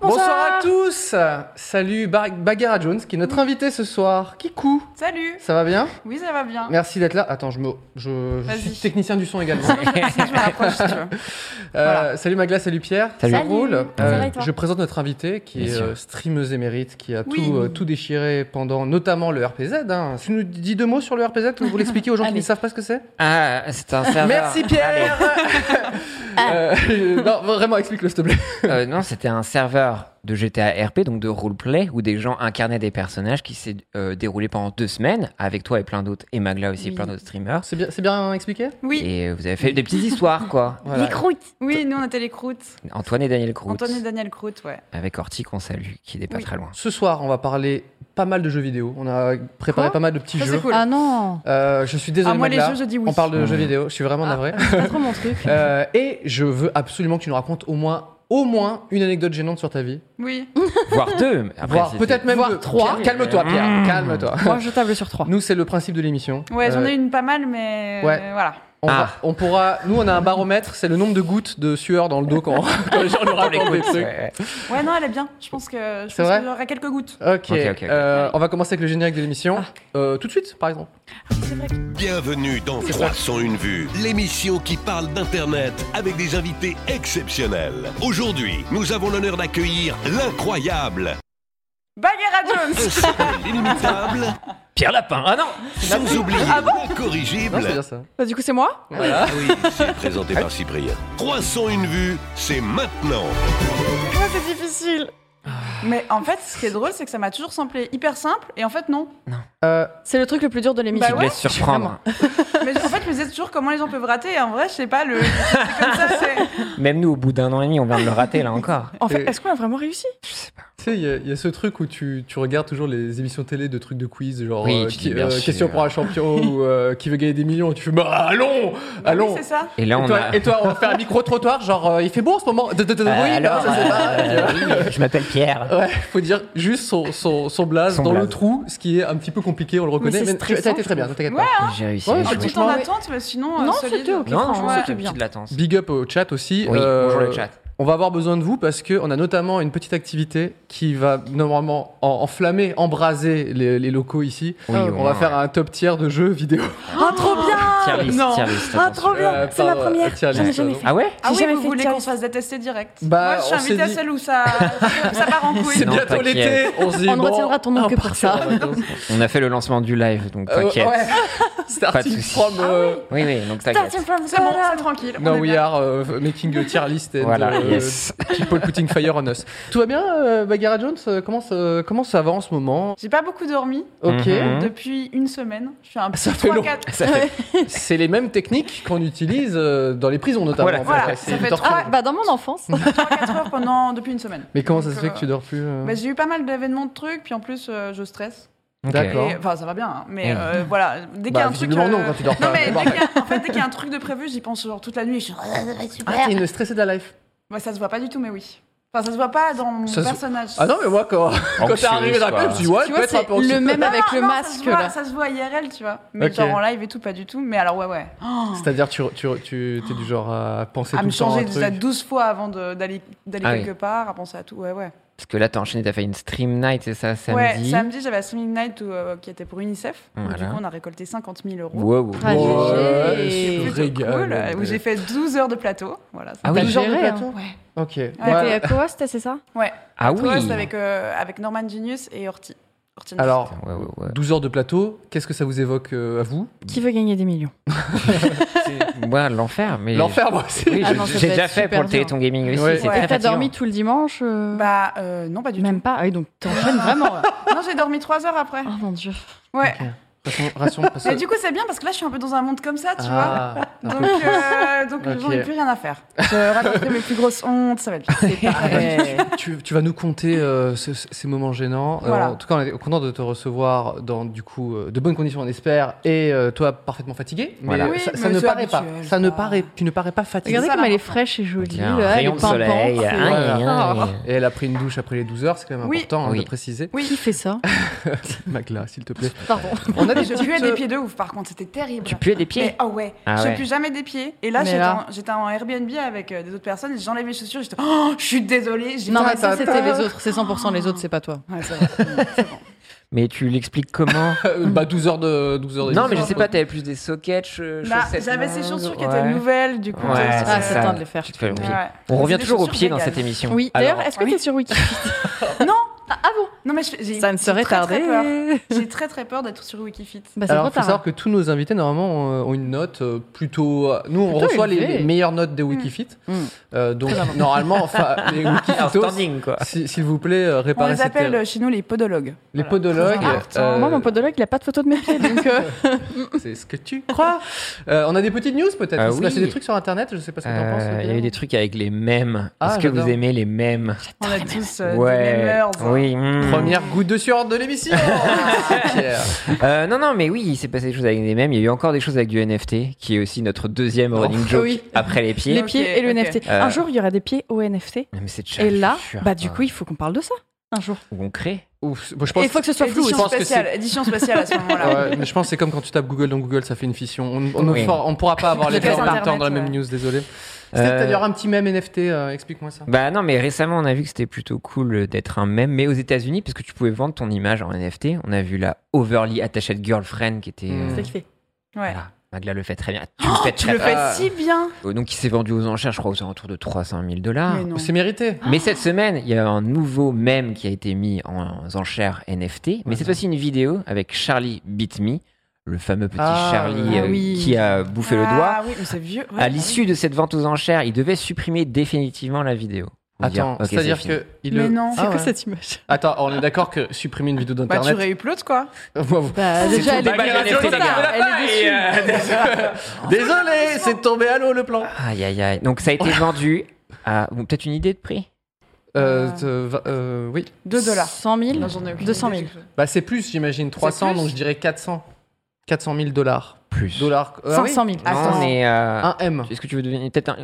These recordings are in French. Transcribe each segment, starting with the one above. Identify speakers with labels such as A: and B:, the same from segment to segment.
A: Bonsoir. à tous Salut Bar- Bagara Jones qui est notre invité ce soir. Kikou
B: Salut
A: Ça va bien
B: Oui, ça va bien.
A: Merci d'être là. Attends, je, me... je... je
B: Vas-y.
A: suis technicien du son également.
B: Merci, je me rapproche, si tu veux.
A: Euh,
B: Voilà.
A: Salut Magla, salut Pierre.
C: Salut.
A: Ça
C: Salut.
A: roule.
C: Ça
A: Euh,
C: va et toi
A: je présente notre invité qui
C: Bien
A: est
C: sûr.
A: euh, streameuse émérite, qui a
B: Oui.
A: tout, euh, tout déchiré pendant notamment le RPZ. hein. Tu nous dis deux mots sur le RPZ ou vous l'expliquez aux gens qui
C: Allez.
A: ne savent pas ce que c'est
C: Ah, c'est un serveur.
A: Merci Pierre Euh, Non, vraiment, explique-le s'il te plaît.
C: Euh, non, c'était un serveur de GTA RP, donc de roleplay, où des gens incarnaient des personnages qui s'est euh, déroulé pendant deux semaines, avec toi et plein d'autres, et Magla aussi,
B: Oui.
C: plein d'autres streamers.
A: C'est bien, c'est bien expliqué
B: Oui,
C: Et euh, vous avez fait des petites histoires, quoi.
A: Voilà.
D: Les croûtes.
B: oui, nous on était les croûtes.
C: Antoine et Daniel Croût.
B: Antoine et Daniel Croûte, ouais.
C: Avec Orti qu'on salue, qui n'est pas
B: Oui.
C: très loin.
A: Ce soir, on va parler pas mal de jeux vidéo. On a préparé
B: Quoi
A: pas mal de petits
B: Ça
A: jeux.
B: c'est cool.
D: Ah non.
A: Euh, je suis désolé,
B: Ah, moi les
A: Magla.
B: jeux, je dis oui. Ah.
A: On parle de
C: Mmh.
A: jeux vidéo, je suis vraiment navré.
D: C'est pas trop mon truc.
A: Euh, et je veux absolument que tu nous racontes au moins, au moins une anecdote gênante sur ta vie.
B: Oui.
D: Mmh.
C: Voire deux. après,
A: Voire
C: c'était-
A: peut-être même
D: Voire
A: deux.
D: trois.
A: Pierre, Calme-toi, Pierre.
C: Mmh.
A: Calme-toi.
D: Moi, je table sur 3.
A: Nous, c'est le principe de l'émission.
B: Ouais, j'en
A: Euh,
B: ai une pas mal, mais
A: ouais.
B: euh, voilà.
A: On, va-
C: Ah.
A: on pourra. Nous, on a un baromètre, c'est le nombre de gouttes de sueur dans le dos quand, quand les gens nous racontent des trucs.
C: Ouais, ouais.
B: Ouais, non, elle est bien. Je pense que je
A: C'est
B: pense
A: vrai
B: qu'il y aura quelques gouttes.
A: Ok.
C: Ok, ok, ok.
A: euh, on va commencer avec le générique de
B: Ah.
A: l'émission. Euh, tout de suite, par exemple.
B: C'est vrai. que-
E: Bienvenue dans 301 vues, l'émission qui parle d'Internet avec des invités exceptionnels. Aujourd'hui, nous avons l'honneur d'accueillir l'incroyable,
B: Bagheera Jones.
E: l'inimitable,
C: Pierre Lapin. Ah non
E: sans oublier
A: Ah Non, c'est bien
E: l'incorrigible.
A: ça.
B: Bah, du coup, c'est moi.
A: Voilà.
E: Oui, c'est présenté par Cyprien. 301 vues, c'est maintenant.
B: Ouais, Ah, c'est difficile. Mais en fait, ce qui est drôle, c'est que ça m'a toujours semblé hyper simple, et en fait, non.
A: Euh,
D: C'est le truc le plus dur de
C: Tu
A: Bah
D: l'émission.
C: te laisses surprendre.
B: Mais en fait, je me disais toujours comment les gens peuvent rater, et en vrai, je sais pas, le... c'est comme ça, c'est.
C: Même nous, au bout d'un an et demi, on vient de le rater, là encore.
D: En
A: fait,
D: fait,
A: est-ce
D: est-ce qu'on a vraiment réussi
A: Tu sais, il y, a- il y a ce truc où tu, tu regardes toujours les émissions télé de trucs de quiz, genre
C: Oui,
A: euh,
C: tu
A: qui-
C: dis bien
A: euh,
C: sûr.
A: question pour un champion ou euh, qui veut gagner des millions, et tu fais bah allons, allons.
B: Ah Oui, c'est ça.
C: Et là,
A: et,
C: on
A: toi,
C: a.
A: et toi, on va faire un micro-trottoir, genre euh, il fait beau en ce moment. De- de- de-
C: Euh,
A: oui,
C: alors,
A: non, ça, c'est pas-
C: euh, oui, je m'appelle Pierre.
A: Ouais, faut dire juste son, son, son blaze
C: Son
A: dans le
C: blaze.
A: trou, ce qui est un petit peu compliqué, on le reconnaît.
D: c'est
A: tu- ça a été très bien, t'inquiète
B: Ouais,
A: pas.
C: J'ai réussi.
A: Ouais,
C: j'ai
A: Ah,
B: Un
A: oui.
C: joué.
B: petit temps
A: Franchement, ouais.
B: d'attente, mais sinon, euh,
D: Non,
B: solide.
D: c'était ok.
C: Non,
D: franchement,
C: franchement,
D: c'était bien.
C: de latence.
A: Big up au chat aussi.
C: Oui,
A: euh,
C: bonjour le chat.
A: On va avoir besoin de vous parce qu'on a notamment une petite activité qui va normalement en- enflammer, embraser les, les locaux ici.
C: Oui, au
A: on
C: moins,
A: va faire un top tiers de jeux vidéo.
D: Ah, trop bien
C: Tier list,
B: Non.
C: tier list,
D: Ah,
C: attention.
D: trop
A: Euh,
D: bien C'est ma
A: pardon,
D: première.
A: tier
D: J'en ai
A: list,
D: jamais
A: pardon.
D: fait.
C: Ah ouais
B: Ah
D: J'ai
B: oui,
D: jamais
B: vous
D: fait de
B: voulez
D: tier
B: qu'on se
D: list.
B: fasse détester direct.
A: Bah,
B: Moi, je
A: on
B: suis invitée
A: s'est
B: à
A: dit-
B: celle où ça, ça part en couille.
A: C'est
C: Non,
A: bientôt
C: t'inquiète.
A: l'été, on se dit
D: On ne
A: bon,
D: retiendra ton nom
A: on
D: que pour
A: part
D: ça.
A: en vacances.
C: On a fait le lancement du live, donc
A: Euh,
C: t'inquiète.
A: ouais.
C: Pas de
A: Starting
C: soucis.
A: from... euh,
C: Oui, oui, donc
D: Putain,
C: t'inquiète.
D: tu me fais un
B: C'est bon, c'est
D: scandale.
B: tranquille. on
A: No,
B: est
A: we
B: bien.
A: are euh, making a tier list and
C: Voilà,
A: euh,
C: yes.
A: people putting fire on us. Tout va bien, euh, Bagheera Jones Euh, comment, ça- comment ça va en ce moment
B: J'ai pas beaucoup dormi Euh,
A: Ok.
C: Mhm.
B: depuis une semaine. Je suis un petit
A: Ça fait long.
B: 3-4.
C: Ça fait-
A: C'est les mêmes techniques qu'on utilise euh, dans les prisons notamment.
C: Voilà,
B: Voilà,
A: c'est
B: ça
A: une
B: fait
A: torture.
D: Ah, bah dans mon enfance.
B: 3-4 heures pendant, depuis une semaine.
A: Mais comment ça se
B: Donc,
A: fait que tu
B: euh,
A: dors plus euh
B: bah, J'ai eu pas mal d'événements de trucs, puis en plus, euh, je stresse.
C: Ok.
A: D'accord.
B: Et- Enfin, ça va bien, hein, mais
C: Oui.
B: euh, voilà. Dès qu'il y
A: Bah,
B: a un truc.
A: visiblement
B: euh,
A: non, quand tu dors pas.
B: Non, mais
A: Bon,
B: dès qu'il y, a- en fait, dès qu'il y a un truc de prévu, j'y pense genre toute la nuit. et Je...
A: Ah, t'es une stressée de la life.
B: Bah, ça se voit pas du tout, mais oui. Enfin, ça se voit pas dans mon
A: Ça se-
B: personnage.
A: Ah non, mais moi quand, quand t'es
C: Anxieuse,
A: arrivé dans la
C: quoi.
A: je me suis dit, ouais,
D: Tu
A: peut
D: vois,
A: être un
D: c'est
A: peu anxieuse.
D: le même avec le
B: Non, ça se
D: masque
B: voit-
D: là.
B: Ça se voit IRL, tu vois. Mais
A: Ok.
B: genre en live et tout, pas du tout. Mais alors, ouais, ouais. Oh,
A: C'est-à-dire, tu, tu, tu t'es du genre à penser
B: à
A: tout
B: me
A: le temps à un
B: changer
A: truc.
B: déjà 12 fois avant de- d'aller d'aller
C: Ah oui.
B: quelque part, à penser à tout. Ouais, ouais.
C: Parce que là, t'as enchaîné, t'as fait une stream night, c'est ça,
B: Ouais,
C: samedi.
B: samedi, j'avais la Swimming Night où, euh, qui était pour UNICEF. Donc, Du
C: Voilà.
B: coup, on a récolté 50 000 euros.
C: Wow.
D: Ah,
A: Ouais,
D: GG.
A: je
B: Plutôt
A: régale.
B: cool, euh, où j'ai fait 12 heures de plateau. Voilà, ça-
C: Ah oui.
D: T'as
A: Genre de
D: géré, hein.
A: plateau.
B: Ouais.
A: Ok.
D: T'étais
A: Ouais.
D: à Kowa, c'était c'est ça
B: Ouais.
C: Ah
B: Toi,
C: oui.
B: c'est avec, euh, avec Norman Genius et Orti. Orti Neuf.
A: Alors,
C: Ouais, ouais, ouais.
A: 12 heures de plateau, qu'est-ce que ça vous évoque euh, à vous
D: Qui veut gagner des millions
C: Moi, l'enfer, mais.
A: L'enfer, moi aussi.
C: Oui,
D: Ah
C: je-
D: non, ça
C: j'ai
D: doit
C: déjà
D: être
C: fait
D: super
C: pour le
D: dur.
C: Téléthon Gaming aussi.
A: Ouais.
C: C'est
B: Ouais.
C: très
D: T'as
C: fatigant.
D: dormi tout le dimanche euh,
B: Bah, euh, non, pas du
D: Même pas. Ah oui, donc t'enchaînes vraiment. là.
B: tout. Non, j'ai dormi 3 heures après.
D: Oh mon dieu.
B: Ouais.
A: Ration, ration, parce que-
B: Mais du coup, c'est bien parce que là, je suis un peu dans un monde comme ça, tu
A: Ah,
B: vois.
A: un
B: Donc,
A: peu.
B: euh, donc j'en ai
A: Ok.
B: plus rien à faire. Je raconterai mes plus grosses hontes, ça va être bien. C'est parfait.
A: Ah bah, tu, tu vas nous compter euh, ce- ce- ces moments gênants. Euh,
B: Voilà.
A: en tout cas, on est content de te recevoir dans du coup euh, de bonnes conditions, on espère, et euh, toi parfaitement fatigué. Mais
C: Voilà.
A: ça,
B: Oui,
A: ça
B: mais
A: ne
B: c'est
A: paraît pas.
B: habituel,
A: Ça ne
B: ça.
A: paraît, tu ne parais pas fatigué.
D: Regardez
B: ça,
D: comme elle est
B: l'important.
D: fraîche et jolie.
C: Tiens,
D: là, elle est
C: rayon de soleil.
D: pimpante, c'est-
C: Aïe, aïe,
D: Ah.
C: aïe.
A: Et elle a pris une douche après les 12 heures, c'est quand même
B: Oui.
A: important hein,
C: Oui.
A: de préciser.
D: Qui fait ça
A: Magla, s'il te plaît.
D: Pardon.
A: On a des
B: Je
A: petites,
B: puais des
A: euh,
B: pieds de ouf, par contre, c'était terrible.
C: Tu puais des
B: Mais
C: pieds
B: oh ouais,
C: Ah
B: je
C: ouais.
B: pue jamais des pieds. Et là,
D: Mais
B: j'étais
D: là-
B: en- j'étais en Airbnb avec euh, des autres personnes et j'enlève mes chaussures. J'étais, oh, je suis désolée. j'ai
D: Non,
B: pas
D: mais ça,
B: fait
D: c'était les autres. C'est 100% les autres, c'est pas toi.
B: Ouais, c'est vrai. C'est bon.
C: Mais tu l'expliques comment
A: euh, bah 12 heures de 12 heures de
C: Mm. Non, mais je
A: douche.
C: sais pas, t'avais plus des sockets, euh,
B: Là,
C: chaussettes.
B: Bah, J'avais ces
C: longues,
B: chaussures qui
C: ouais.
B: étaient nouvelles, du coup.
C: Ouais,
B: j'avais-
C: c'est ça.
D: Ah, c'est temps de les faire.
C: Tu te fais le
B: Ouais.
C: pied.
B: C'est
C: On revient
B: des
C: toujours aux
B: chaussures
C: pieds dans
B: véganes.
C: cette émission.
D: Oui. D'ailleurs, est-ce que
B: oui.
D: t'es sur Wiki
B: Non,
D: Ah bon
B: non mais je- j'ai
D: Ça ne
B: j'ai
D: serait
B: très, très peur.
D: tardé.
B: J'ai très très peur d'être sur Wikifit.
D: Bah, c'est
A: Alors,
D: trop
A: faut savoir
D: tard.
A: que tous nos invités, normalement, euh, ont une note euh, plutôt. euh, Nous, on
D: Plutôt
A: reçoit les,
D: élevée.
A: les meilleures notes des Wikifit.
D: Mm.
A: Euh, donc,
D: Très important.
A: normalement, enfin, les
C: Alors,
A: Wikifitos,
C: standing, quoi.
A: si- s'il vous plaît, euh,
B: On
A: réparez
B: les
A: cette
B: appelle
A: erreur.
B: euh, chez nous les podologues.
A: les podologues.
D: Ah,
A: euh,
D: Moi, mon podologue, il a pas de photo de mes pieds, donc. euh,
A: C'est ce que tu crois. Euh, on a des petites news peut-être.
C: Ah
A: Il s'est passé
C: oui.
A: des trucs sur internet, je sais pas ce que t'en penses.
C: Euh, Il y a eu
A: Pierre.
C: des trucs avec les mêmes.
A: Ah,
C: Est-ce que vous
A: j'adore.
C: aimez les mêmes
B: On est tous euh, des
C: Ouais.
B: memeurs.
C: Oui. hmm.
A: Première goutte de sueur de l'émission.
B: Ah,
A: Pierre.
C: Euh, non, non, mais oui, il s'est passé des choses avec les mêmes. Il y a eu encore des choses avec du NFT, qui est aussi notre deuxième running joke
D: oui.
C: après les pieds.
D: les pieds et le
B: ok.
D: NFT.
C: Euh.
D: Un jour, il y aura des pieds au NFT.
C: Mais c'est
D: Et là,
C: cher,
D: bah du
C: quoi.
D: coup, il faut qu'on parle de ça un jour.
C: Où on crée.
A: Ouf, bon, je
D: Et
A: pense.
D: il faut que ce soit flou.
A: je
B: Édition
A: pense que
B: spéciale, édition spéciale à ce moment-là.
A: Ouais, mais je pense que c'est comme quand tu tapes Google dans Google, ça fait une fission. On on ne
C: Oui.
A: for- on pourra pas avoir les deux
B: Très
A: en même temps
B: Internet,
A: dans la même
B: ouais.
A: news, désolé.
C: Euh,
A: Peut-être d'ailleurs un petit mème NFT, euh, explique-moi ça.
C: Bah non, mais récemment, on a vu que c'était plutôt cool d'être un mème, mais aux États-Unis, parce que tu pouvais vendre ton image en NFT. On a vu la Overly Attached Girlfriend qui était.
A: Mm.
C: euh,
D: C'est fait.
B: Ouais.
D: Ah.
C: voilà. Magla le fait très bien. Tu le fais
B: Tu
C: très
B: le
C: bien.
B: fais
A: Ah.
B: si bien.
C: Donc, qui s'est vendu aux enchères, je crois, aux alentours de 300 000 dollars.
B: Mais non.
A: C'est mérité.
C: Mais cette semaine, il y a un nouveau mème qui a été mis en enchères NFT, mais cette fois-ci une vidéo avec Charlie Beat Me, le fameux petit
A: Ah,
C: Charlie
D: ah
C: euh,
D: oui.
C: qui a bouffé le doigt.
B: Ah oui, mais c'est vieux. ouais.
C: À l'issue de cette vente aux enchères, il devait supprimer définitivement la vidéo. Ou dire,
A: Attends,
C: Ok,
A: c'est-à-dire
C: fini.
A: que. Il
B: Mais
A: le-
B: non.
D: C'est
A: Ah
D: quoi
A: ouais.
D: cette image
A: Attends, on est d'accord que supprimer une vidéo
B: Bah, tu
A: d'internet.
B: réuploades quoi.
A: Moi, vous-
D: Bah déjà, elle est
C: Bah,
D: elle est
C: elle
D: trop
C: est
D: tard. Elle est déçue.
A: euh, Désolé, c'est tombé à l'eau le plan.
C: Aïe aïe aïe. Donc ça a été vendu à ou peut-être une idée de prix.
A: Euh,
C: Ah.
A: te- va- euh, oui.
B: 2 dollars.
D: 100 000
B: Non, j'en ai aucune
D: 200
B: idée.
D: 000.
A: Bah, c'est plus, j'imagine, 300,
B: plus
A: donc je dirais 400. 400 000 dollars.
C: Plus.
A: Dollars. ah oui,
D: 500 000.
C: Attends,
B: Attends.
C: mais euh,
A: Un M.
C: est-ce que tu veux devenir peut-être un...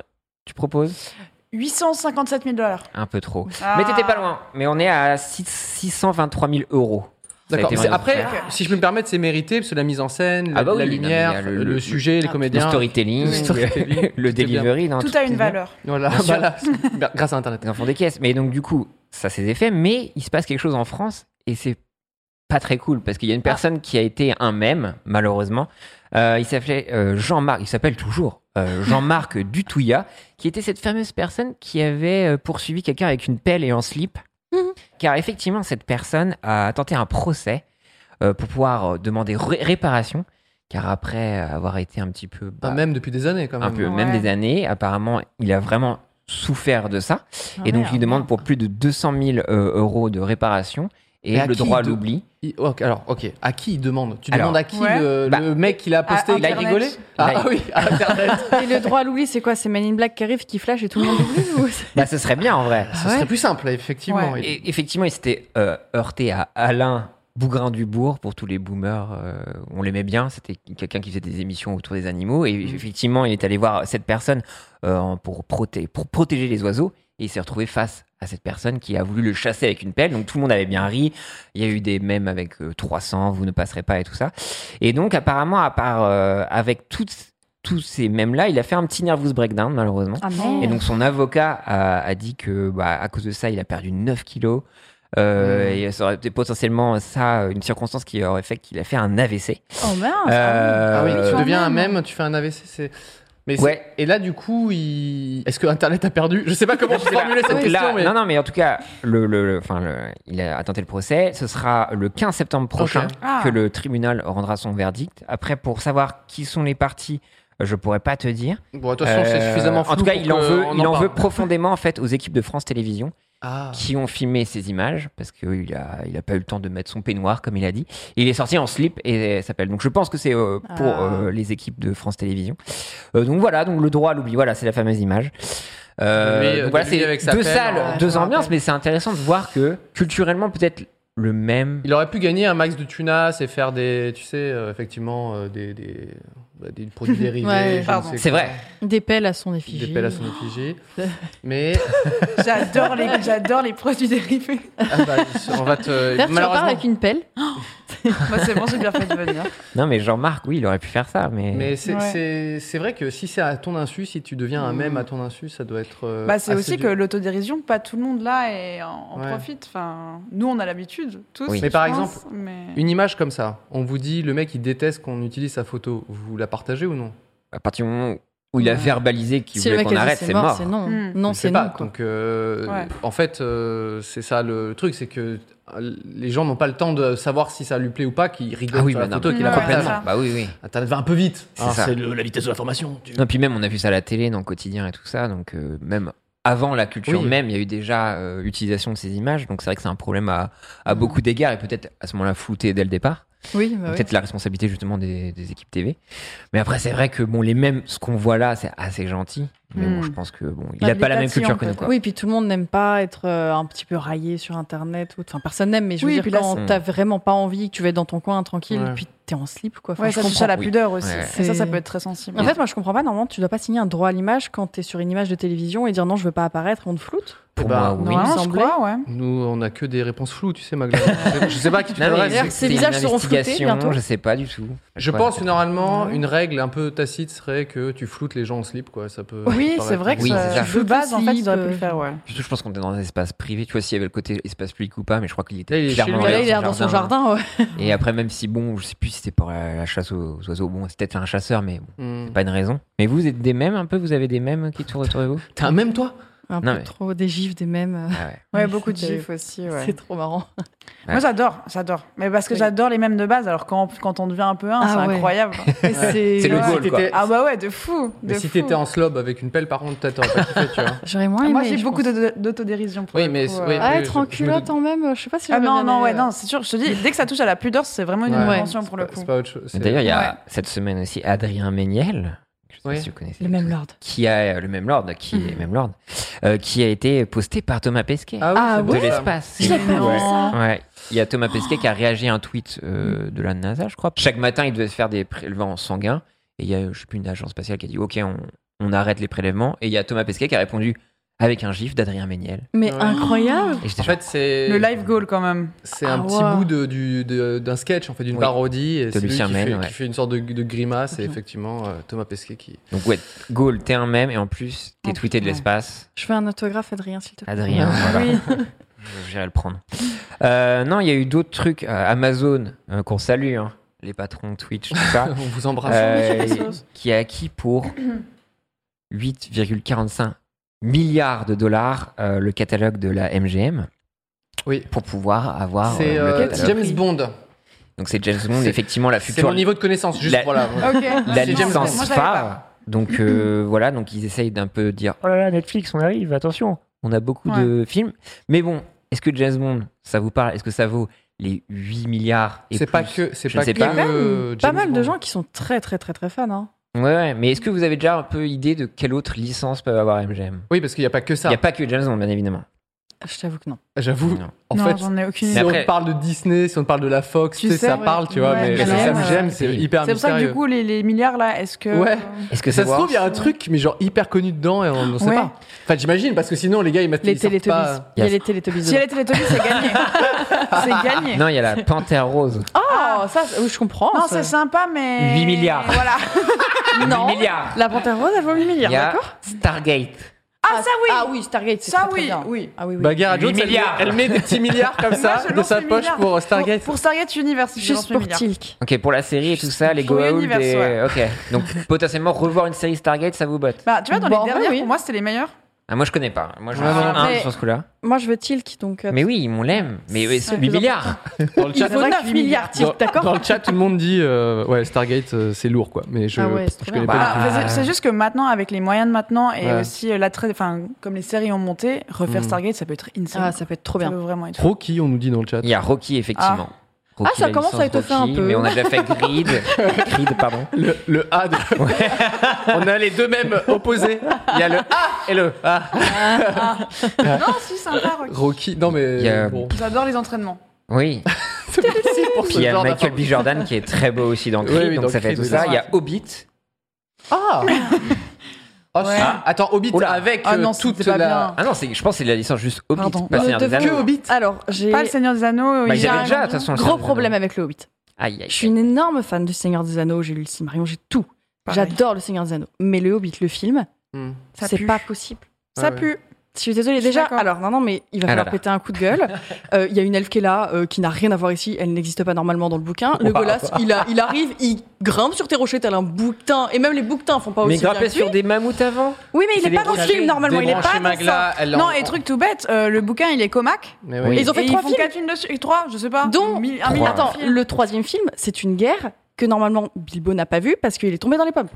C: Tu proposes
B: 857 000 dollars.
C: Un peu trop.
B: Ah.
C: Mais t'étais pas loin. Mais on est à six- 623 000 euros. Ça a
A: D'accord.
C: été
A: C'est-
C: vendu.
A: Après,
B: Ok.
A: si je peux me permettre, c'est mérité, parce que la mise en scène, la,
C: Ah bah oui,
A: la
C: non, mais il y
A: lumière,
C: a
A: le,
C: le- le-
A: sujet, les
C: le
A: comédiens.
C: storytelling,
A: Le storytelling,
C: le- le
A: tout est bien.
C: delivery. non,
B: Ah, Tout a
C: est
B: une
C: bien.
B: valeur.
A: Voilà,
C: Bien sûr.
A: bah là, c'est- grâce à Internet.
C: Ils en font des caisses. Mais donc, du coup, ça s'est fait. Mais il se passe quelque chose en France et c'est pas très cool parce qu'il y a une
B: Ah.
C: personne qui a été un mème, malheureusement. Euh, il s'appelait euh, Jean-Marc, il s'appelle toujours euh, Jean-Marc Dutouya, qui était cette fameuse personne qui avait euh, poursuivi quelqu'un avec une pelle et en slip.
B: Mhm.
C: Car effectivement, cette personne a tenté un procès euh, pour pouvoir euh, demander ré- réparation. Car après avoir été un petit peu. bah,
A: Un même depuis des années, quand
C: un
A: même.
C: peu,
B: Ouais.
C: même des années. Apparemment, il a vraiment souffert de ça.
D: Ah,
C: et donc, il demande pour plus de 200 000 euh, euros de réparation et
A: Mais à
C: le
A: qui
C: droit à
A: de-
C: l'oubli.
A: Il- ok, alors, ok. À qui il demande Tu
C: Alors.
A: demandes à qui
B: Ouais.
A: le,
C: Bah,
A: le mec qui l'a posté
B: à
A: et qui a
B: Internet.
A: rigolé ah,
C: Là,
A: ah oui, à Internet.
D: Et le droit à l'oubli, c'est quoi C'est Men in Black qui arrive, qui flash et tout le monde oublie ou c'est-
C: Bah, ce serait bien en vrai.
A: Ce serait plus simple, effectivement.
B: Ouais.
C: Et effectivement, il s'était euh, heurté à Alain Bougrain-Dubourg. Pour tous les boomers, euh, on l'aimait bien. C'était quelqu'un qui faisait des émissions autour des animaux. Et effectivement, il est allé voir cette personne euh, en- pour, proté- pour protéger les oiseaux. Et il s'est retrouvé face à cette personne qui a voulu le chasser avec une pelle. Donc tout le monde avait bien ri. Il y a eu des mèmes avec euh, 300, vous ne passerez pas et tout ça. Et donc apparemment, à part euh, avec toutes- tous ces mèmes-là, il a fait un petit nervous breakdown malheureusement.
D: Ah
C: Et
D: merde.
C: donc son avocat a, a dit que bah, à cause de ça, il a perdu 9 kilos. Euh, et ça aurait été potentiellement ça, une circonstance qui aurait fait qu'il a fait un AVC.
D: Oh merde.
A: Ah oui,
C: Euh,
A: tu
D: quand
A: deviens un
D: même.
A: mème, tu fais un AVC, c'est. Mais
C: Ouais.
A: c'est- Et là, du coup, il... est-ce que Internet a perdu Je sais pas comment
C: Je sais pas.
A: formuler cette
C: Donc
A: question,
C: là-
A: mais.
C: Non, non, mais en tout cas, le, le- le- enfin, le- il a tenté le procès. Ce sera le 15 septembre prochain
A: Ok.
B: Ah.
C: que le tribunal rendra son verdict. Après, pour savoir qui sont les parties, je pourrais pas te dire.
A: Bon, de toute façon, c'est
C: Euh,
A: suffisamment flou
C: En tout cas,
A: pour
C: il en
A: que
C: veut,
A: on
C: il en
A: parle.
C: veut profondément en fait aux équipes de France Télévisions
A: Ah.
C: qui ont filmé ces images parce qu'il a, il a pas eu le temps de mettre son peignoir, comme il a dit. Il est sorti en slip et euh, s'appelle. Donc je pense que c'est euh, pour
D: Ah.
C: euh, les équipes de France Télévisions. Euh, donc voilà, donc le droit à l'oubli, voilà, c'est la fameuse image. Euh,
A: Lui, euh,
C: donc voilà,
A: de
C: c'est
A: lui avec sa
C: deux
A: pelle,
C: salles,
A: hein.
D: Ouais, je
C: deux
D: me
C: ambiances,
D: rappelle.
C: mais c'est intéressant de voir que culturellement peut-être le même.
A: Il aurait pu gagner un max de tunas et faire des, tu sais, euh, effectivement, euh, des, des, bah, des produits dérivés.
D: Ouais,
A: je ne
B: pardon.
A: sais
C: C'est
A: quoi.
C: vrai.
D: Des pelles à son effigie.
A: Des pelles à son effigie. Mais
B: J'adore les, j'adore les produits dérivés.
A: ah bah, on va te.
D: D'ailleurs, tu en parles
A: Malheureusement.
D: avec une pelle.
B: Moi, Bah, c'est bon, j'ai bien fait de venir.
C: Non, mais Jean-Marc, oui, il aurait pu faire ça, mais.
A: Mais c'est
B: Ouais.
A: c'est- c'est vrai que si c'est à ton insu, si tu deviens un
B: Mm.
A: mème à ton insu, ça doit être. euh,
B: Bah, c'est
A: assez
B: aussi
A: dur.
B: que l'autodérision, pas tout le monde là et en, en
A: Ouais.
B: profite. Enfin, nous, on a l'habitude, tous.
C: Oui.
A: Mais
B: je
A: par
B: pense, mais-
A: Une image comme ça, on vous dit le mec il déteste qu'on utilise sa photo, vous la partagez ou non
C: à partir du moment où il a
B: Ouais.
C: verbalisé qu'il
D: le
C: voulait
D: mec
C: qu'on
D: a dit
C: arrête, c'est mort.
D: c'est non.
B: Hmm.
A: Je
D: Non,
A: sais
D: c'est
A: pas.
D: non. quoi.
A: Donc euh,
B: Ouais.
A: en fait, euh, c'est ça le truc, c'est que euh, les gens n'ont pas le temps de savoir si ça lui plaît ou pas, qu'ils rigolent
C: Ah oui,
A: sur
C: bah
A: la
C: non,
A: photo,
C: mais
A: et qu'il la
B: Ouais,
A: partagent.
B: ça.
C: Bah oui, oui.
A: Ah, T'as va un peu vite.
C: C'est
A: Ah,
C: ça.
A: le- la vitesse de la formation. tu-
C: Non, puis même, on a vu ça à la télé dans le quotidien et tout ça. Donc, euh, même avant la culture,
A: Oui.
C: même, il y a eu déjà euh, utilisation de ces images. Donc, c'est vrai que c'est un problème à, à beaucoup d'égards et peut-être à ce moment-là flouté dès le départ.
D: Oui, bah oui.
C: Peut-être la responsabilité justement des, des équipes TV. Mais après, c'est vrai que bon, les mêmes, ce qu'on voit là, c'est assez gentil. Mais bon,
B: Mm.
C: je pense que bon, il
D: Bah,
C: n'a pas la même
D: tatillon,
C: culture que
D: quoi.
C: nous. Quoi.
D: Oui, puis tout le monde n'aime pas être euh, un petit peu raillé sur Internet. Ou... Enfin, personne n'aime, mais je veux
B: Oui,
D: dire,
B: puis là,
D: quand
C: c'est-
D: t'as vraiment pas envie, que tu vas être dans ton coin tranquille,
A: Ouais.
D: puis t'es en slip, quoi. Enfin,
B: Ouais,
D: je
B: ça touche
D: comprends.
B: à la
C: oui.
B: pudeur aussi.
C: Ouais.
B: Et ça, ça
D: C'est-
B: peut être très sensible.
D: En fait, moi, je comprends pas. Normalement, tu dois pas signer un droit à l'image quand t'es sur une image de télévision et dire non, je veux pas apparaître, on te floute.
C: Pour
A: Eh ben,
C: moi,
A: non,
C: oui.
D: il me
B: Normalement, je
D: semblait.
B: crois, ouais.
A: Nous, on a que des réponses floues, tu sais, Magla. je sais pas à qui tu
C: Non, mais
A: t'adresses.
D: d'ailleurs, ces visages
C: une
D: seront floutés
C: investigation,
D: bientôt.
C: Je sais pas du tout.
A: Je
C: Ouais,
A: pense que
C: peut-être.
A: normalement,
D: Ouais.
A: une règle un peu tacite serait que tu floutes les gens en slip, quoi. Ça peut.
B: Oui,
A: ça
B: c'est
A: paraît-
B: vrai que
C: Oui, c'est
B: ça,
C: ça.
B: de base, en fait, ils auraient pu
D: Euh,
B: le faire, ouais.
C: Surtout, je pense qu'on est dans un espace privé. Tu vois, s'il y avait le côté espace public ou pas, mais je crois qu'il
A: Là, il
C: était
A: est
C: clairement
A: chez lui.
D: Là, il est dans son jardin. ouais.
C: Et après, même si, bon, je sais plus si c'était pour euh, la, la chasse aux, aux oiseaux. Bon, c'est peut-être un chasseur, mais bon,
A: Hmm.
C: pas une raison. Mais vous êtes des mêmes un peu Vous avez des mêmes qui tournent autour de vous
A: T'as un même toi
D: Un
C: Non,
D: peu
C: mais-
D: trop des gifs, des mêmes.
C: Ah ouais.
B: Ouais,
D: Ouais,
B: beaucoup de
D: c'est
B: gifs aussi, ouais.
D: C'est trop marrant.
C: Ouais.
B: Moi, j'adore, j'adore. Mais parce que
D: Oui.
B: j'adore les mêmes de base, alors quand, quand on devient un peu un,
D: Ah
B: c'est
D: ouais.
B: incroyable.
C: C'est le
A: Ouais.
C: goal,
A: Si
C: quoi.
A: t'étais-
B: Ah bah ouais, de fou.
A: Mais
B: de
A: si
B: fou.
A: t'étais en slob avec une pelle, par contre, t'as- t'aurais pas kiffé, tu vois.
D: J'aurais moins aimé.
B: Ah, Moi, j'ai
D: je
B: beaucoup
D: pense.
B: de- d'autodérision. pour
A: Oui,
B: le
A: mais-
B: coup,
A: oui,
B: euh.
A: mais-
D: Ah,
A: Ouais,
D: être
A: je-
D: en
A: je me
D: culotte
A: doute.
D: en même, je sais pas si
B: Ah
D: j'aurais
B: non,
D: bien
B: non,
D: aimé,
B: ouais,
D: euh,
B: non, c'est sûr. Je te dis, dès que ça touche à la pudeur, c'est vraiment une
A: Ouais.
B: invention pour le
A: C'est pas-
B: coup.
A: C'est pas autre chose. c'est-
C: D'ailleurs, il y a
B: Ouais.
C: cette semaine aussi Adrien Méniel. Je sais pas
A: Oui.
C: si vous connaissez.
D: Le même lord. Hmm.
C: Qui a euh, le même lord, qui est même lord, euh, qui a été posté par Thomas Pesquet.
A: Ah oui,
D: Ah
A: c'est
D: ouais
C: de
A: bon, ça.
C: l'espace.
D: Je l'ai pas
B: Non.
D: vu, ça.
C: Ouais. Il y a Thomas Pesquet qui a réagi à un tweet euh, de la NASA, je crois. Chaque matin, il devait se faire des prélèvements sanguins. Et il y a, je sais plus, une agence spatiale qui a dit Ok, on, on arrête les prélèvements. Et il y a Thomas Pesquet qui a répondu avec un gif d'Adrien Méniel.
D: Mais
A: Ouais.
D: incroyable.
C: Et j'étais
A: En
C: genre,
A: fait, c'est.
B: Le live goal, quand même.
A: C'est
D: Ah,
A: un petit
D: wow.
A: bout de- du- de- d'un sketch, en fait, d'une
C: Oui.
A: parodie. Et c'est lui
C: Lucien
A: qui,
C: Mène,
A: fait,
C: ouais.
A: qui fait une sorte de, de grimace. Et
D: Ok.
A: effectivement, euh, Thomas Pesquet qui.
C: Donc, ouais, Gaulle, t'es un mème. Et en plus, t'es
D: Oh,
C: tweeté de
D: putain.
C: l'espace.
D: Je veux un autographe, Adrien, s'il te plaît.
C: Adrien, voilà.
D: Oui.
C: Je- J'irai le prendre. Euh, non, il y a eu d'autres trucs. Euh, Amazon, euh, qu'on salue, hein, les patrons Twitch, tout ça.
A: On vous embrasse.
C: Euh, qui a acquis pour 8,45 milliards de dollars euh, le catalogue de la MGM
A: Oui.
C: pour pouvoir avoir
A: C'est
C: euh, le
A: euh,
C: catalogue.
A: James Bond.
C: Donc c'est James Bond,
A: C'est-
C: effectivement la
A: C'est
C: future
A: mon niveau de connaissance, juste
C: La-
A: voilà.
B: Ok.
C: la
A: C'est James
C: licence
A: Bond.
B: Moi, je l'avais pas.
C: phare. Donc euh, voilà, donc ils essayent d'un peu dire oh là là Netflix, on arrive, attention, on a beaucoup de films. Mais bon, est-ce que James Bond, ça vous parle Est-ce que ça vaut les 8 milliards et
A: C'est pas
C: plus
A: que. C'est
C: Je
A: pas
C: sais
A: que.
D: Il y a quand
A: euh,
D: même pas
A: James
D: mal de
A: Bond.
D: gens qui sont très, très, très, très fans. hein.
C: Ouais, ouais, mais est-ce que vous avez déjà un peu idée de quelle autre licence peut avoir MGM
A: Oui, parce qu'il n'y a pas que
C: Il
A: ça.
C: n'y a pas que James Bond, bien évidemment.
D: Je t'avoue que non.
A: J'avoue.
C: Non.
A: En
B: non,
A: fait,
B: j'en ai aucune
A: si
B: idée.
C: Mais après-
A: on parle de Disney, si on parle de la Fox,
B: Tu
A: tu sais,
B: sais,
A: ça
B: ouais.
A: parle, tu vois.
B: Ouais,
A: mais
B: mais
A: c'est
B: ouais,
A: ça
B: ouais.
A: que j'aime, c'est
C: C'est
A: hyper
B: C'est pour ça que
A: mystérieux.
B: du coup, les, les milliards là, est-ce que.
A: Ouais.
C: Est-ce que
A: ça
C: c'est
A: se trouve, il y a un
C: Worth
A: truc, mais genre hyper connu dedans et on ne sait
B: Ouais.
A: pas. Enfin, j'imagine, parce que sinon, les gars, ils mettent
D: Les
A: ils sortent
D: Teletubbies.
A: pas-
D: Il y a
C: Yes.
D: les Teletubbies.
B: Si elle est Teletubbies, c'est gagné. c'est gagné.
C: Non, il y a la panthère rose.
D: Oh, ça, c'est- oui, je comprends.
B: Non,
D: ça.
B: c'est sympa, mais.
C: 8 milliards.
B: Voilà.
D: Non.
C: milliards.
D: La panthère rose, elle vaut 8
C: Il
D: milliards,
C: y a
D: d'accord
C: Stargate.
B: Ah, ça oui.
D: Ah oui, Stargate, c'est
B: Ça,
D: très, très
B: oui,
D: bien.
B: oui.
D: Ah oui, oui.
A: Bagheera
C: Huit
A: Jones, elle met,
C: milliards.
A: elle met des petits milliards comme ça
B: Moi, je
A: de
B: lance
A: sa
B: les
A: poche
B: milliards.
A: pour euh, Stargate.
B: Pour, pour Stargate Universe, je
D: Juste
B: lance les
D: pour
B: milliards.
D: Tilk.
C: Ok, pour la série et tout ça, les
B: Pour
C: go out.
B: l'univers,
C: et-
B: ouais.
C: Ok, donc potentiellement revoir une série Stargate, ça vous botte.
B: Bah, tu vois, dans
D: Bon,
B: les
D: bah
B: dernières,
D: oui.
B: pour moi, c'était les meilleurs.
C: Ah, moi, je connais pas. Moi, je
A: Ouais,
C: suis
A: non,
C: un
D: mais-
C: sur ce coup-là.
D: Moi, je veux Tilk, donc. euh,
C: Mais oui, on l'aime. Mais euh, c'est
D: Ouais,
C: le
D: plus
C: milliard.
A: Dans le
D: Il
A: chat,
D: faut 9 milliards,
A: dans,
D: Tilk, d'accord
A: dans le chat, tout le monde dit euh, ouais, Stargate, euh, c'est lourd quoi. Mais je,
D: Ah ouais, c'est trop
A: je
D: bien.
A: connais
B: Bah,
A: pas.
C: du tout.
B: enfin, c'est- c'est juste que maintenant, avec les moyens de maintenant et
A: Ouais.
B: aussi euh, l'attrait, enfin, comme les séries ont monté, refaire
A: Mm.
B: Stargate, ça peut être insane.
D: Ah, ça peut être trop
B: Ça
D: bien.
B: peut vraiment être fou.
A: Pro qui on nous dit dans le chat.
C: Il y a Rocky, effectivement. Rocky,
D: Ah, ça
C: la
D: commence
C: licence
D: à être fait
C: Rocky,
D: un peu.
C: Mais on a déjà fait Grid. Grid, pardon.
A: Le, le A de... On a les deux mêmes opposés. Il y a le A et le A.
B: non, si, sympa, Rocky.
A: Rocky. Non mais
C: Il y a-
A: bon,
B: J'adore les entraînements.
C: Oui.
A: c'est pas possible pour
C: Puis
A: ce
C: il y a
A: genre
C: Michael B.
A: d'information.
C: Jordan qui est très beau aussi dans
A: Oui,
C: Creed,
A: oui,
C: donc
A: dans
C: ça fait
A: Creed,
C: tout
A: oui,
C: ça.
A: c'est
C: Il y a Hobbit.
A: Ah. Oh,
B: Ouais.
A: ça- Attends, Hobbit
C: Oula.
A: avec
B: Ah
A: euh,
B: non,
A: toute
B: c'était pas
A: la.
C: Ah non, c'est- je pense que c'est la licence juste Hobbit,
B: Pardon.
C: pas
D: Nous
C: Seigneur des
D: devons-
C: Anneaux.
A: Que Hobbit.
D: Alors, j'ai
B: Pas le Seigneur des Anneaux. il
C: Bah, ils
B: y a
C: avaient
B: un
C: déjà, de toute
B: Gobelin.
C: façon, le
D: gros
C: Seigneur des
D: problème
C: Anneaux.
D: avec le Hobbit.
C: Aïe, aïe, aïe.
D: Je suis une énorme fan du Seigneur des Anneaux, j'ai lu le Cimarion, j'ai tout.
B: Pareil.
D: J'adore le Seigneur des Anneaux. Mais le Hobbit, le film,
A: Hmm.
B: Ça
D: c'est
B: pue.
D: pas possible.
B: Ça
A: Ouais, ouais.
B: pue.
D: Je suis désolée,
B: Je suis
D: déjà,
B: d'accord.
D: alors non, non, mais il
C: Ah
D: va
C: là
D: falloir
C: là.
D: péter un coup de gueule. Euh, Il y a une elfe qui est là, euh, qui n'a rien à voir ici, elle n'existe pas normalement dans le bouquin. Le
C: Waouh.
D: golas, il, a- il arrive, il grimpe sur tes rochers tel un bouquetin, et même les bouquetins font pas
C: Mais
D: aussi bien
C: grimper
D: que
C: sur
D: lui.
C: des mammouths avant
D: Oui, mais il
C: c'est
D: est pas
C: des
D: dans ce film
C: rochers.
D: normalement, il est
A: Débrancher
D: pas dans ça.
A: Magla, elle en-
B: Non, et truc tout bête, euh, le bouquin, il est comac.
A: Mais
C: Oui.
A: oui.
D: Ils ont fait
B: et
D: trois
B: ils font
D: films.
B: quatre films dessus. Et trois, je sais pas.
D: Dont-
B: Mille- un
C: Trois.
B: milliard de
D: Ah, Attends,
B: films.
D: le troisième film, c'est une guerre que normalement Bilbo n'a pas vue parce qu'il est tombé dans les pommes.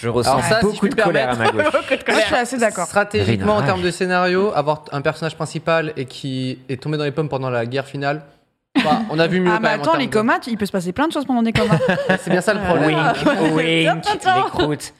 C: Je ressens
A: Alors ça, si
C: Ah, beaucoup
A: je puis
C: de
A: me
C: colère à ma
A: permettre.
C: gauche.
B: Moi, Ah, je suis assez d'accord.
A: Stratégiquement, en
C: Vénérage.
A: termes de scénario, avoir un personnage principal et qui est tombé dans les pommes pendant la guerre finale, bah, on a vu mieux
B: Ah,
A: quand
B: mais
A: même en
B: attends,
A: termes
B: les
A: de-
B: comas, il peut se passer plein de choses pendant des comas.
A: C'est bien ça le problème.
C: Wink, wink, les croûtes.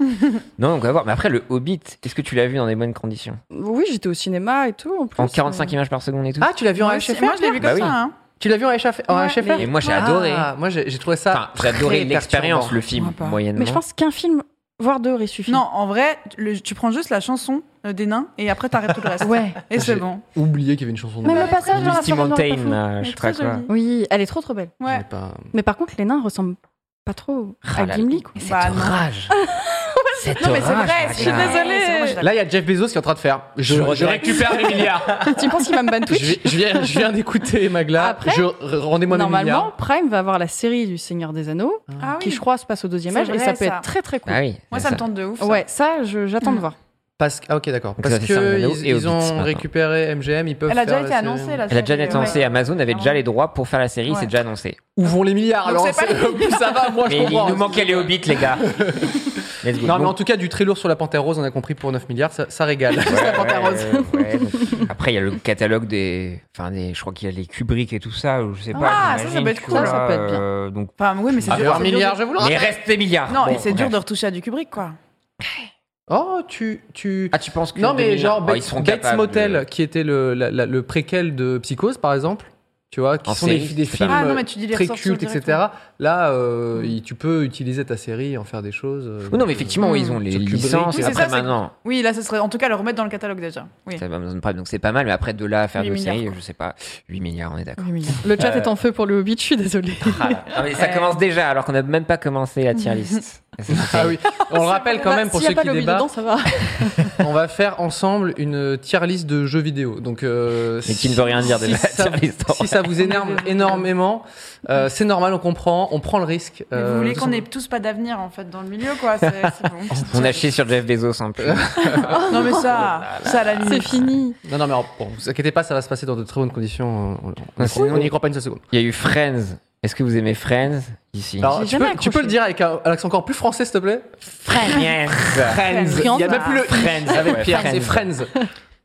C: Non, donc on va voir. Mais après, le Hobbit, est-ce que tu l'as vu dans des bonnes conditions
D: Oui, j'étais au cinéma et tout. En, plus, euh,
C: En 45 images par seconde et tout
A: Ah, tu l'as vu en
B: Moi,
A: HFR
B: moi, je l'ai vu
C: Bah
B: comme
C: oui.
B: ça. hein.
A: Tu l'as vu en HFR en
B: Ouais,
A: HFR?
C: Et moi, j'ai
A: Ah,
C: adoré.
A: Moi, j'ai j'ai trouvé ça.
C: Enfin, j'ai adoré
A: très
C: l'expérience,
A: perturbant.
C: le
B: Moi
C: film,
B: pas.
C: moyennement.
D: Mais je pense qu'un film, voire deux, aurait suffi.
B: Non, en vrai, le- tu prends juste la chanson euh, des nains et après t'arrêtes tout le reste.
D: Ouais.
B: Et c'est
A: J'ai-
B: bon.
A: Oublié qu'il y avait une chanson de.
D: Même le passage dans la
C: Misty
D: forêt noire, pas
C: Mountain,
D: fou.
C: là, je
B: Mais
C: sais pas
B: très
C: quoi.
B: joli.
D: Oui, elle est trop trop belle.
A: J'ai
B: Ouais.
A: pas-
D: Mais par contre, les nains ressemblent pas trop
C: Ah
D: à
C: là là.
D: Gimli. quoi.
C: Mais Cette
B: Bah, non.
C: rage. Cette
B: Non, mais c'est
C: rage,
B: vrai,
C: ma
B: je suis
C: gare.
B: désolée.
A: Là, il y a Jeff Bezos qui est en train de faire. Je,
C: Je regrette.
A: récupère mes milliards.
D: tu penses qu'il va me ban
A: je,
D: Twitch
A: vais- je viens, je viens d'écouter Magla.
D: Après,
A: je re- rendez-moi mes
D: Normalement,
A: milliards.
D: Prime va avoir la série du Seigneur des Anneaux,
B: Ah
D: qui
B: oui.
D: je crois se passe au deuxième
B: C'est
D: âge, et
B: vrai,
D: ça peut
B: ça.
D: être très très cool.
C: Ah oui.
B: Moi, ça, me tente de ouf. ça.
D: Ouais, ça, je- j'attends de voir.
A: Parce que- ah, ok, d'accord.
C: Donc,
A: Parce
C: ça, c'est
A: que
C: Sarah Renaud
A: ils,
C: et
A: ils
C: Hobbit,
A: ont
C: maintenant.
A: récupéré MGM, ils peuvent.
B: Elle a déjà
A: faire
B: été
A: la série.
B: annoncée, la
C: Elle a déjà
B: série,
C: été
B: ouais.
C: lancée. Amazon avait déjà les droits pour faire la série,
B: Ouais.
C: c'est déjà annoncé.
A: Où vont les milliards
B: Donc,
A: Alors,
B: c'est pas
A: c'est- plus ça va, moi, je
C: Mais il
A: comprends.
C: nous manquait les Hobbits, les gars. Let's go.
A: Non, mais en
C: Donc,
A: tout cas, du très lourd sur la Panthère Rose, on a compris pour 9 milliards, ça, ça régale. la Panthère Rose.
C: ouais, ouais. Après, il y a le catalogue des. Enfin, des, je crois qu'il y a les Kubrick et tout ça, ou je sais pas.
B: Ah, ça, ça
C: j'imagine,
B: peut être
C: tu
B: cool.
C: vois,
D: Ça, ça peut être bien.
C: euh, donc,
B: Enfin, oui, mais c'est
A: Ah,
B: dur.
A: un
B: c'est dur
A: milliard,
B: de-
A: je vous le
C: mais reste des milliards.
B: Non,
C: Bon,
B: et c'est dur
C: bref.
B: de retoucher à du Kubrick, quoi.
A: Oh, tu. tu...
C: Ah, tu penses que.
A: non, mais
C: des
A: genre
C: milliards- Oh, ils
A: Bates,
C: seront
A: Bates
C: capables de-
A: Motel, qui était le, la- la- le préquel de Psychose, par exemple, tu vois, qui
C: En
A: sont
C: série,
A: des, des
C: c'est
A: films
B: pas mal. Ah, non, mais tu dis les
A: très
B: ressortir
A: cultes, etc.
B: directement.
A: Là, euh, il- tu peux utiliser ta série, en faire des choses. euh,
C: Oh, non, mais effectivement,
A: euh,
C: ils ont les
A: sur Kubrick.
C: licences.
B: Mm. Oui,
C: et
B: c'est
C: après,
B: ça, c'est-
C: maintenant,
B: Oui, là, ce serait en tout cas le remettre dans le catalogue déjà. Oui.
C: c'est Amazon Prime, donc c'est pas mal. Mais après, de là à faire
B: 8
C: deux
B: milliards,
C: séries,
B: quoi.
C: je sais pas. 8 milliards, on est d'accord.
D: Le chat
C: Euh,
D: est en feu pour le Hobbit, je suis désolée.
C: Ah, là. Non, mais ça commence déjà, alors qu'on n'a même pas commencé la tier list.
A: Ah oui, on le rappelle quand même pour
D: Bah, S'il n'y
A: ceux
D: a pas
A: qui
D: le Hobbit
A: débattent,
D: dedans, ça va.
A: on va faire ensemble une tier list de jeux vidéo. Donc, euh,
C: Mais qui ne veut rien dire de
A: si
C: la
A: ça-
C: tier list.
A: Si ça vous énerve énormément, euh, c'est normal, on comprend, on prend le risque.
B: Mais
A: euh,
B: vous voulez
A: de-
B: qu'on ait tous pas d'avenir en fait dans le milieu, quoi. C'est c'est bon.
C: On a chié Oh sur Jeff Bezos un peu.
B: Non, mais ça, ça à la
D: C'est
B: limite.
D: fini.
A: Non, non, mais alors, bon, vous inquiétez pas, ça va se passer dans de très bonnes conditions. euh, on-
C: Ah,
A: On
C: sinon-
A: on n'y croit pas une seule seconde.
C: Il y a eu Friends. Est-ce que vous aimez Friends ici
A: Alors,
D: J'ai
A: tu,
D: jamais
A: peux, tu peux
D: accroché.
A: le dire avec un, un accent encore plus français, s'il te plaît
C: Friends. Friends.
A: Il y a
D: Friends.
A: même plus le i
C: Friends.
A: avec
C: ouais,
A: Pierre,
C: Friends.
A: c'est Friends.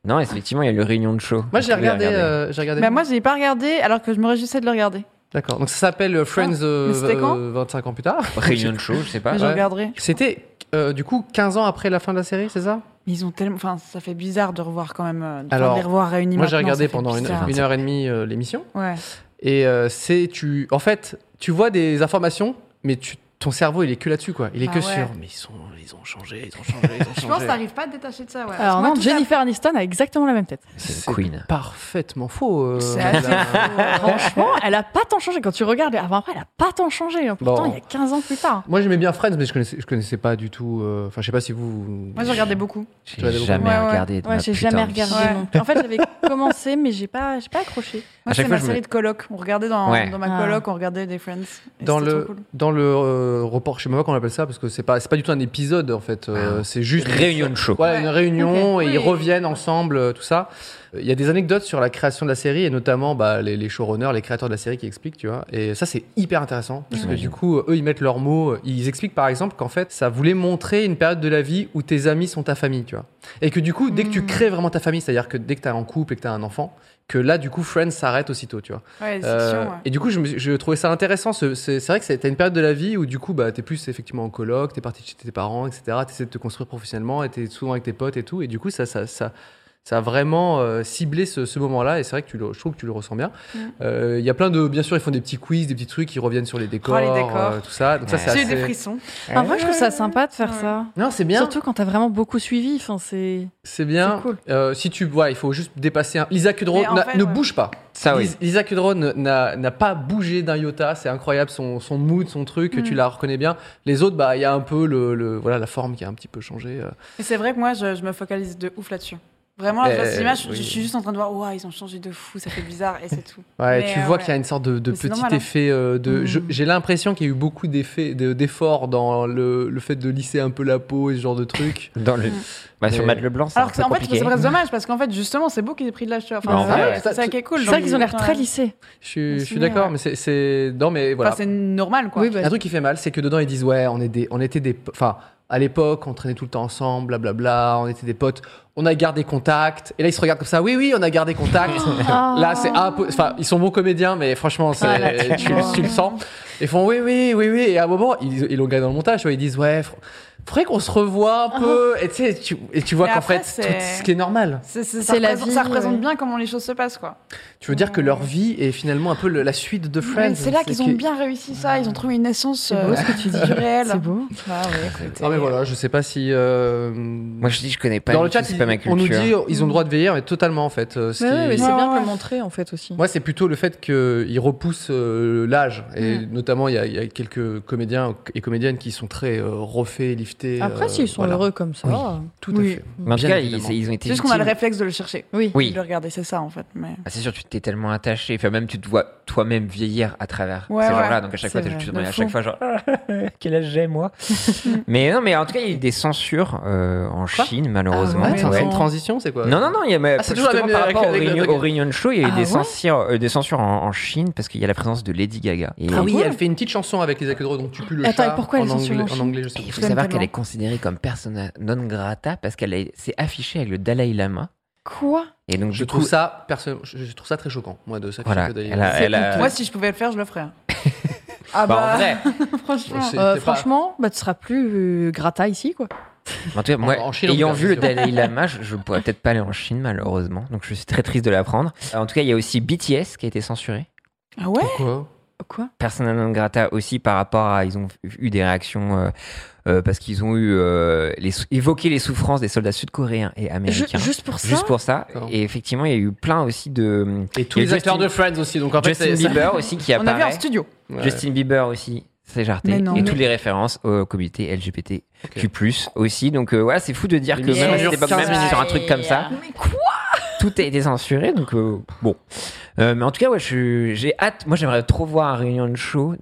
C: Non, effectivement, il y a eu le réunion de show.
A: Moi, j'ai
C: Vous avez
A: regardé. euh, j'ai regardé
B: Bah, moi, j'ai pas regardé alors que je me réjouissais de le regarder.
A: D'accord. Donc, ça s'appelle euh, Friends euh,
B: Ah, mais c'était quand
A: euh, 25 ans plus tard.
C: Réunion de show, je sais pas.
B: Mais je
A: Ah, ouais.
B: regarderai.
A: C'était, euh, du coup, 15 ans après la fin de la série, c'est ça
B: Mais ils ont tellement. Enfin, ça fait bizarre de revoir quand même. euh, de
A: Alors,
B: les revoir réunis.
A: Moi, j'ai
B: maintenant,
A: regardé
B: ça fait
A: pendant une,
B: bizarre.
A: une heure et demie euh, l'émission.
B: Ouais.
A: Et euh, c'est. tu, En fait, tu vois des informations, mais tu- ton cerveau, il est que là-dessus, quoi. Il est
B: Ah
A: que
B: ouais.
A: sur. Mais ils, sont, ils ont changé, ils ont changé, ils ont
B: Je pense que
A: changé.
B: t'arrives pas à te détacher de ça, ouais.
D: Alors
B: Parce que moi,
D: non,
B: tout à-
D: Jennifer Aniston a exactement la même tête.
C: C'est une queen.
A: parfaitement faux. euh,
B: C'est
A: Magda.
B: assez fou, ouais.
D: Franchement, elle a pas tant changé. Quand tu regardes, avant après, elle a pas tant changé. hein. Pourtant,
A: Bon.
D: il y a 15 ans plus tard.
A: Moi j'aimais bien Friends, mais je connaissais, je connaissais pas du tout. euh, Enfin, je sais pas si vous.
B: Moi, j'ai regardé beaucoup.
A: Tu l'as
C: J'ai
A: découvert.
C: jamais
B: Ouais, ouais.
C: regardé. de
D: Ouais,
C: ma
D: j'ai
C: putain
D: jamais
C: de vie.
D: regardé.
B: Ouais.
D: non. En fait, j'avais commencé, mais j'ai pas, j'ai pas accroché.
B: Moi,
C: chaque
B: c'est
C: fois,
B: ma
C: je me-
B: série de coloc. On regardait dans,
C: Ouais.
B: dans ma
D: Ah.
B: coloc, on regardait des Friends. et
A: Dans
B: c'était
A: le,
B: trop cool.
A: dans le euh, euh, report, je sais même pas comment on appelle ça, parce que c'est pas, c'est pas du tout un épisode en fait. euh,
B: Ah.
A: C'est juste.
C: Réunion de show.
A: Voilà, une réunion
B: Ok.
A: et ils
B: Oui.
A: reviennent ensemble, euh, tout ça. Il y a des anecdotes sur la création de la série et notamment bah, les, les showrunners, les créateurs de la série qui expliquent, tu vois. Et ça, c'est hyper intéressant parce que
C: J'imagine.
A: du coup, euh, eux, ils mettent leurs mots. Ils expliquent par exemple qu'en fait, ça voulait montrer une période de la vie où tes amis sont ta famille, tu vois. Et que du coup, dès que
B: Hmm.
A: tu crées vraiment ta famille, c'est-à-dire que dès que t'es en couple et que t'as un enfant, que là, du coup, Friends s'arrête aussitôt, tu vois.
B: Ouais, c'est
A: Euh,
B: chiant, ouais.
A: Et du coup, je, me suis- je trouvais ça intéressant. ce- C'est c'est vrai que c'est- t'as une période de la vie où du coup, bah, t'es plus effectivement en coloc, t'es parti de chez tes parents, etc. T'essaies de te construire professionnellement, et t'es souvent avec tes potes et tout. Et du coup, ça, ça, ça, ça a vraiment euh, ciblé ce, ce moment-là. Et c'est vrai que tu le- je trouve que tu le ressens bien.
B: Mm.
A: Euh, Il y a plein de, bien sûr, ils font des petits quiz, des petits trucs, ils reviennent sur les décors,
B: Oh, décors.
A: euh, tout ça. Donc ça,
C: Ouais.
A: c'est
B: J'ai eu des
A: assez-
B: frissons.
D: Parfois, je trouve ça sympa de faire
B: Ouais.
D: ça.
A: Non, c'est bien.
D: Surtout quand t'as vraiment beaucoup suivi. Enfin, c'est.
A: C'est bien.
D: C'est cool.
A: Euh, si tu, voilà, il faut juste dépasser. Un... Lisa Kudrow
B: Mais en
A: n'a-
B: fait,
A: ne
B: ouais.
A: bouge pas.
C: Ça, Ah oui.
A: Lis- Lisa Kudrow ne- n'a n'a pas bougé d'un iota, c'est incroyable son, son mood, son truc,
B: Mm.
A: tu la reconnais bien. Les autres, bah il y a un peu le, le- voilà la forme qui a un petit peu changé. euh.
B: Et c'est vrai que moi, je, je me focalise de ouf là-dessus. Vraiment,
A: Euh,
B: là, cette image,
A: oui.
B: je suis juste en train de voir, ouah, ils ont changé de fou, ça fait bizarre, et c'est tout.
A: Ouais,
B: Mais,
A: tu
B: euh,
A: vois
B: ouais.
A: qu'il y a une sorte de, de
B: Mais c'est
A: petit
B: normal, hein.
A: effet euh, de. je- J'ai l'impression qu'il y a eu beaucoup d'effets, de- d'efforts dans le, le fait de lisser un peu la peau et ce genre de truc.
C: Dans le... bah, sur
A: Mais-
C: Matt Leblanc, c'est un
B: Alors que
C: peu
B: c'est- en fait,
C: compliqué.
B: c'est presque dommage parce qu'en fait, justement, c'est beau qu'ils aient pris de l'âge. tu vois.
C: Bah, en
B: Enfin,
C: vrai,
B: c'est-
A: ça-
B: c'est ça qui est cool.
D: C'est vrai
B: donc,
D: qu'ils ont l'air
B: ouais.
D: très lissés.
A: Je suis, je suis
B: Assumé,
A: d'accord,
B: ouais.
A: mais c'est- c'est. Non, mais voilà.
B: Enfin, c'est normal quoi.
D: Oui, bah,
A: Un truc qui fait mal, c'est que dedans ils disent ouais, on est des, on était des, enfin à l'époque on traînait tout le temps ensemble, blablabla, on était des potes, on a gardé contact. Et là ils se regardent comme ça, oui oui, on a gardé contact.
B: Ah.
A: là c'est impo- enfin ils sont bons comédiens, mais franchement c'est-
D: Ah, la
A: tu,
D: tête.
A: tu le sens. Ils font oui oui oui oui, et à un moment ils ils l'ont gagné dans le montage, tu vois, ils disent ouais, fr- faudrait qu'on se revoie un peu. Et tu sais, tu, et tu vois
B: Oh. Mais
A: qu'en
B: après,
A: fait
B: c'est-
A: tout ce qui est normal.
B: C'est c'est-
D: C'est
B: ça,
D: la
B: représente,
D: vie,
B: ça représente
D: ouais.
B: bien comment les choses se passent quoi.
A: Tu veux dire que leur vie est finalement un peu le- la suite de Friends.
B: Ouais, C'est là qu'ils ont
A: que-
B: bien réussi ça. Ils ont trouvé une essence
D: C'est beau
B: euh,
D: ce que tu dis.
B: du réel.
D: C'est beau.
B: Ah, ouais, écoute,
A: Non mais
B: euh,
A: voilà, je sais pas si. euh,
C: Moi, je dis, je connais pas.
A: dans
C: du
A: le
C: tout,
A: chat,
C: c'est
A: ils-
C: pas ma
A: on nous dit
C: culture.
A: ils ont le droit de vieillir, mais totalement en fait. euh, ce
D: Mais
A: qui-
D: ouais, mais c'est
B: Ouais,
D: bien de le
B: ouais.
D: montrer en fait aussi.
A: Moi, c'est plutôt le fait qu'ils repoussent euh, l'âge. Et notamment, il y, a- il y a quelques comédiens et comédiennes qui sont très euh, refaits, liftés.
D: Après,
A: euh,
D: s'ils sont
A: voilà.
D: heureux comme ça.
A: Tout
D: Oui.
A: à fait.
C: Mais en tout
A: Bien
C: cas, ils,
A: évidemment.
C: ils ont été.
B: C'est juste qu'on a le
C: utiles.
B: réflexe de le chercher.
D: Oui.
B: et
C: Oui.
B: De le regarder, c'est ça en fait. Mais
C: Ah, c'est sûr, tu t'es tellement attaché. Enfin, même, tu te vois toi-même vieillir à travers
B: Ouais,
C: ces
B: ouais.
C: gens-là. Donc, à chaque fois,
D: C'est
C: t'es-
D: vrai.
C: tu te
D: De
C: demandes à
D: fou.
C: chaque fois, genre, quel âge j'ai, moi Mais non, mais en tout cas, il y a eu des censures euh, en
A: Quoi
C: Chine, malheureusement.
D: Ah
A: Ouais,
D: ouais,
A: c'est
D: ouais.
A: une transition, c'est quoi
C: Non, non, non, il y a, mais
A: c'est
C: justement,
A: toujours la même-
C: par
A: avec-
C: rapport au
A: avec-
C: Réunion-
A: avec-
C: au Réunion Show, il y a eu
D: Ah
C: des,
D: ouais
C: censures, euh, des censures en, en Chine parce qu'il y a la présence de Lady Gaga. Et,
A: Ah oui,
D: Cool.
A: elle fait une petite chanson avec les Kudrow, donc tu peux le
D: Attends,
A: chat
D: et pourquoi
A: en,
D: elles sont sur
A: anglais,
D: l'enchaîne
A: en anglais, je sais.
C: et il faut
B: J'aime
C: savoir
B: tellement.
C: qu'elle est considérée comme persona non grata parce qu'elle est- s'est affichée avec le Dalai Lama.
D: Quoi
C: Et donc,
A: Je
C: du
A: trouve
C: coup,
A: ça, perso- je, je trouve ça très choquant, moi, de ça.
C: Voilà, elle a- elle a-
B: moi, si je pouvais le faire, je le ferais. hein. Ah
C: bah, en
B: bah,
C: vrai,
B: franchement.
A: C'est-
D: Euh,
A: t'es pas-
D: Franchement, bah, tu seras plus euh, grata ici, quoi.
C: En tout cas, moi,
A: en Chine, en
C: ayant
A: tout cas,
C: vu
A: c'est
C: le Dalai Lama, je, je pourrais peut-être pas aller en Chine, malheureusement. Donc, je suis très triste de l'apprendre. Euh, En tout cas, il y a aussi BTS qui a été censuré.
B: Ah ouais.
A: Pourquoi
D: Quoi
C: Persona non grata aussi par rapport à. Ils ont eu des réactions euh, euh, parce qu'ils ont eu. euh, les, sou- évoqué les souffrances des soldats sud-coréens et
D: Je-
C: américains.
D: Juste pour ça
C: Juste pour ça.
A: D'accord.
C: Et effectivement, il y a eu plein aussi de.
A: Et tous
C: Il y a
A: les acteurs
C: Justin-
A: de Friends aussi, donc en fait,
C: Justin
A: c'est. c'est-
C: Bieber aussi qui
B: On a vu
C: apparaît.
B: en studio.
A: Ouais.
C: Justin Bieber aussi, c'est jarté.
B: Mais non,
C: et
B: mais-
C: toutes les références au comité LGBTQ+, aussi. Donc euh, voilà, c'est fou de dire
A: Les
C: que même à cette
A: mesures
C: époque, même
A: quinze.
C: sur un truc comme ça, tout a été censuré. Donc euh, bon. Euh, mais en tout cas, ouais, je suis- j'ai hâte. Moi, j'aimerais trop voir un réunion de show,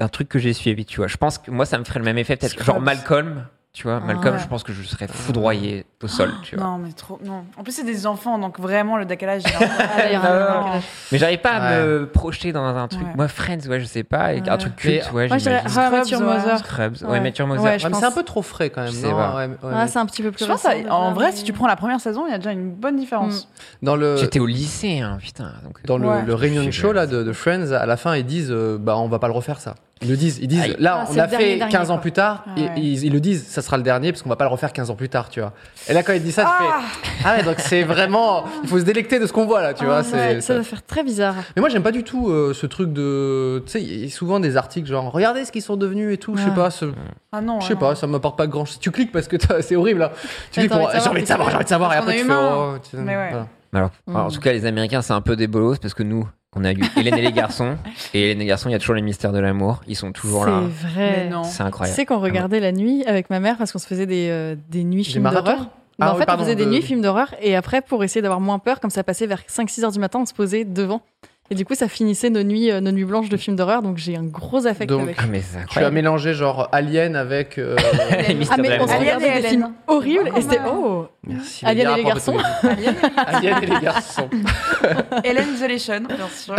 C: un truc que j'ai suivi, tu vois. Je pense que moi, ça me ferait le même effet, peut-être. Genre
D: Scrubs. Ah
C: Malcolm, tu vois. Malcolm,
B: ouais.
C: je pense que je serais foudroyé au sol, tu vois.
B: Non, mais trop. Non. En plus, c'est des enfants, donc vraiment, le décalage. il est
D: Ah, il y aura un
B: incroyable.
D: décalage.
C: Mais j'arrive pas à
A: Ouais.
C: me projeter dans un truc.
B: Ouais.
C: Moi, Friends, ouais, je sais pas. et Un
D: Ouais.
C: truc
A: Mais-
C: culte, ouais,
D: Moi, je dirais
C: j'imagine.
D: How I Met Your
B: Scrubs, ouais.
D: Mother.
C: Scrubs, ouais,
D: Ouais.
C: Mathieu Moser.
D: Ouais, je
A: Ah, mais
D: pense.
A: c'est un peu trop frais quand même.
C: Je sais
A: non
C: pas.
A: Ouais, ouais,
D: Ah,
A: mais-
D: c'est un petit peu plus
B: Je pense,
D: récent,
B: que ça- en
D: déjà,
B: vrai,
D: mais-
B: si tu prends la première saison, il y a déjà une bonne différence.
D: Mm.
A: Dans le.
C: J'étais au lycée, hein, putain. Donc,
A: Dans
B: Ouais.
A: le, le réunion
C: C'est
A: show
C: clair.
A: là, de, de Friends, à la fin, ils disent euh, bah, on va pas le refaire ça. Ils le disent. Ils disent
C: Aïe.
A: là,
D: Ah,
A: on
D: c'est
A: a
D: le dernier,
A: fait
D: dernier,
A: 15 ans
D: quoi.
A: plus tard.
B: Ah
A: et-
B: ouais.
A: et ils, ils le disent ça sera le dernier parce qu'on va pas le refaire 15 ans plus tard, tu vois. Et là, quand ils disent ça, tu
B: Ah
A: fais ah ouais, donc c'est vraiment. Il faut se délecter de ce qu'on voit là, tu vois.
D: Ah,
A: c'est-
D: ouais,
A: ça-
D: Ça doit faire très bizarre.
A: Mais moi, j'aime pas du tout euh, ce truc de. Tu sais, il y a souvent des articles genre regardez ce qu'ils sont devenus et tout. Je sais
D: Ouais.
A: pas, ce-
B: Ah non.
A: je sais
B: ouais,
A: pas, ça m'apporte pas grand chose. Tu cliques parce que t'as- c'est horrible là. Tu
D: Mais
A: cliques
D: t'as envie
A: pour
D: de
A: j'ai
D: savoir
A: envie de
D: parce
A: savoir,
D: que-
A: j'ai envie de savoir. Et
B: parce
A: après,
B: qu'on
A: tu
B: est
A: fais
B: humain.
A: oh, tu-
B: Mais ouais.
A: voilà.
C: Mais Alors, alors, en
D: Mm.
C: tout cas, les Américains, c'est un peu des bolos parce que nous, on a eu Hélène et les garçons. Et Hélène et les garçons, il y a toujours les mystères de l'amour. Ils sont toujours là. hein.
D: C'est vrai.
B: Mais non.
C: C'est
D: Tu
C: incroyable.
D: sais qu'on regardait la nuit avec ma mère parce qu'on se faisait des, euh, des nuits
A: Des
D: films
A: marathons
D: d'horreur.
A: Ah
D: Bah, en
A: oui,
D: fait,
A: pardon,
D: on faisait des
A: de-
D: nuits films d'horreur et après, pour essayer d'avoir moins peur, comme ça passait vers 5-6 heures du matin, on se posait devant Et du coup, ça finissait nos nuits, euh, nos nuits blanches de films d'horreur, donc j'ai un gros affect
A: Donc,
D: avec.
C: Ah, mais c'est
A: Tu as
C: incroyable.
A: mélangé genre Alien avec. euh,
C: Mystère
D: Ah,
C: de
D: mais
C: la
D: on se
C: maison.
B: Alien
D: regardait
B: et
D: des
B: Hélène.
D: films horribles
B: Ah,
D: et c'était
B: ouais.
D: oh
A: Merci.
D: Alien
A: Melia
D: et les
A: Rapport de
D: garçons.
A: Toulouse. Alien et les garçons.
B: Hélène Isolation, bien sûr.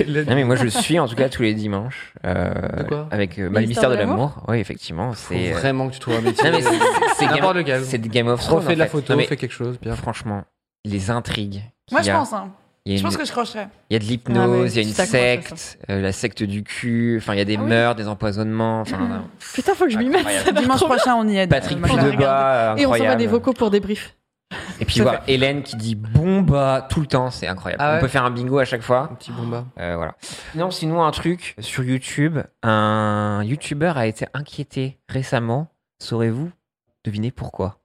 A: Hélène-
C: Non, mais moi je suis en tout cas tous les dimanches euh,
A: De quoi
C: avec euh, bah, le mystère de l'amour. Oui, effectivement,
A: Faut
C: c'est euh,
A: vraiment que tu trouves un métier.
C: non, mais c'est- c'est
A: N'importe
C: Game,
A: lequel.
C: c'est de Game of Thrones.
A: Refais de la
C: en fait.
A: photo,
C: Non, mais
A: fais quelque chose. Bien.
C: franchement, les intrigues. qu'il
B: Moi,
C: y
B: je
C: a,
B: pense. hein.
C: il y a
B: Je
C: une-
B: pense que je crocherais.
C: Il y a de l'hypnose,
D: Ah ouais,
C: il y a une
D: tu t'accroches à
C: secte, euh, la secte du cul, enfin il y a des
D: Ah oui.
C: meurtres, des empoisonnements, enfin ah,
D: putain, faut que je m'y mette.
C: incroyable.
D: ça va
B: Dimanche
D: trop bien.
B: prochain, on y est.
C: Patrick
B: Moi, je la regarde.
C: Pudeba,
D: Et on s'envoie des
C: incroyable.
D: vocaux pour des briefs.
C: Et puis voir Hélène qui dit bon bah tout le temps, c'est incroyable.
A: Ah ouais.
C: On peut faire un bingo à chaque fois.
A: Un petit bomba.
C: Euh, voilà. Non, sinon un truc sur YouTube, un YouTuber a été inquiété récemment. Saurez-vous deviner pourquoi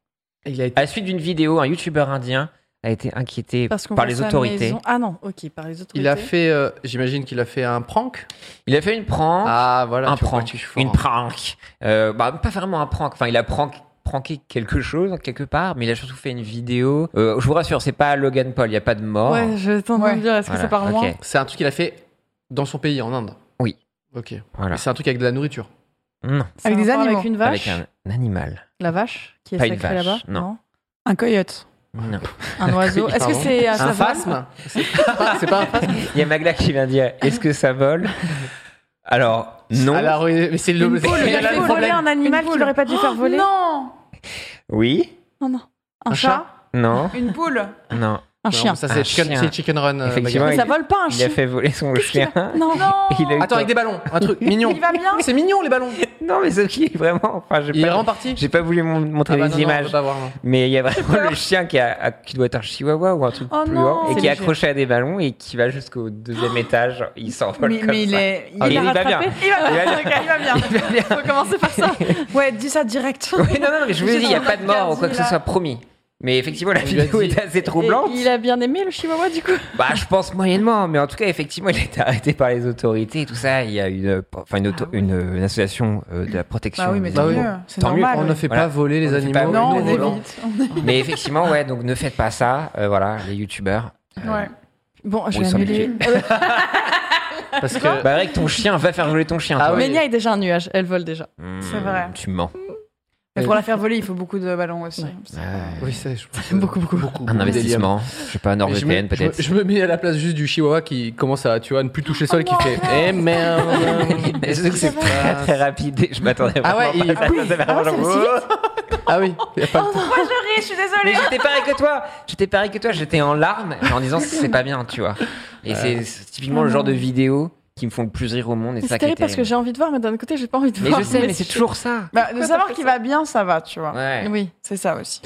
A: Il a été
C: À la suite d'une vidéo, un YouTuber indien a été inquiété
D: Parce qu'on
C: par
D: voit
C: les
D: sa
C: autorités.
D: maison. Ah non, ok, par les autorités.
A: Il a fait, euh, j'imagine qu'il a fait un prank.
C: Il a fait une prank,
A: Ah voilà,
C: un
A: tu vois,
C: prank,
A: tu es fort.
C: une prank. Euh, bah, pas vraiment un prank. Enfin, il a prank pranké quelque chose quelque part, mais il a surtout fait une vidéo. Euh, je vous rassure, c'est pas Logan Paul. Il y a pas de mort.
D: Ouais, je t'entends
B: Ouais.
D: dire, est-ce que
C: Voilà,
D: ça part
C: ok.
D: loin
A: C'est un truc qu'il a fait dans son pays, en Inde.
C: Oui.
A: Ok.
C: Voilà.
A: Et C'est un truc avec de la nourriture.
C: Non,
D: Ça a
B: Avec
D: un
B: des
D: rapport
B: animaux.
D: Avec une
C: avec
D: vache.
C: un animal.
D: La vache qui est
C: Pas une
D: sacrée
C: vache,
D: là-bas
C: non.
B: Un coyote.
C: Non.
D: Un oiseau. Est-ce que
A: Pardon.
D: c'est à
A: un
D: sa
A: phasme C'est pas, c'est pas un phasme.
C: Il y a Magla qui vient dire Est-ce que ça vole Alors non.
A: À la rue- mais c'est le,
D: Une poule,
A: c'est
D: il a
A: là
D: fait
A: le
D: voler
A: problème.
D: un animal
B: Une
D: qu'il
B: poule.
D: aurait pas dû faire voler.
B: Non
C: Oui.
D: non, non. Un,
A: Un
D: chat,
C: Non.
B: Une poule.
C: Non.
D: un
A: Non,
D: chien.
A: Ça
C: Un
A: c'est chicken,
C: chien.
A: c'est chicken run. euh,
C: Effectivement,
D: Mais
A: Magali.
D: ça vole pas un
C: Il a
D: chien.
C: fait voler son
D: Qu'est-ce qu'il
C: chien.
D: a- Non.
B: Non
C: Il a eu
A: Attends avec des
C: tort.
A: ballons, un truc mignon.
B: Il va bien
A: C'est mignon les ballons.
C: Non mais ce qui est vraiment. Enfin, j'ai
A: Il est
C: pas...
A: vraiment parti.
C: j'ai pas voulu mon- montrer
A: Ah bah
C: les
A: non, non, on
C: images.
A: peut pas voir, non.
C: Mais il y a vraiment le chien qui, a, a- qui doit être un chihuahua ou un truc
B: Oh
C: plus
B: non.
C: grand et
D: C'est
C: qui est
D: léger.
C: accroché à des ballons et qui va jusqu'au deuxième étage. Il s'envole
B: Mais,
C: comme
B: mais il
C: ça.
B: est. Il
C: Ah,
B: est
C: il va bien.
D: rattrapé.
B: Il va
C: Il va
B: bien. ok, Il va bien.
C: Il va bien.
D: Faut commencer par ça.
B: Ouais, dis ça direct.
C: Oui, non, non, mais je vous ai dit, il n'y a pas de mort ou quoi que ce
B: Godzilla.
C: soit promis. Mais effectivement, la
A: lui a
C: vidéo
A: dit-
C: est assez
D: Et
C: troublante.
D: il a bien aimé le chihuahua du coup.
C: Bah, je pense moyennement, mais en tout cas, effectivement, il a été arrêté par les autorités et tout ça. Il y a une, enfin, une, auto- une, une association euh, de la protection.
B: Ah Bah oui, mais
C: des
A: Bah
B: tant
A: oui.
C: animaux.
B: mieux. C'est
C: Tant mieux.
B: normal.
A: On ne fait
C: Voilà.
A: pas voler les
C: On ne fait pas
A: animaux.
C: voler
B: Non,
C: les
B: on
C: Nous,
A: volants.
B: évite. On
C: Mais effectivement, ouais, donc ne faites pas ça, euh, voilà, les youtubeurs. Euh,
B: est- Ouais.
D: Bon, je
C: Oui,
D: vais
C: ça
D: annuler.
A: Parce que
C: Bah, avec ton chien, va faire voler ton chien.
A: Ah
C: toi.
A: oui.
D: Ménia Bah, est déjà un nuage, elle vole déjà.
C: Hmm,
B: C'est vrai.
C: Tu mens.
B: Mais pour la faire voler, il faut beaucoup de ballons aussi.
D: Ouais.
A: oui, ça, je pense.
D: Beaucoup, beaucoup.
C: Un investissement, je sais pas,
A: Mmh. Mais je me-
C: NordVPN
A: je me-
C: peut-être.
A: Je, me mets à la place juste du chihuahua qui commence à, tu vois, ne plus toucher le sol et qui fait Eh merde
C: Mais surtout que c'est très très rapide, et je m'attendais
A: Ah ouais,
C: vraiment
A: il-
C: pas à ça, ça fait vraiment genre,
A: Ah oui, il y a pas le temps.
B: Pourquoi je ris Je suis
C: Mais
B: désolée.
C: j'étais pareil que toi, j'étais pareil que toi, j'étais en larmes en disant c'est pas bien, tu vois. Et c'est c'est typiquement le genre de vidéos qui me font le plus rire au monde et
D: C'est
C: ça qui est
D: terrible parce que
C: terrible.
D: j'ai envie de voir, mais d'un autre côté, j'ai pas envie de
C: Mais
D: voir.
C: je sais, mais c'est toujours ça.
B: Bah, de
D: t'as
B: savoir
D: fait
B: qu'il
D: ça
B: va bien, ça va, tu vois.
C: Ouais.
D: Oui.
B: C'est ça aussi.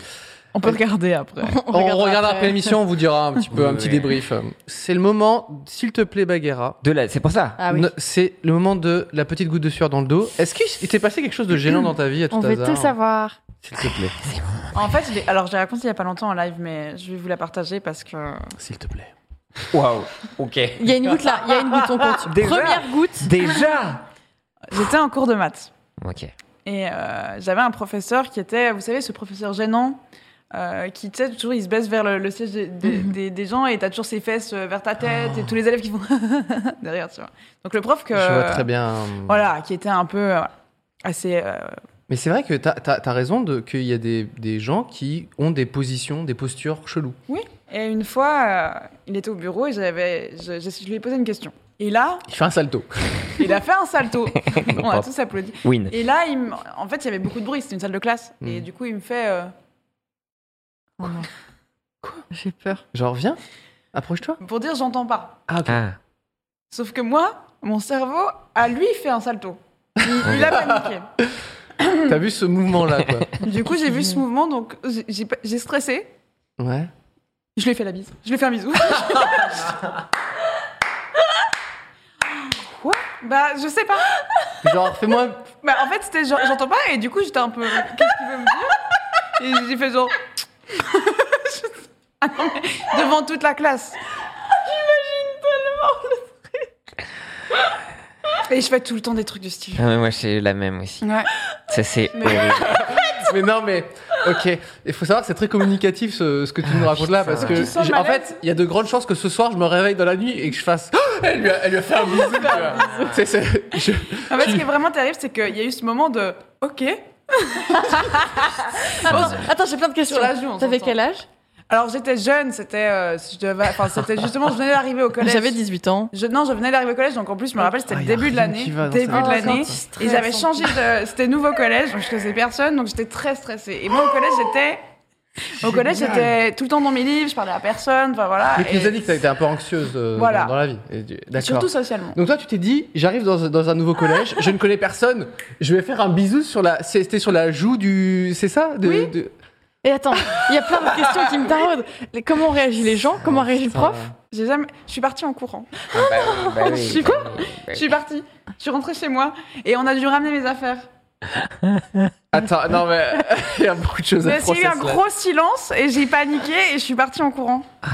B: On peut regarder après.
A: On, regarde après l'émission, on vous dira un petit peu,
C: Oui,
A: un
C: oui.
A: petit débrief. C'est le moment, s'il te plaît, Bagheera.
C: De la, c'est pour ça.
D: Ah oui.
A: Ne- C'est le moment de la petite goutte de sueur dans le dos. Est-ce qu'il t'est passé quelque chose de gênant dans ta vie à tout
D: On veut
A: hasard
D: tout savoir.
A: S'il te plaît.
B: En fait, je l'ai- alors j'ai raconté il y a pas longtemps en live, mais je vais vous la partager parce que.
A: S'il te plaît.
C: Waouh. Ok.
D: Il y a une goutte là, il y a une goutte, on compte.
C: Déjà
D: Première goutte.
C: Déjà.
B: J'étais en cours de maths
C: Ok.
B: et euh, j'avais un professeur qui était, vous savez, ce professeur gênant. euh, qui, tu sais, toujours, il se baisse vers le, le siège des, des-
A: Mhm.
B: des- des gens et t'as toujours ses fesses euh, vers ta tête et tous les élèves qui font derrière, tu vois. Donc le prof que.
A: Oh. Je vois très bien. euh,
B: Voilà, qui était un peu euh, assez. euh,
A: Mais c'est vrai que t'as as, raison de- qu'il y a des, des gens qui ont des positions, des postures cheloues.
B: Et une fois, euh, il était au bureau et j'avais, je, je- je lui ai posé une question. Et là,
A: Il fait un salto.
B: il a fait un salto. On a
C: Pardon.
B: tous applaudi.
C: Win.
B: Et là, il me- en fait, il y avait beaucoup de bruit, c'était une salle de classe. Et
A: Mm.
B: du coup, il me fait. euh,
D: Oh non. Quoi J'ai peur.
A: Genre, viens, approche-toi.
B: pour dire, j'entends pas.
A: Ah, ok.
C: Ah.
B: Sauf que moi, mon cerveau a lui fait un salto. Il, il a paniqué.
A: T'as vu ce mouvement-là, quoi.
B: Du coup, j'ai vu ce mouvement, donc j'ai- j'ai pas- j'ai stressé.
A: Ouais.
B: Je lui ai fait la bise. Je lui ai fait un bisou. Quoi Bah, je sais pas.
A: Genre, fais-moi.
B: Bah, en fait, c'était genre, j'entends pas, et du coup, j'étais un peu. Qu'est-ce qu'il veut me dire Et j'ai fait genre. Ah non, mais devant toute la classe. J'imagine tellement Et je fais tout le temps des trucs du style.
C: Ah, mais moi, c'est la même aussi.
B: Ouais.
C: Ça, c'est
B: Mais-
C: horrible.
A: Mais non, mais Ok, il faut savoir que c'est très communicatif ce, ce que tu nous racontes là parce que
B: Tu sens le
A: j'ai- en
B: malaise
A: fait il y a de grandes chances que ce soir je me réveille dans la nuit et que je fasse Ah elle, lui a, elle lui a fait un bisou. tu vois. C'est- c'est- je-
B: En fait, ce qui est vraiment terrible, c'est qu'il y a eu ce moment de OK.
D: Attends, attends, j'ai plein de questions.
B: Sur la joue, on
D: T'avais
B: s'entend.
D: quel âge
B: Alors, j'étais jeune, c'était. euh, je devais- Enfin, c'était justement, je venais d'arriver au collège.
D: J'avais 18 ans.
B: Je- non, je venais d'arriver au collège, donc en plus, je me rappelle, c'était
A: Ah,
B: le
A: y a
B: début de
A: rien
B: l'année.
A: qui va dans
B: Début
A: cette
B: de
A: histoire.
B: l'année.
D: quand tu
B: Et j'avais
D: stresses,
B: changé de. C'était nouveau collège, donc je connaissais personne, donc j'étais très stressée. Et moi, au collège, j'étais. Au collège, j'étais tout le temps dans mes livres, je parlais à personne, enfin voilà.
A: Mais tu nous as
B: et
A: dit que t'as été un peu anxieuse euh,
B: Voilà.
A: dans, dans la vie. Ah, Et tu- D'accord.
B: Surtout socialement.
A: Donc toi tu t'es dit j'arrive dans, dans un nouveau collège, je ne connais personne, je vais faire un bisou sur la c'était sur la joue du c'est ça de,
B: Oui.
A: de-
D: Et attends, il y a plein de questions qui me taraudent. Les- Comment réagit les gens Comment réagit le prof
B: J'ai jamais. Je suis partie en courant.
C: bah oui.
B: Je suis quoi Je suis partie. Je suis rentrée chez moi et on a dû ramener mes affaires.
A: Attends non mais il y a beaucoup de choses à
B: Mais il y
A: processer,
B: a eu un
A: là.
B: gros silence et j'ai paniqué et je suis partie en courant.
C: Ah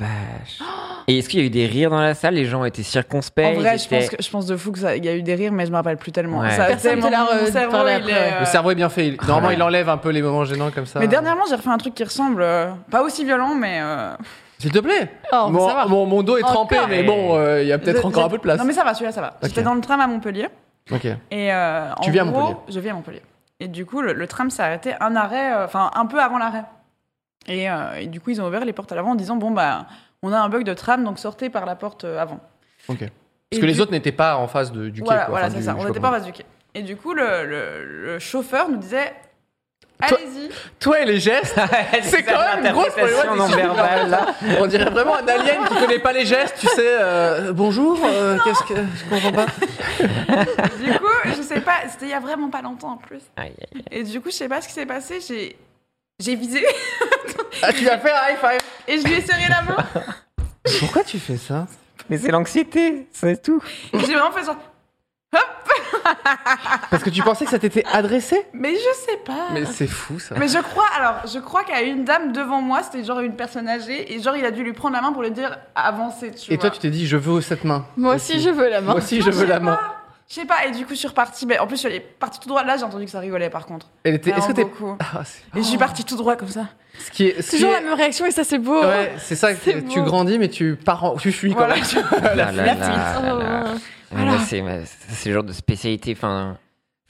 C: la vache. Et est-ce qu'il y a eu des rires dans la salle Les gens étaient circonspects.
B: En vrai,
C: ils
B: je pense,
C: étaient-
B: que, je pense de fou qu'il y a eu des rires, mais je me rappelle plus tellement.
C: Ouais.
B: Ça,
D: Personne
B: c'est
D: te l'a
B: mon-
D: re-
B: mon cerveau,
D: parlé
B: il
D: après.
B: est, euh,
A: Le cerveau est bien fait. il- Normalement,
C: ouais.
A: il enlève un peu les moments gênants comme ça.
B: Mais dernièrement, j'ai refait un truc qui ressemble. euh, pas aussi violent, mais. euh,
A: S'il te plaît.
D: Oh, on veut
A: mon,
D: savoir.
A: mon, mon dos est
D: Encore.
A: trempé, mais bon, euh, il y a peut-être
B: je-
A: encore
B: j'ai-
A: un peu de place.
B: Non, mais ça va, celui-là, ça va. J'étais
A: Ok.
B: dans le tram à Montpellier.
A: Ok.
B: Et euh,
A: Tu
B: en
A: vis à
B: gros,
A: Montpellier.
B: Je vis à Montpellier. Et du coup, le, le tram s'est arrêté un arrêt, euh, enfin un peu avant l'arrêt. Et, euh, et du coup, ils ont ouvert les portes à l'avant en disant bon bah on a un bug de tram, donc sortez par la porte euh, avant.
A: Ok.
B: Et
A: Parce que les
B: du-
A: autres n'étaient pas en face de, du quai.
B: voilà,
A: quoi,
B: voilà,
A: enfin,
B: c'est
A: du-
B: ça.
A: je
B: On
A: sais
B: n'était pas
A: pas
B: en face du quai. Et du coup, le, le- le chauffeur nous disait
A: Toi-
B: allez-y.
A: comment. Toi et les gestes, c'est quand même une grosse
C: Interprétation non
A: problématique.
C: verbale là.
A: On dirait vraiment un alien qui connaît pas les gestes, tu sais. euh, bonjour, euh, qu'est-ce que. Je comprends pas.
B: du coup, je sais pas, c'était il y a vraiment pas longtemps en plus.
C: Aïe, aïe.
B: Et du coup, je sais pas ce qui s'est passé. J'ai j'ai visé
A: Ah, tu vas faire un high five.
B: et je lui ai serré la main.
A: Pourquoi tu fais ça
C: Mais c'est l'anxiété, c'est tout.
B: Et J'ai vraiment fait genre
A: Parce que tu pensais que ça t'était adressé
B: mais je sais pas.
A: Mais c'est fou ça.
B: Mais je crois, alors, je crois qu'il y a une dame devant moi, c'était genre une personne âgée, et genre il a dû lui prendre la main pour lui dire avancez, tu
A: Et
B: vois.
A: toi, tu t'es dit, je veux cette main.
D: Moi aussi, je veux la main.
A: Moi aussi, je
B: Non,
A: veux
B: sais
A: la main.
B: pas. Je sais pas, et du coup, je suis repartie. Mais en plus, je suis allée- partie tout droit. Là, j'ai entendu que ça rigolait par contre.
A: Elle était. Est-ce
B: Vraiment
A: que t'es.
B: beaucoup. Oh.
A: Ah, c'est-
B: Et je suis partie tout droit comme ça.
A: ce qui est. ce qui
D: Toujours
A: est-
D: la même réaction et ça, c'est beau.
A: Ouais, c'est ça, que
D: C'est
A: tu
D: beau.
A: grandis, mais tu pars en- Tu fuis quand
B: Voilà.
A: même.
C: Là, là,
B: fuite.
C: Ah là, là, là.
D: Oh.
C: Mais
B: Voilà.
C: là, c'est mais c'est- c'est le genre de spécialité. Enfin,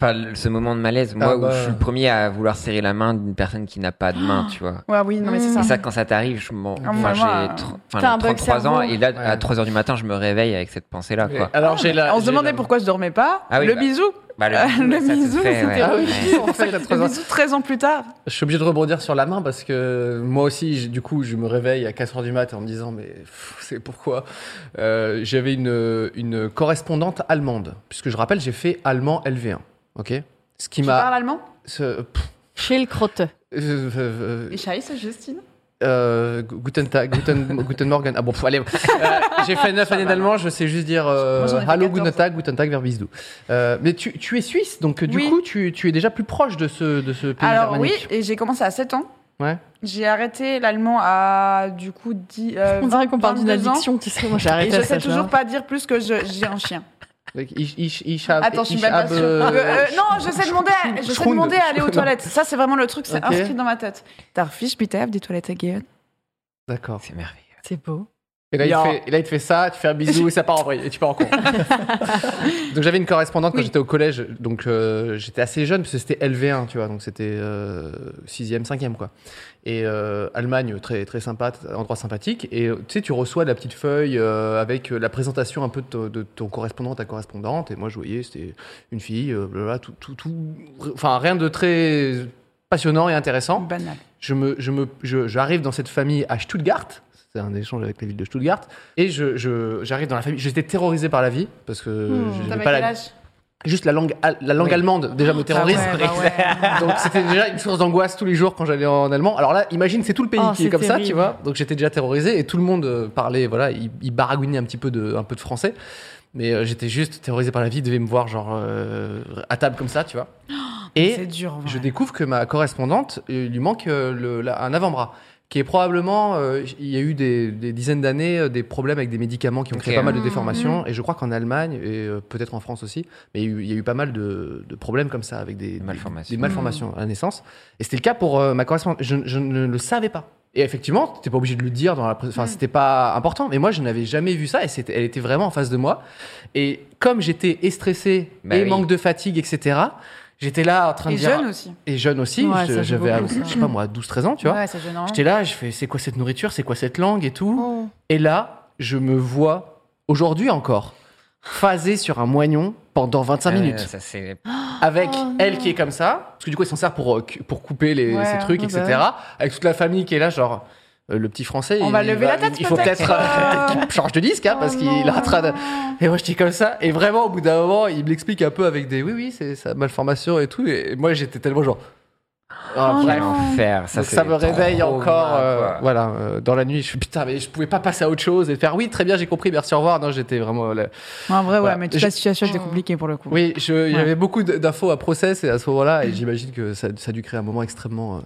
C: enfin, le- ce moment de malaise, moi,
A: Ah
C: où
A: bah.
C: je suis le premier à vouloir serrer la main d'une personne qui n'a pas de main, tu vois.
B: Ouais, oui, non, mais c'est
D: Mm.
B: ça.
C: Et ça, quand ça t'arrive, je m'en.
B: Ah,
C: Enfin,
B: moi,
C: j'ai
B: moi,
C: tr- enfin,
D: t'as un bug
C: 33 ans
D: cerveau.
C: et là, à
A: Ouais.
C: 3 h du matin, je me réveille avec cette pensée-là, quoi.
A: Alors, j'ai la.
B: On se
A: j'ai
B: demandait
A: la-
B: pourquoi je dormais pas.
C: Ah oui,
B: le
C: bah,
B: bisou.
C: Bah,
B: Euh, le
C: ça te
B: bisou,
C: fait,
B: c'était
C: ouais.
A: Ah oui,
C: Ouais.
A: en fait, t'as trois
B: Le
A: ans.
B: bisou 13 ans plus tard.
A: Je suis obligé de rebondir sur la main parce que moi aussi, j'ai- du coup, je me réveille à 4h du mat en me disant, mais pff, c'est pourquoi Euh, J'avais une, une correspondante allemande, puisque je rappelle, j'ai fait allemand LV1, ok Ce qui
B: Tu
A: m'a...
B: parles allemand
A: ce- pff,
D: Chez le crotteux.
A: euh, euh,
B: Et Chaïs, Justine
A: euh, guten Tag, guten, guten Morgen. Ah bon, pff, allez. euh, j'ai fait 9 années d'allemand, je sais juste dire euh,
B: Moi, j'en ai fait
A: Hallo,
B: 14.
A: guten Tag, guten Tag, vers Bisdu. Euh, mais tu, tu es suisse, donc du
B: Oui.
A: coup, tu, tu es déjà plus proche de ce, de ce pays
B: Alors oui,
A: germanique.
B: et j'ai commencé à 7 ans.
A: Ouais.
B: J'ai arrêté l'allemand à du coup 10. euh,
D: On dirait qu'on parle d'une
B: 22 ans.
D: addiction, tu sais. Moi, j'ai
B: Et
D: arrêté
B: je
D: à
B: sais
D: cet âge-là.
B: toujours pas dire plus que je- j'ai un chien.
A: Like, ich, ich, ich hab-
B: Attends, je suis
A: Ah, ich
B: même pas
A: hab,
B: sûre.
A: euh,
B: Euh, euh, non, je sais demander, à, je sais
A: Schrund.
B: demander à aller aux
A: Non.
B: toilettes. Ça, c'est vraiment le truc, c'est
A: Ok.
B: inscrit dans ma tête. Darfish, bitte, des toilettes again.
A: D'accord.
C: C'est merveilleux.
D: C'est beau.
A: Et là, il te
B: Yo.
A: fait, et là, il te fait ça, tu fais un bisou, et ça part en vrille, et tu pars en cours. donc j'avais une correspondante quand j'étais au collège, donc euh, j'étais assez jeune, parce que c'était LV1, tu vois, donc c'était 6ème, 5ème, quoi. Et euh, Allemagne, très, très sympa, t- endroit sympathique, et euh, tu sais, tu reçois la petite feuille euh, avec euh, la présentation un peu de, to- de ton correspondant, ta correspondante, et moi je voyais, c'était une fille, euh, blablabla, tout, tout, tout, enfin rien de très passionnant et intéressant.
B: Banal.
A: je me, je me, je- j'arrive dans cette famille à Stuttgart. C'est un échange avec la ville de Stuttgart. Et je, je- j'arrive dans la famille. J'étais terrorisé par la vie parce que je n'avais
B: Hmm, T'avais
A: pas
B: quel
A: la,
B: âge
A: juste la langue, al- la langue
C: Oui.
A: allemande déjà me terrorise.
B: Ah ouais, bah ouais.
A: Donc c'était déjà une source d'angoisse tous les jours quand j'allais en allemand. Alors là, imagine, c'est tout le pays
D: Oh,
A: qui est
D: c'est
A: comme ça, tu
D: terrible.
A: vois. Donc j'étais déjà terrorisé et tout le monde euh, parlait, voilà, il, il baragouinait un petit peu de, un peu de français. Mais euh, j'étais juste terrorisé par la vie. Il devait me voir genre euh, à table comme ça, tu vois. Et
B: C'est dur. en vrai.
A: je découvre que ma correspondante, euh, il lui manque euh, le- la- un avant-bras. qui est probablement, euh, il y a eu des, des dizaines d'années euh, des problèmes avec des médicaments qui ont créé
C: Ok.
A: pas mal de
B: Mhm,
A: déformations. Et je crois qu'en Allemagne, et euh, peut-être en France aussi, mais il y a eu- il y a eu pas mal de, de problèmes comme ça avec des,
C: Des malformations.
A: des malformations à la naissance. Et c'était le cas pour euh, ma correspondante. Je, je ne le savais pas. Et effectivement, t'étais pas obligé de le dire dans la pré- Enfin,
B: Mhm.
A: c'était pas important. Mais moi, je n'avais jamais vu ça. Et c'était- elle était vraiment en face de moi. Et comme j'étais et stressé
C: Bah
A: et
C: oui.
A: manque de fatigue, etc., j'étais là en train
B: Et
A: de dire.
B: jeune aussi.
A: Et jeune aussi.
D: Ouais,
A: je-
D: ça joue
A: J'avais,
D: beaucoup,
A: je
D: ça.
A: sais pas moi, 12-13 ans, tu vois.
B: Ouais, c'est gênant.
A: J'étais là, je fais c'est quoi cette nourriture, c'est quoi cette langue et tout.
D: Oh,
A: Et là, je me vois aujourd'hui encore phasé sur un moignon pendant 25
C: Ah ouais,
A: minutes
C: Ça, c'est
A: avec
D: Oh, non.
A: elle qui est comme ça parce que du coup ils s'en servent pour euh, cu- pour couper les
B: Ouais,
A: ces trucs
D: ouais,
A: etc.
D: bah
A: Avec toute la famille qui est là genre euh, le petit français
B: On
A: il
B: va lever la
A: il-
B: tête,
A: il faut
B: peut-être. Oh
A: peut-être euh, qu'il change de disque hein, parce qu'il est en train de et moi je dis comme ça et vraiment au bout d'un moment il me l'explique un peu avec des oui oui c'est sa malformation et tout et moi j'étais tellement genre Ah,
B: Oh,
A: vraiment.
C: quel enfer.
A: Ça,
C: Ça,
A: Donc ça
C: c'est
A: me réveille
C: trop
A: encore,
C: mal,
A: euh,
C: quoi.
A: voilà, euh, dans la nuit. Je suis putain, mais je pouvais pas passer à autre chose et faire oui, très bien, j'ai compris, merci, au revoir. Non, j'étais vraiment. euh, là-
B: En vrai, ouais,
A: Voilà.
B: mais toute
A: Je-
B: la situation était compliquée pour le coup.
A: Oui, je- il y
B: Ouais.
A: avait beaucoup d- d'infos à procès et à ce moment-là, et j'imagine que ça, ça a dû créer un moment extrêmement. euh,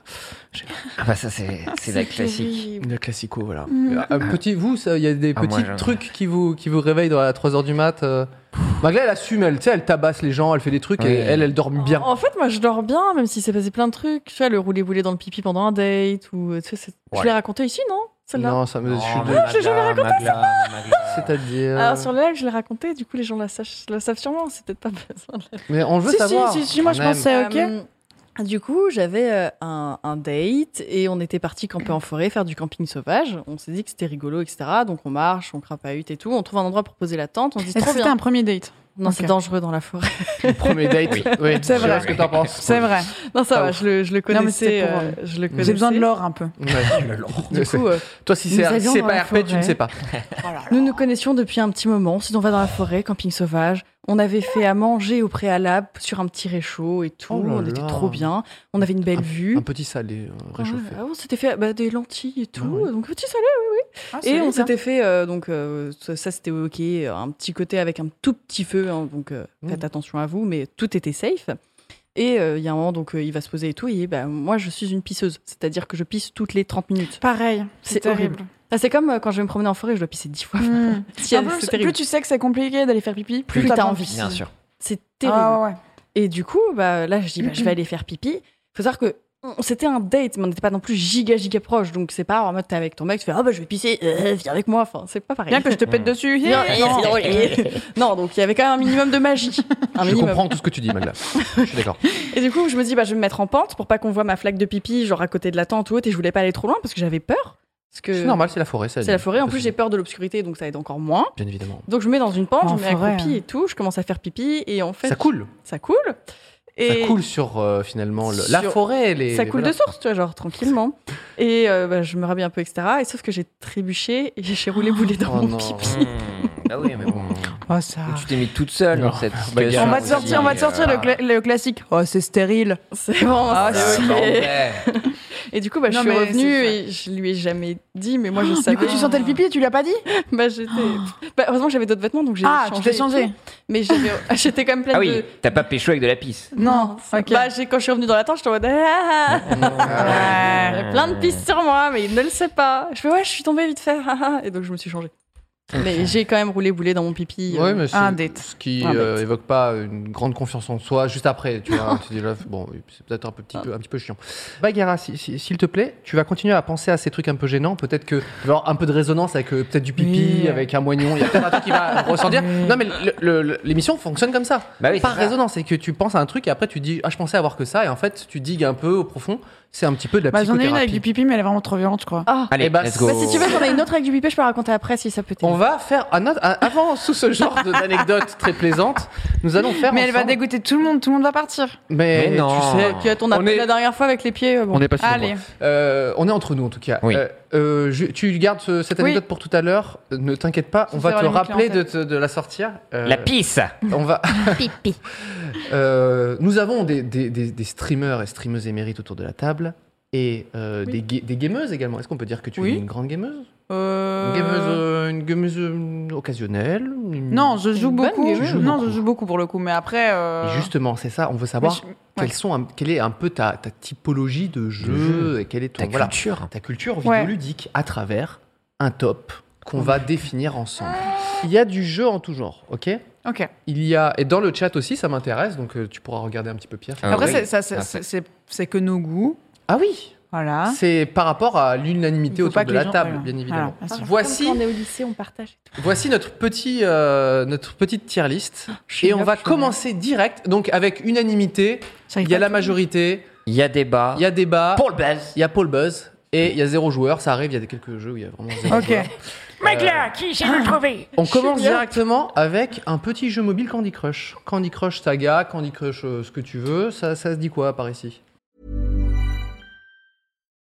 C: Ah bah, ça, c'est c'est la classique.
A: le classico, voilà. Euh,
B: Mm.
A: Un petit, vous, ça, il y a des
C: Ah,
A: petits
C: moi, je-
A: trucs qui vous, qui vous réveillent dans- à 3h du mat. euh. Malgré elle assume, elle, tu sais, elle tabasse les gens, elle fait des trucs
C: Ouais.
A: et elle, elle dort bien.
B: Oh,
D: En fait, moi, je dors bien, même s'il s'est passé plein de trucs. Tu vois, le roulé-boulé dans le pipi pendant un date. Ou, euh, tu sais, c'est-
C: Ouais.
D: Je l'ai raconté ici, non Celle-là
A: non, ça me. je suis
C: Oh,
A: de-
C: Magla,
D: j'ai jamais raconté
C: Magla, Magla.
A: C'est-à-dire.
C: euh.
D: Alors, Ah, sur le live, je l'ai raconté. Du coup, les gens la, sachent- la savent sûrement. C'est peut-être pas besoin de
A: Mais on veut
B: Si, si,
A: savoir.
B: si, si, moi
A: quand
B: je
A: même.
B: pense que c'est ok.
D: Euh, du coup, j'avais euh, un, un date et on était parti camper en forêt, faire du camping sauvage. On s'est dit que c'était rigolo, etc. Donc on marche, on crapahute et tout. On trouve un endroit pour poser la tente. On se dit
B: Est-ce que
D: trop
B: c'était
D: bien.
B: un premier date
D: Non, c'est
B: Ok.
D: dangereux dans la forêt.
A: Premier date.
C: Oui.
A: Oui,
B: C'est
A: je sais
B: vrai.
A: pas ce que t'en penses.
B: C'est vrai.
D: Non, ça
A: Pas
D: va.
A: ouf.
D: Je le, je le
B: Non, mais
D: connaissais.
B: c'était pour,
D: euh, je le connaissais.
B: J'ai besoin de l'or un peu.
C: Oh,
D: Du coup, euh,
A: Toi, si
D: Nous
A: c'est
D: avions
A: c'est
D: dans
A: pas
D: la
A: RP, tu ne
D: forêt.
A: sais pas.
B: Oh
D: nous nous connaissions depuis un petit moment. Si on va dans la forêt, camping sauvage, on avait fait à manger au préalable sur un petit réchaud et tout.
A: Oh là
D: on était
A: là.
D: trop bien. On avait une belle vue.
A: Un petit salé euh, réchauffé.
D: Ouais, ah, on s'était fait bah, des lentilles et tout.
A: Ah ouais.
D: Donc petit salé.
B: Ah,
D: Et
B: solide,
D: on
B: hein.
D: s'était fait, euh, donc euh, ça, ça, c'était ok, euh, un petit côté avec un tout petit feu, hein, donc euh,
B: Mmh.
A: Mhm.
D: faites attention à vous, mais tout était safe. Et euh, il y a un moment, donc euh, il va se poser et tout, et bah, moi je suis une pisseuse, c'est-à-dire que je pisse toutes les 30 minutes.
B: Pareil, hein. c'est
D: C'est horrible.
B: terrible.
D: Ah, c'est comme euh, quand je vais me promener en forêt, je dois pisser 10 fois.
B: Mm.
D: Si,
B: En
D: euh,
B: plus,
D: c'est
B: plus
D: terrible.
B: tu sais que c'est compliqué d'aller faire pipi,
D: Plus t'as envie.
B: de-
D: Si.
C: Bien sûr.
D: C'est terrible.
B: Ah ouais.
D: Et du coup, bah, là je dis, bah, je vais aller faire pipi. Faut savoir que on- c'était un date, mais on n'était pas non plus giga giga proche, donc c'est pas en mode t'es avec ton mec, tu fais, ah bah je vais pisser, euh, viens avec moi, enfin c'est pas pareil.
B: Bien que je te pète
C: Mm.
B: dessus.
D: Non,
B: Yeah.
D: non, c'est drôle. Non, donc il y avait quand même un minimum de magie. Un
A: Je
D: minimum.
A: comprends tout ce que tu dis, Magla. je suis d'accord.
D: Et du coup, je me dis, bah, je vais me mettre en pente pour pas qu'on voit ma flaque de pipi, genre à côté de la tente ou autre, et je voulais pas aller trop loin parce que j'avais peur. Parce que
A: C'est normal, c'est la forêt.
D: C'est la forêt. En plus, j'ai peur de l'obscurité, donc ça aide encore moins.
A: Bien évidemment.
D: Donc je me mets dans une pente,
B: Ah, en
D: je me mets
B: forêt,
D: accroupie
B: hein.
D: et tout, je commence à faire pipi, et en fait,
A: ça coule.
D: ça coule. Et
A: Ça coule sur euh, finalement le- la
D: Sur-
A: forêt. Les,
D: ça coule
A: voilà.
D: de source, tu vois, genre tranquillement. Et euh, bah, je me rhabille un peu, etc. Et sauf que j'ai trébuché et j'ai roulé boulet dans
A: Oh
D: mon
A: non.
D: pipi.
C: Bah oui, mais bon.
B: Oh, ça.
C: Tu t'es mis toute seule dans cette situation.
B: On va te
C: aussi,
B: sortir, on va te sortir le,
C: euh,
B: cla- le classique. Oh, c'est stérile.
D: C'est vraiment
B: Ah,
D: c'est
C: c'est
D: ok.
C: l'enfer.
D: Et du coup, bah, je
B: Non,
D: suis
B: mais
D: revenue
B: c'est ça.
D: et je lui ai jamais dit, mais moi je
B: Du
D: savais.
B: coup, tu sentais le pipi, tu l'as pas dit
D: Bah, j'étais. Bah, heureusement, j'avais d'autres vêtements, donc j'ai
B: Ah,
D: changé.
B: tu t'es
D: et
B: changé.
D: tout. Mais j'avais- j'étais quand même pleine
C: Ah oui,
D: de.
C: t'as pas pécho avec de la pisse.
B: Non,
D: ça-
B: ok.
D: Bah, j'ai- quand je suis revenue dans la tente, j'étais en mode. Ah, ah, ah. Il y a plein
A: Euh.
D: de pistes sur moi, mais il ne le sait pas. Je fais, ouais, je suis tombée vite fait. ah, ah. Et donc, je me suis changée. Mais j'ai quand même roulé boulet dans mon pipi. euh.
A: Ouais, mais c'est
B: Un date.
A: ce qui
D: Un date.
A: euh, évoque pas une grande confiance en soi juste après. Tu vois, tu dis là, bon, c'est peut-être un, peu, petit peu, un petit peu chiant. Bagheera, si- si- s'il te plaît, tu vas continuer à penser à ces trucs un peu gênants. Peut-être que genre un peu de résonance avec euh, peut-être du pipi,
B: Oui.
A: avec un moignon. Il y a peut-être un truc qui va ressortir. Non, mais le- le- le- l'émission fonctionne comme ça.
C: Bah oui, c'est
A: Par
C: ça.
A: résonance, c'est que tu penses à un truc et après tu dis ah je pensais avoir que ça et en fait tu digues un peu au profond. C'est un petit peu de la
B: Bah, j'en ai
A: psychothérapie.
B: une avec du pipi, mais elle est vraiment trop violente, je crois.
D: Ah.
C: Allez,
A: Eh bah,
C: let's go.
D: Bah, si tu veux, j'en ai une autre avec du pipi, je peux raconter après si ça peut
A: On
D: t'aider.
A: va faire un autre- un- avant sous ce genre de- d'anecdote très plaisante, nous allons faire.
B: Mais elle va
A: ensemble-
B: dégoûter tout le monde, tout le monde va partir.
A: Mais,
C: Mais non.
A: tu sais,
D: Tu euh, as ton
A: On
D: appel
A: est-
D: la dernière fois avec les pieds. euh, bon.
A: on n'est pas sur
B: Allez.
A: moi. Euh, on est entre nous en tout cas.
C: Oui.
A: Euh, euh, je- tu gardes ce- cette
B: Oui.
A: anecdote pour tout à l'heure. Euh, Ne t'inquiète pas,
B: Je
A: on
B: vais
A: va te
B: avoir une
A: rappeler de,
B: clientèle.
A: te- de la sortir. Euh,
C: La pisse.
A: On va.
D: Pipi.
A: Euh, nous avons des, des, des- des streamers et streameuses émérites autour de la table et euh, des,
D: Oui.
A: ga- des gameuses également. Est-ce qu'on peut dire que tu
B: Oui.
A: es une grande gameuse
B: Euh,
A: Une gameuse, euh, une gameuse euh, occasionnelle une-
B: Non, je
D: Une
B: joue
D: bonne
B: beaucoup.
D: gameuse.
A: Tu joues
B: non,
A: beaucoup.
B: je joue beaucoup pour le coup, mais après. euh,
A: Et justement, c'est ça, on veut
B: mais
A: savoir
B: je-
A: quels sont un- quelle est un peu ta, ta typologie de jeu, et quelle est ton,
C: ta
A: voilà,
C: culture.
A: Mmh. ta culture
B: Ouais.
A: vidéoludique à travers un top qu'on va définir ensemble. Il y a du jeu en tout genre, ok
B: Ok.
A: Il y a et dans le chat aussi, ça m'intéresse, donc euh, tu pourras regarder un petit peu Pierre.
C: Ah
B: Après,
C: oui.
B: c'est- ça, c'est-
C: Ah,
B: c'est- c'est c'est que nos goûts.
A: Ah oui,
B: Voilà.
A: c'est par rapport à
B: Hein Il
A: l'unanimité
B: faut
A: autour
B: pas
A: de
B: que les
A: la
B: gens-
A: table,
B: voilà.
A: bien évidemment.
B: Voilà, bien sûr.
A: Voici,
D: Comme quand on est au lycée, on partage.
A: voici notre petit, euh, notre petite tier list et on va commencer direct, donc avec unanimité.
B: J'arrive
A: Il y a
B: pas
A: la
B: à tout-
A: majorité,
C: Il y a débat.
A: il y a débat,
C: Pour le buzz.
A: il y a Paul Buzz et il y a zéro joueur. Ça arrive, il y a des- quelques jeux où il y a vraiment zéro
B: Ok. Ah.
A: joueur.
F: Mec là, Euh, qui j'ai le trouvé
A: On commence
D: Génial.
A: directement avec un petit jeu mobile Candy Crush. Candy Crush Saga, Candy Crush euh, ce que tu veux, ça, ça se dit quoi par ici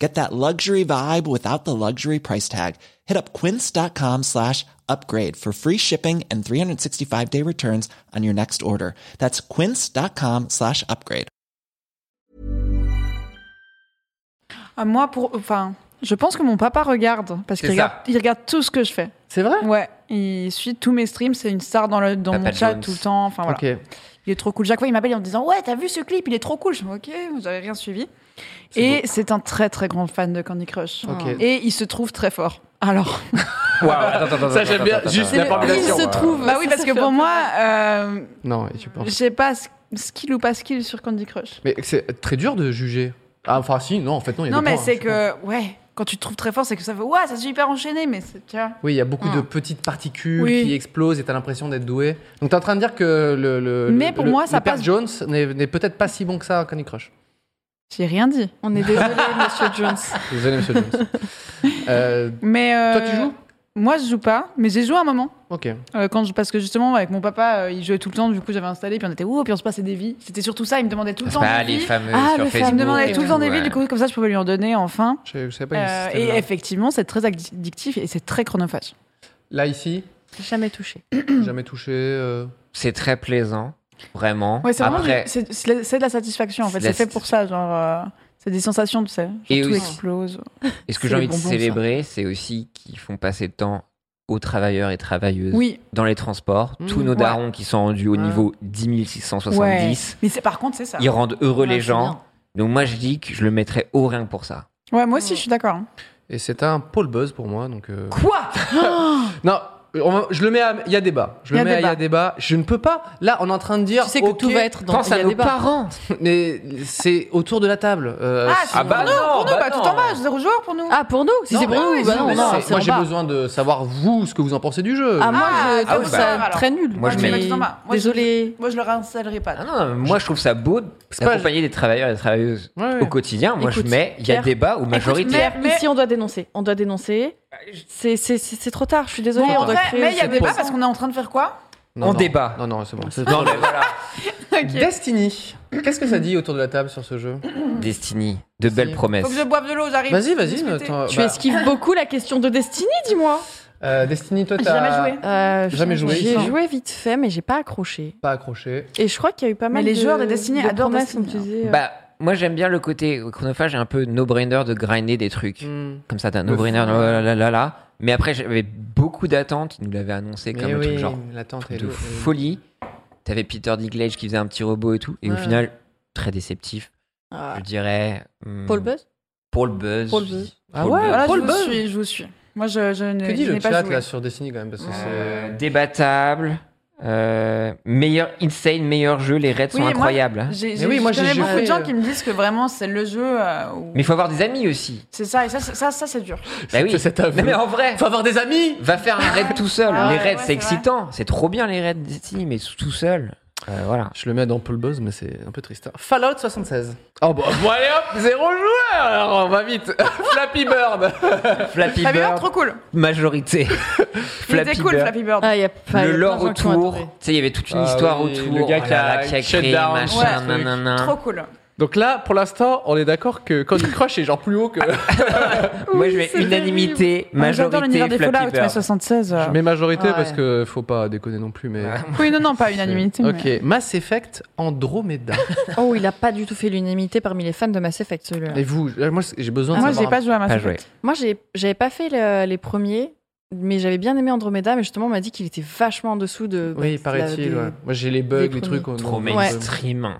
G: Get that luxury vibe without the luxury price tag. Hit up quince.com slash upgrade for free shipping and 365 day returns on your next order. That's quince.com slash upgrade.
B: Ah, moi, pour, enfin, je pense que mon papa regarde parce qu'il
C: C'est ça.
B: regarde, il regarde tout ce que je fais.
A: C'est vrai
B: Ouais, il suit tous mes streams, c'est une star dans, le, dans
C: Papa
B: mon chat
C: Jones.
B: tout le temps. Enfin voilà,
A: Ok.
B: il est trop cool. Chaque fois, il m'appelle en me disant ouais, t'as vu ce clip, il est trop cool. Je me dis ok, vous avez rien suivi. Et c'est un très très grand fan de Candy Crush.
A: Ok.
B: Et il se trouve très fort. Alors,
C: Waouh, attends, attends, attends,
A: Ça, j'aime bien,
C: attends,
A: juste
C: attends,
A: la
C: attends,
A: formulation. hein.
C: attends,
A: Il se
C: attends,
D: trouve.
C: attends.
B: bah oui,
D: Ça,
B: parce
D: ça
B: que
D: fait un
B: pour
D: peu
B: moi, euh,
A: Non, et tu penses.
B: j'ai pas sk- skill ou pas skill sur Candy Crush.
A: Mais c'est très dur de juger. Ah, enfin, si, non, en fait, non, il y a
B: Non,
A: des
B: mais
A: points, hein,
B: c'est
A: je pense.
B: que ouais, quand tu te trouves très fort, c'est que ça fait ouais, ça c'est hyper enchaîné, mais c'est tu vois.
A: Oui, il y a beaucoup de petites particules
B: Ah. Oui.
A: qui explosent et t'as l'impression d'être doué. Donc t'es en train de dire que le. le
B: Mais
A: le-
B: pour
A: le-
B: moi, ça
A: le père
B: passe-
A: Jones n'est n'est peut-être pas si bon que ça à Candy Crush.
B: J'ai rien dit.
D: On est désolé, monsieur Jones.
A: Désolé, monsieur Jones. Euh,
B: Mais euh,
A: Toi, tu joues
B: Moi, je joue pas, mais j'ai joué un moment.
A: ok.
B: Euh, quand je, parce que justement, avec mon papa, euh, il jouait tout le temps, du coup j'avais installé, puis on était ouh, puis on se passait des vies. C'était surtout ça, il me demandait tout le temps
C: Pas
B: des
C: les
B: vies.
C: fameux
D: Ah,
C: sur
D: le fameux.
C: Facebook.
B: Il me demandait
C: et
B: tout le temps des
C: ouais.
B: vies, du coup, comme ça je pouvais lui en donner enfin.
A: Je, je savais pas. qu'il
B: Euh,
A: existait
B: et
A: là.
B: effectivement, c'est très addi- addictif et c'est très chronophage.
A: Là, ici,
D: Jamais touché.
A: jamais touché. euh,
C: C'est très plaisant, vraiment.
B: Ouais, c'est vraiment
C: Après,
B: du- c'est- c'est de la- c'est de la satisfaction en
C: C'est
B: fait,
C: de la
B: c'est fait
C: sat-
B: pour ça, genre. euh, c'est des sensations, tu sais. Genre,
C: Et
B: tout
C: aussi-
B: explose.
C: et ce que
B: c'est
C: j'ai
B: les
C: envie de
B: bonbons, ça.
C: célébrer, c'est aussi qu'ils font passer le temps aux travailleurs et travailleuses
B: Oui,
C: dans les transports. Tous
A: Mmh.
C: nos
B: Ouais.
C: darons qui sont rendus au
A: Ouais.
C: niveau 10 670,
B: mais c'est par contre, c'est ça.
C: ils rendent heureux
D: Ouais,
C: les
D: c'est
C: gens. Donc moi, je dis que je le mettrais haut rien que pour ça.
B: Ouais, moi aussi, je suis d'accord. hein.
A: Et c'est un Paul Buzz pour moi. Donc, euh,
B: Quoi
A: Non, on va- je le mets à. Il y a débat. Je
B: Il y
A: le
B: a
A: mets à il y a
B: débat.
A: débat. Je ne peux pas. Là, on est en train de dire.
D: Tu sais que
A: ok,
D: tout va être dans
C: Pense
D: il y
C: à
D: a
C: nos
D: débat.
C: parents.
A: Mais c'est autour de la table. euh,
B: Ah,
A: c'est-
B: c'est pour nous, pour nous,
C: bah
B: bah, tout en bas, zéro joueur pour nous.
D: Ah, pour nous Si
A: Non,
D: c'est pour
A: mais-
D: nous, bah non,
A: mais
D: non,
A: c'est-
D: c'est
A: Moi,
D: en
A: j'ai
D: bas.
A: besoin de savoir vous ce que vous en pensez du jeu.
D: Ah, moi,
B: Ah,
D: je
B: ah,
D: trouve
C: oui,
D: ça
B: bah.
D: très nul.
C: Moi, je mets-
D: Mais-
B: Maxime Thomas. Moi, je-
D: Désolé.
B: Moi, je leur installerai pas.
C: Ah non, non, moi je trouve ça beau
A: pas-
C: d'accompagner des travailleurs et des travailleuses
A: Ouais, ouais.
C: au quotidien. Moi
D: Écoute,
C: je mets, il y a
D: Pierre-
C: débat ou majorité.
D: Écoute, Pierre,
B: mais-
D: Ici, on doit dénoncer. On doit dénoncer. C'est- C'est c'est- c'est trop tard, je suis désolée.
B: Mais
D: on doit
B: après,
D: créer
B: mais il y a
D: cette
B: débat
D: pause.
B: parce qu'on est en train de faire quoi
A: Non,
C: on
A: non.
C: débat.
A: Non, non, c'est bon. c'est-
C: Non, mais voilà.
A: Destiny. Qu'est-ce que ça dit autour de la table sur ce jeu
C: Destiny, de belles
B: Faut que
C: promesses.
B: je boive de l'eau, j'arrive.
A: Vas-y, vas-y.
B: Discuter.
A: attends,
D: Tu
A: bah,
D: esquives beaucoup la question de Destiny, dis-moi.
A: euh, Destiny, toi,
B: Ah, J'ai
A: t'as
B: jamais joué.
D: Euh,
A: Jamais joué,
D: J'ai
A: ça.
D: joué vite fait, mais j'ai pas accroché.
A: pas accroché.
D: Et je crois qu'il y a eu pas
B: Mais
D: mal
B: les
D: de,
B: joueurs de Destiny adorent
D: promesses,
B: Destiny,
D: comme tu disais.
C: Bah, moi j'aime bien le côté chronophage et un peu no-brainer de grinder des trucs.
A: Hmm.
C: Comme ça, t'as un
A: Le
C: no-brainer,
A: fou.
C: là, là, là, là. Mais après, j'avais beaucoup d'attentes. Ils nous l'avaient annoncé comme
A: Mais
C: un
A: oui,
C: truc genre
A: l'attente est
C: de
A: lourde.
C: folie. T'avais Peter Dinklage qui faisait un petit robot et tout. Et au
A: Ouais.
C: final, très déceptif.
D: Ah.
C: Je dirais. hmm,
D: Paul Buzz
C: Paul Buzz.
D: Paul
C: je
D: Buzz.
C: dis.
A: Ah
C: Paul
A: ouais,
C: Buzz.
B: Voilà,
A: Paul
B: je
A: Buzz.
B: vous suis, je vous suis. Moi, je, je ne
A: Que dit
B: je
A: le
B: n'ai pas
A: chat
B: joué.
A: là sur Destiny quand même parce que
C: Euh,
A: c'est.
C: débattable. Euh, meilleur insane, meilleur jeu, les raids
B: Oui,
C: sont
B: moi,
C: incroyables. hein.
B: J'ai,
A: Mais
B: j'ai,
A: oui, moi,
B: je
A: j'ai-
B: connais
A: j'ai
B: beaucoup
A: fait,
B: de gens
A: euh,
B: qui me disent que vraiment c'est le jeu. euh, où-
C: Mais il faut avoir des amis aussi.
B: C'est ça, et ça, c'est- ça, ça c'est dur.
C: Bah oui.
A: C'est cet aveu.
C: Non, mais en vrai,
A: Faut avoir des amis
C: va faire un raid tout seul.
B: Ah
C: les
B: ouais,
C: raids,
B: ouais,
C: c'est
B: c'est
C: excitant. C'est trop bien les raids Destiny, mais tout seul. Euh, voilà.
A: Je le mets dans Paul Buzz, mais c'est un peu triste. Fallout 76. Oh bon, bon, allez hop, zéro joueur On va vite Flappy Bird
C: Flappy
B: Flappy Bird,
C: Bird,
B: trop cool.
C: majorité.
B: Il était cool, Flappy Bird.
D: Ah, il y a pas
C: le
D: il y a
C: lore
D: plein de gens qui ont
C: autour, tu
D: adoré.
C: sais, il y avait toute une
A: Ah
C: histoire
A: oui,
C: autour.
A: le gars
C: Oh
A: qui
C: là
A: a-
C: là, qui a
A: qui shut
C: créé
A: down,
C: machin,
A: ouais.
C: nanana.
B: Trop cool.
A: Donc là, pour l'instant, on est d'accord que Candy Crush est genre plus haut que.
C: Moi, je mets
D: c'est
C: unanimité,
B: Ah, J'adore l'univers des
C: majorité,
B: Fallout,
C: Flappy
B: mais
C: Bird.
B: 76. euh,
A: Mais majorité,
D: Ouais.
A: parce que faut pas déconner non plus, mais.
B: Oui, non, non, pas unanimité. mais-
A: Ok, Mass Effect Andromeda.
D: Oh, il a pas du tout fait l'unanimité parmi les fans de Mass Effect, celui-là.
A: Et vous, là, moi j'ai besoin
B: Ah,
A: de
B: Moi, j'ai
A: savoir.
B: pas joué à Mass
C: Pas joué.
B: Effect.
D: Moi, j'ai- j'avais pas fait le- les premiers, mais j'avais bien aimé Andromeda, mais justement, on m'a dit qu'il était vachement en dessous de.
A: Oui,
D: de la-
A: paraît-il.
D: des-
A: ouais. Moi j'ai les bugs, les
D: premiers.
A: trucs. on-
C: Trop
A: on-
D: Ouais.
C: mainstream.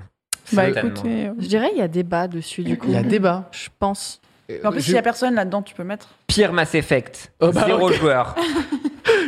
B: Bah
C: Certainement.
B: écoutez. euh,
D: Je dirais, il y a débat dessus, du coup.
A: Il y a débat.
D: Je pense.
B: En plus,
A: Euh, Je-
B: s'il y a personne là-dedans, tu peux mettre.
C: Pire Mass Effect.
A: Oh, bah,
C: Zéro
A: ok.
C: joueur.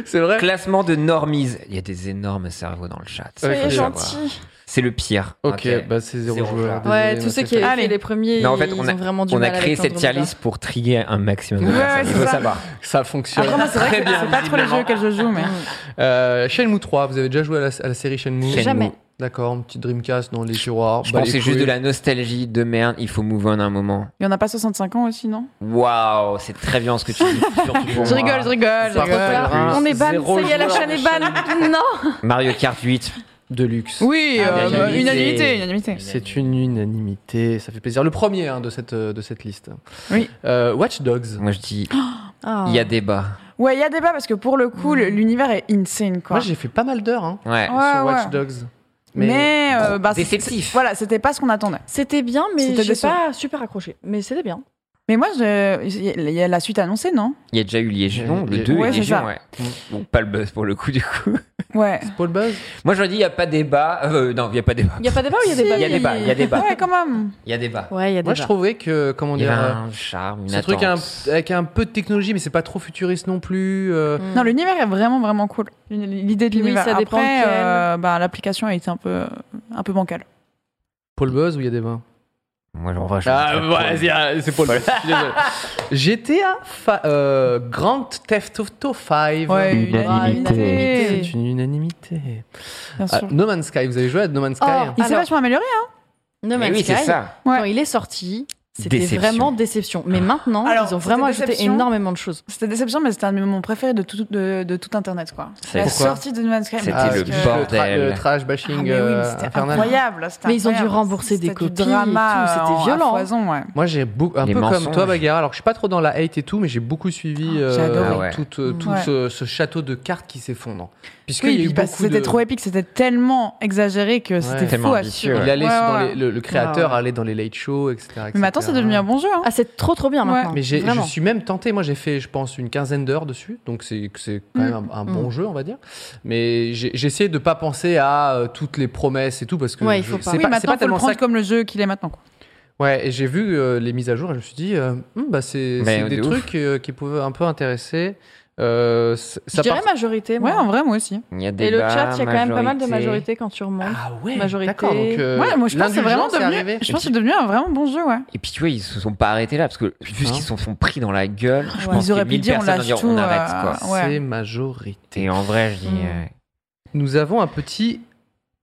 A: C'est vrai.
C: Classement de normies. Il y a des énormes cerveaux dans le chat.
A: Ouais,
D: Soyez
C: faut le savoir.
D: gentils.
C: C'est le pire.
A: Ok, bah c'est zéro,
C: Zéro
A: joueur.
C: joueur.
A: désolé,
D: Ouais, tous
A: Mass
D: ceux qui
A: Effect.
D: avaient
B: Allez.
D: fait les premiers,
C: Non, en fait,
D: ils
C: on a-
D: ont vraiment du
C: On a
D: mal
C: créé
D: avec
C: cette tier
D: Andromeda.
C: list pour trier un maximum de
B: Ouais, ouais,
C: personnes. Il
B: c'est
C: faut
B: ça.
C: savoir.
A: Ça fonctionne.
B: Après, moi, c'est vrai
C: Très
B: que
C: bien,
B: c'est pas trop les jeux
C: visiblement.
B: auxquels je joue, mais.
A: Euh, Shenmue 3, vous avez déjà joué à la, à la série Shenmue
C: Shenmue.
D: Jamais.
A: D'accord, une petite Dreamcast dans les tiroirs.
C: Je
A: bah,
C: pense que
A: les
C: c'est juste
A: couilles.
C: de la nostalgie de merde. Il faut move on un moment.
B: Il y en a pas 65 ans aussi, non
C: Waouh, c'est très violent ce que tu dis. surtout pour
A: Je
C: moi.
B: rigole,
A: je rigole.
D: Ah, On est ban,
A: Zéro
D: ça y est, la
A: joueur
D: chaîne est ban. Non
C: Mario Kart 8.
A: de luxe.
B: Oui,
C: Ah,
B: euh,
C: unanimité.
B: bah, unanimité, unanimité.
A: C'est une unanimité, ça fait plaisir. Le premier hein, de, cette, euh, de cette liste.
B: Oui.
A: Euh, Watch Dogs.
C: Moi je dis,
D: Ah.
C: il y a débat.
B: Ouais, il y a débat parce que pour le coup, le- l'univers est insane, quoi.
A: Moi j'ai fait pas mal d'heures hein,
C: Ouais.
B: Ouais,
A: sur Watch
B: ouais.
A: Dogs.
B: Mais, euh, bah, c'est-
C: Déceptif.
B: Voilà, c'était pas ce qu'on attendait.
D: C'était bien, mais
B: C'était
D: j'ai
B: décevant.
D: pas super accroché. Mais c'était bien.
B: Mais moi, je- il y a la suite annoncée, non
C: Il y a déjà eu Liégion,
A: Euh,
C: le
A: Lé-
C: 2
B: Ouais,
C: et
B: c'est
C: Liégion,
B: ça.
C: ouais. Bon, pas le buzz pour le coup, du coup.
B: Ouais.
A: Paul Buzz
C: Moi, je dis, il n'y a pas débat. Euh, non, il n'y a pas débat.
D: Il y a pas débat ou il y a
B: Si.
D: débat
C: Il y a débat, il y a débat.
B: Ouais, quand même.
C: Il y a débat.
D: Ouais, il y a débat.
A: Moi je trouvais que, comment
C: Il y
A: dire,
C: a
A: euh,
C: un charme, une
A: ce truc a un-
C: attente.
A: avec un peu de technologie, mais c'est pas trop futuriste non plus. euh,
D: Mm.
B: Non, l'univers est vraiment, vraiment cool. L'idée de
D: Oui,
B: l'univers.
D: ça dépend
B: Après,
D: lequel.
B: euh, bah, l'application a été un peu, un peu bancale.
A: Paul Buzz ou il y a des vins
C: Moi, en vrai, je
A: Ah,
C: mettrais
A: ouais,
C: Paul.
A: c'est- ah, c'est Paul Buzz. je suis désolé. GTA fa- euh, Grand Theft Auto 5.
B: Ouais,
A: Ah,
B: unanimité.
D: Unanimité.
A: C'est une unanimité.
B: Bien
A: Ah,
B: sûr.
A: no Man's Sky, vous avez joué à No Man's Sky
D: Oh,
B: Il s'est
D: Alors-
B: vachement amélioré. hein.
D: No
C: Mais
D: Man's
C: oui, c'est
D: Sky,
C: ça.
D: quand
B: Ouais.
D: il est sorti, c'était
C: Déception. Ah.
D: vraiment déception. Mais maintenant,
B: Alors,
D: ils ont vraiment
B: c'était
D: ajouté
B: déception.
D: énormément de choses.
B: C'était déception, mais c'était un de mes moments préférés de tout, de, de tout Internet, quoi.
C: C'est-
B: La
C: Pourquoi
B: sortie de No Man's Sky.
C: C'était
B: parce
C: le
B: que-
A: tra-
C: bordel.
A: Ah, le trash
B: Ah,
A: bashing
B: mais oui, mais
A: euh,
B: c'était
A: infernal.
B: incroyable. c'était
D: Mais ils ont dû
B: incroyable.
D: rembourser des
B: C'était du
D: copies et
B: drama
D: tout, c'était
B: en- à
D: violent.
B: foison, ouais.
A: Moi, j'ai beaucoup, un
C: Les
A: peu comme
C: mensonges.
A: toi, Bagarre. Alors, je suis pas trop dans la hate et tout, mais j'ai beaucoup suivi
B: Oh, j'ai adoré.
C: Ah ouais.
A: tout, euh, tout
B: Ouais.
A: ce, ce château de cartes qui s'effondre. Puisque il
B: Oui,
A: y a eu
B: puis parce
A: beaucoup
B: que c'était
A: de-
B: trop épique, c'était tellement exagéré que c'était
C: Tellement
B: fou à
C: ambitieux,
B: suivre.
A: Il allait
B: Ouais,
A: dans
B: ouais.
A: les- le, le créateur
D: Ah ouais.
A: allait dans les late shows, etc.
B: Mais
A: etc.
B: maintenant, c'est devenu un bon jeu. hein.
D: Ah, c'est trop trop bien
B: Ouais.
D: maintenant.
A: Mais j'ai- je
D: Vraiment.
A: suis même tenté. Moi, j'ai fait, je pense, une quinzaine d'heures dessus. Donc, c'est c'est quand même un, un
B: Mm.
A: bon jeu, on va dire. Mais j'ai j'ai essayé de pas penser à euh, toutes les promesses et tout parce que
D: Ouais, il
A: je-
D: faut pas.
A: c'est
B: Oui,
A: pas, c'est
B: maintenant,
A: pas
B: faut le
A: tellement
B: prendre
A: ça.
B: comme le jeu qu'il est maintenant. quoi.
A: Ouais, et j'ai vu euh, les mises à jour et je me suis dit, euh, Hum, bah, c'est
C: Mais
A: c'est
C: de
A: des
C: ouf.
A: trucs euh, qui pouvaient un peu intéresser. Euh, c-
D: Je
A: ça
D: dirais
A: part-
D: majorité. moi.
B: Ouais, en vrai, moi aussi.
C: Il y a
D: Et
C: débat,
D: le chat, il y a quand même pas mal de
C: majorité.
D: majorités quand tu remontes.
A: Ah ouais,
D: Majorité.
A: d'accord. Donc, euh,
B: Ouais, moi, je pense que c'est vraiment
A: l'indulgence est
B: devenu.
A: arrivée.
B: Je pense que c'est devenu un vraiment bon jeu, ouais.
C: Et puis tu vois, ils se sont pas arrêtés là parce que vu
A: Hein
C: ce qu'ils se sont pris dans la gueule, je
D: Ouais.
C: pense
B: Ils auraient
C: que
B: pu
C: 1000
B: dire, on
C: personnes vont
B: lâche
C: dire,
B: tout,
C: on
B: euh,
C: arrête quoi.
B: Ouais.
A: C'est majorité.
C: Et en vrai, je dis
D: Mm.
C: euh,
A: Nous avons un petit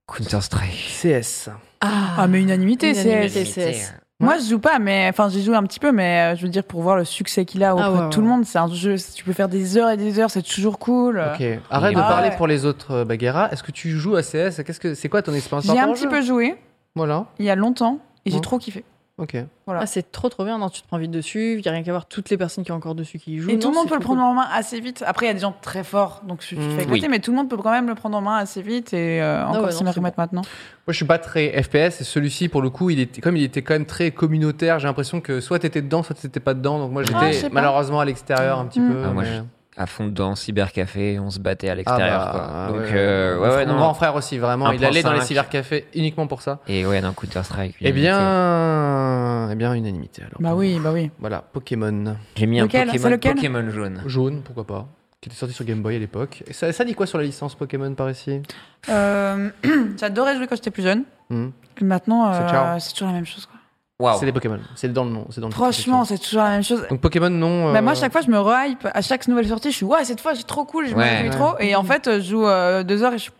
C: Counter Strike.
A: CS.
B: Ah, mais unanimité,
D: Unanimité.
B: c'est.
D: TCS.
B: Moi, je joue pas, mais enfin, j'ai joué un petit peu, mais euh, je veux dire, pour voir le succès qu'il a auprès
D: Ah, ouais,
B: de tout
D: ouais.
B: le monde, c'est un jeu. Tu peux faire des heures et des heures, c'est toujours cool.
A: Ok, arrête de
C: Ah
A: parler
B: ouais.
A: pour les autres, euh, Bagheera. Est-ce que tu joues à CS Qu'est-ce que c'est quoi ton expérience
B: J'ai
A: par
B: un
A: rapport au
B: petit
A: jeu
B: peu joué
A: Voilà.
B: il y a longtemps et j'ai
A: Ouais.
B: trop kiffé.
A: Ok.
D: Ah, c'est trop trop bien. Non, tu te prends vite dessus. Il n'y a rien qu'à voir toutes les personnes qui ont encore dessus qui y jouent.
B: Et tout
D: Non,
B: le monde
D: c'est
B: peut le
D: trop
B: prendre en main assez vite. Après, il y a des gens très forts, donc tu tu te
A: Mm.
B: fais éclater,
C: Oui.
B: mais tout le monde peut quand même le prendre en main assez vite et euh,
D: ouais,
B: encore s'y
D: non, c'est
B: remettre maintenant.
A: Moi, je suis pas très FPS. Et celui-ci, pour le coup, il était comme il était quand même très communautaire. J'ai l'impression que soit t'étais dedans, soit t'étais pas dedans. Donc moi,
C: Ah, je
A: j'étais
B: sais pas.
A: malheureusement à l'extérieur un petit
B: Mm.
A: peu.
C: Ah, moi,
A: mais-
C: je- À fond dedans, cybercafé, on se battait à
A: Ah,
C: l'extérieur
A: bah, ah,
C: quoi. Donc
A: ouais.
C: euh, ouais, ouais,
A: Mon
C: non.
A: grand frère aussi, vraiment. Il allait dans les
C: 1.5.
A: cybercafés uniquement pour ça.
C: Et ouais, non, Counter Strike.
A: Eh bien, eh bien, unanimité. Alors.
B: Bah oui, bah oui.
A: Voilà, Pokémon
C: j'ai mis un
B: Lequel C'est
C: Pokémon,
B: lequel
C: Pokémon jaune.
A: jaune, pourquoi pas, qui était sorti sur Game Boy à l'époque. Et Ça, ça dit quoi sur la licence Pokémon par ici
B: Euh, J'adorais jouer quand j'étais plus jeune.
A: Hmm.
B: Et maintenant,
A: C'est
B: euh,
A: ciao. Mmh.
B: c'est toujours la même chose. Quoi.
C: Waouh.
A: C'est des Pokémon. C'est dans le nom. C'est dans le titre,
B: Franchement, c'est toujours la même chose.
A: Donc Pokémon non.
B: Bah,
A: euh,
B: moi, à chaque fois, je me re-hype. À chaque nouvelle sortie, je suis ouais, cette fois, j'ai trop cool, je
C: Ouais.
B: me réjouis trop. Et en fait, je joue euh, deux heures et je suis.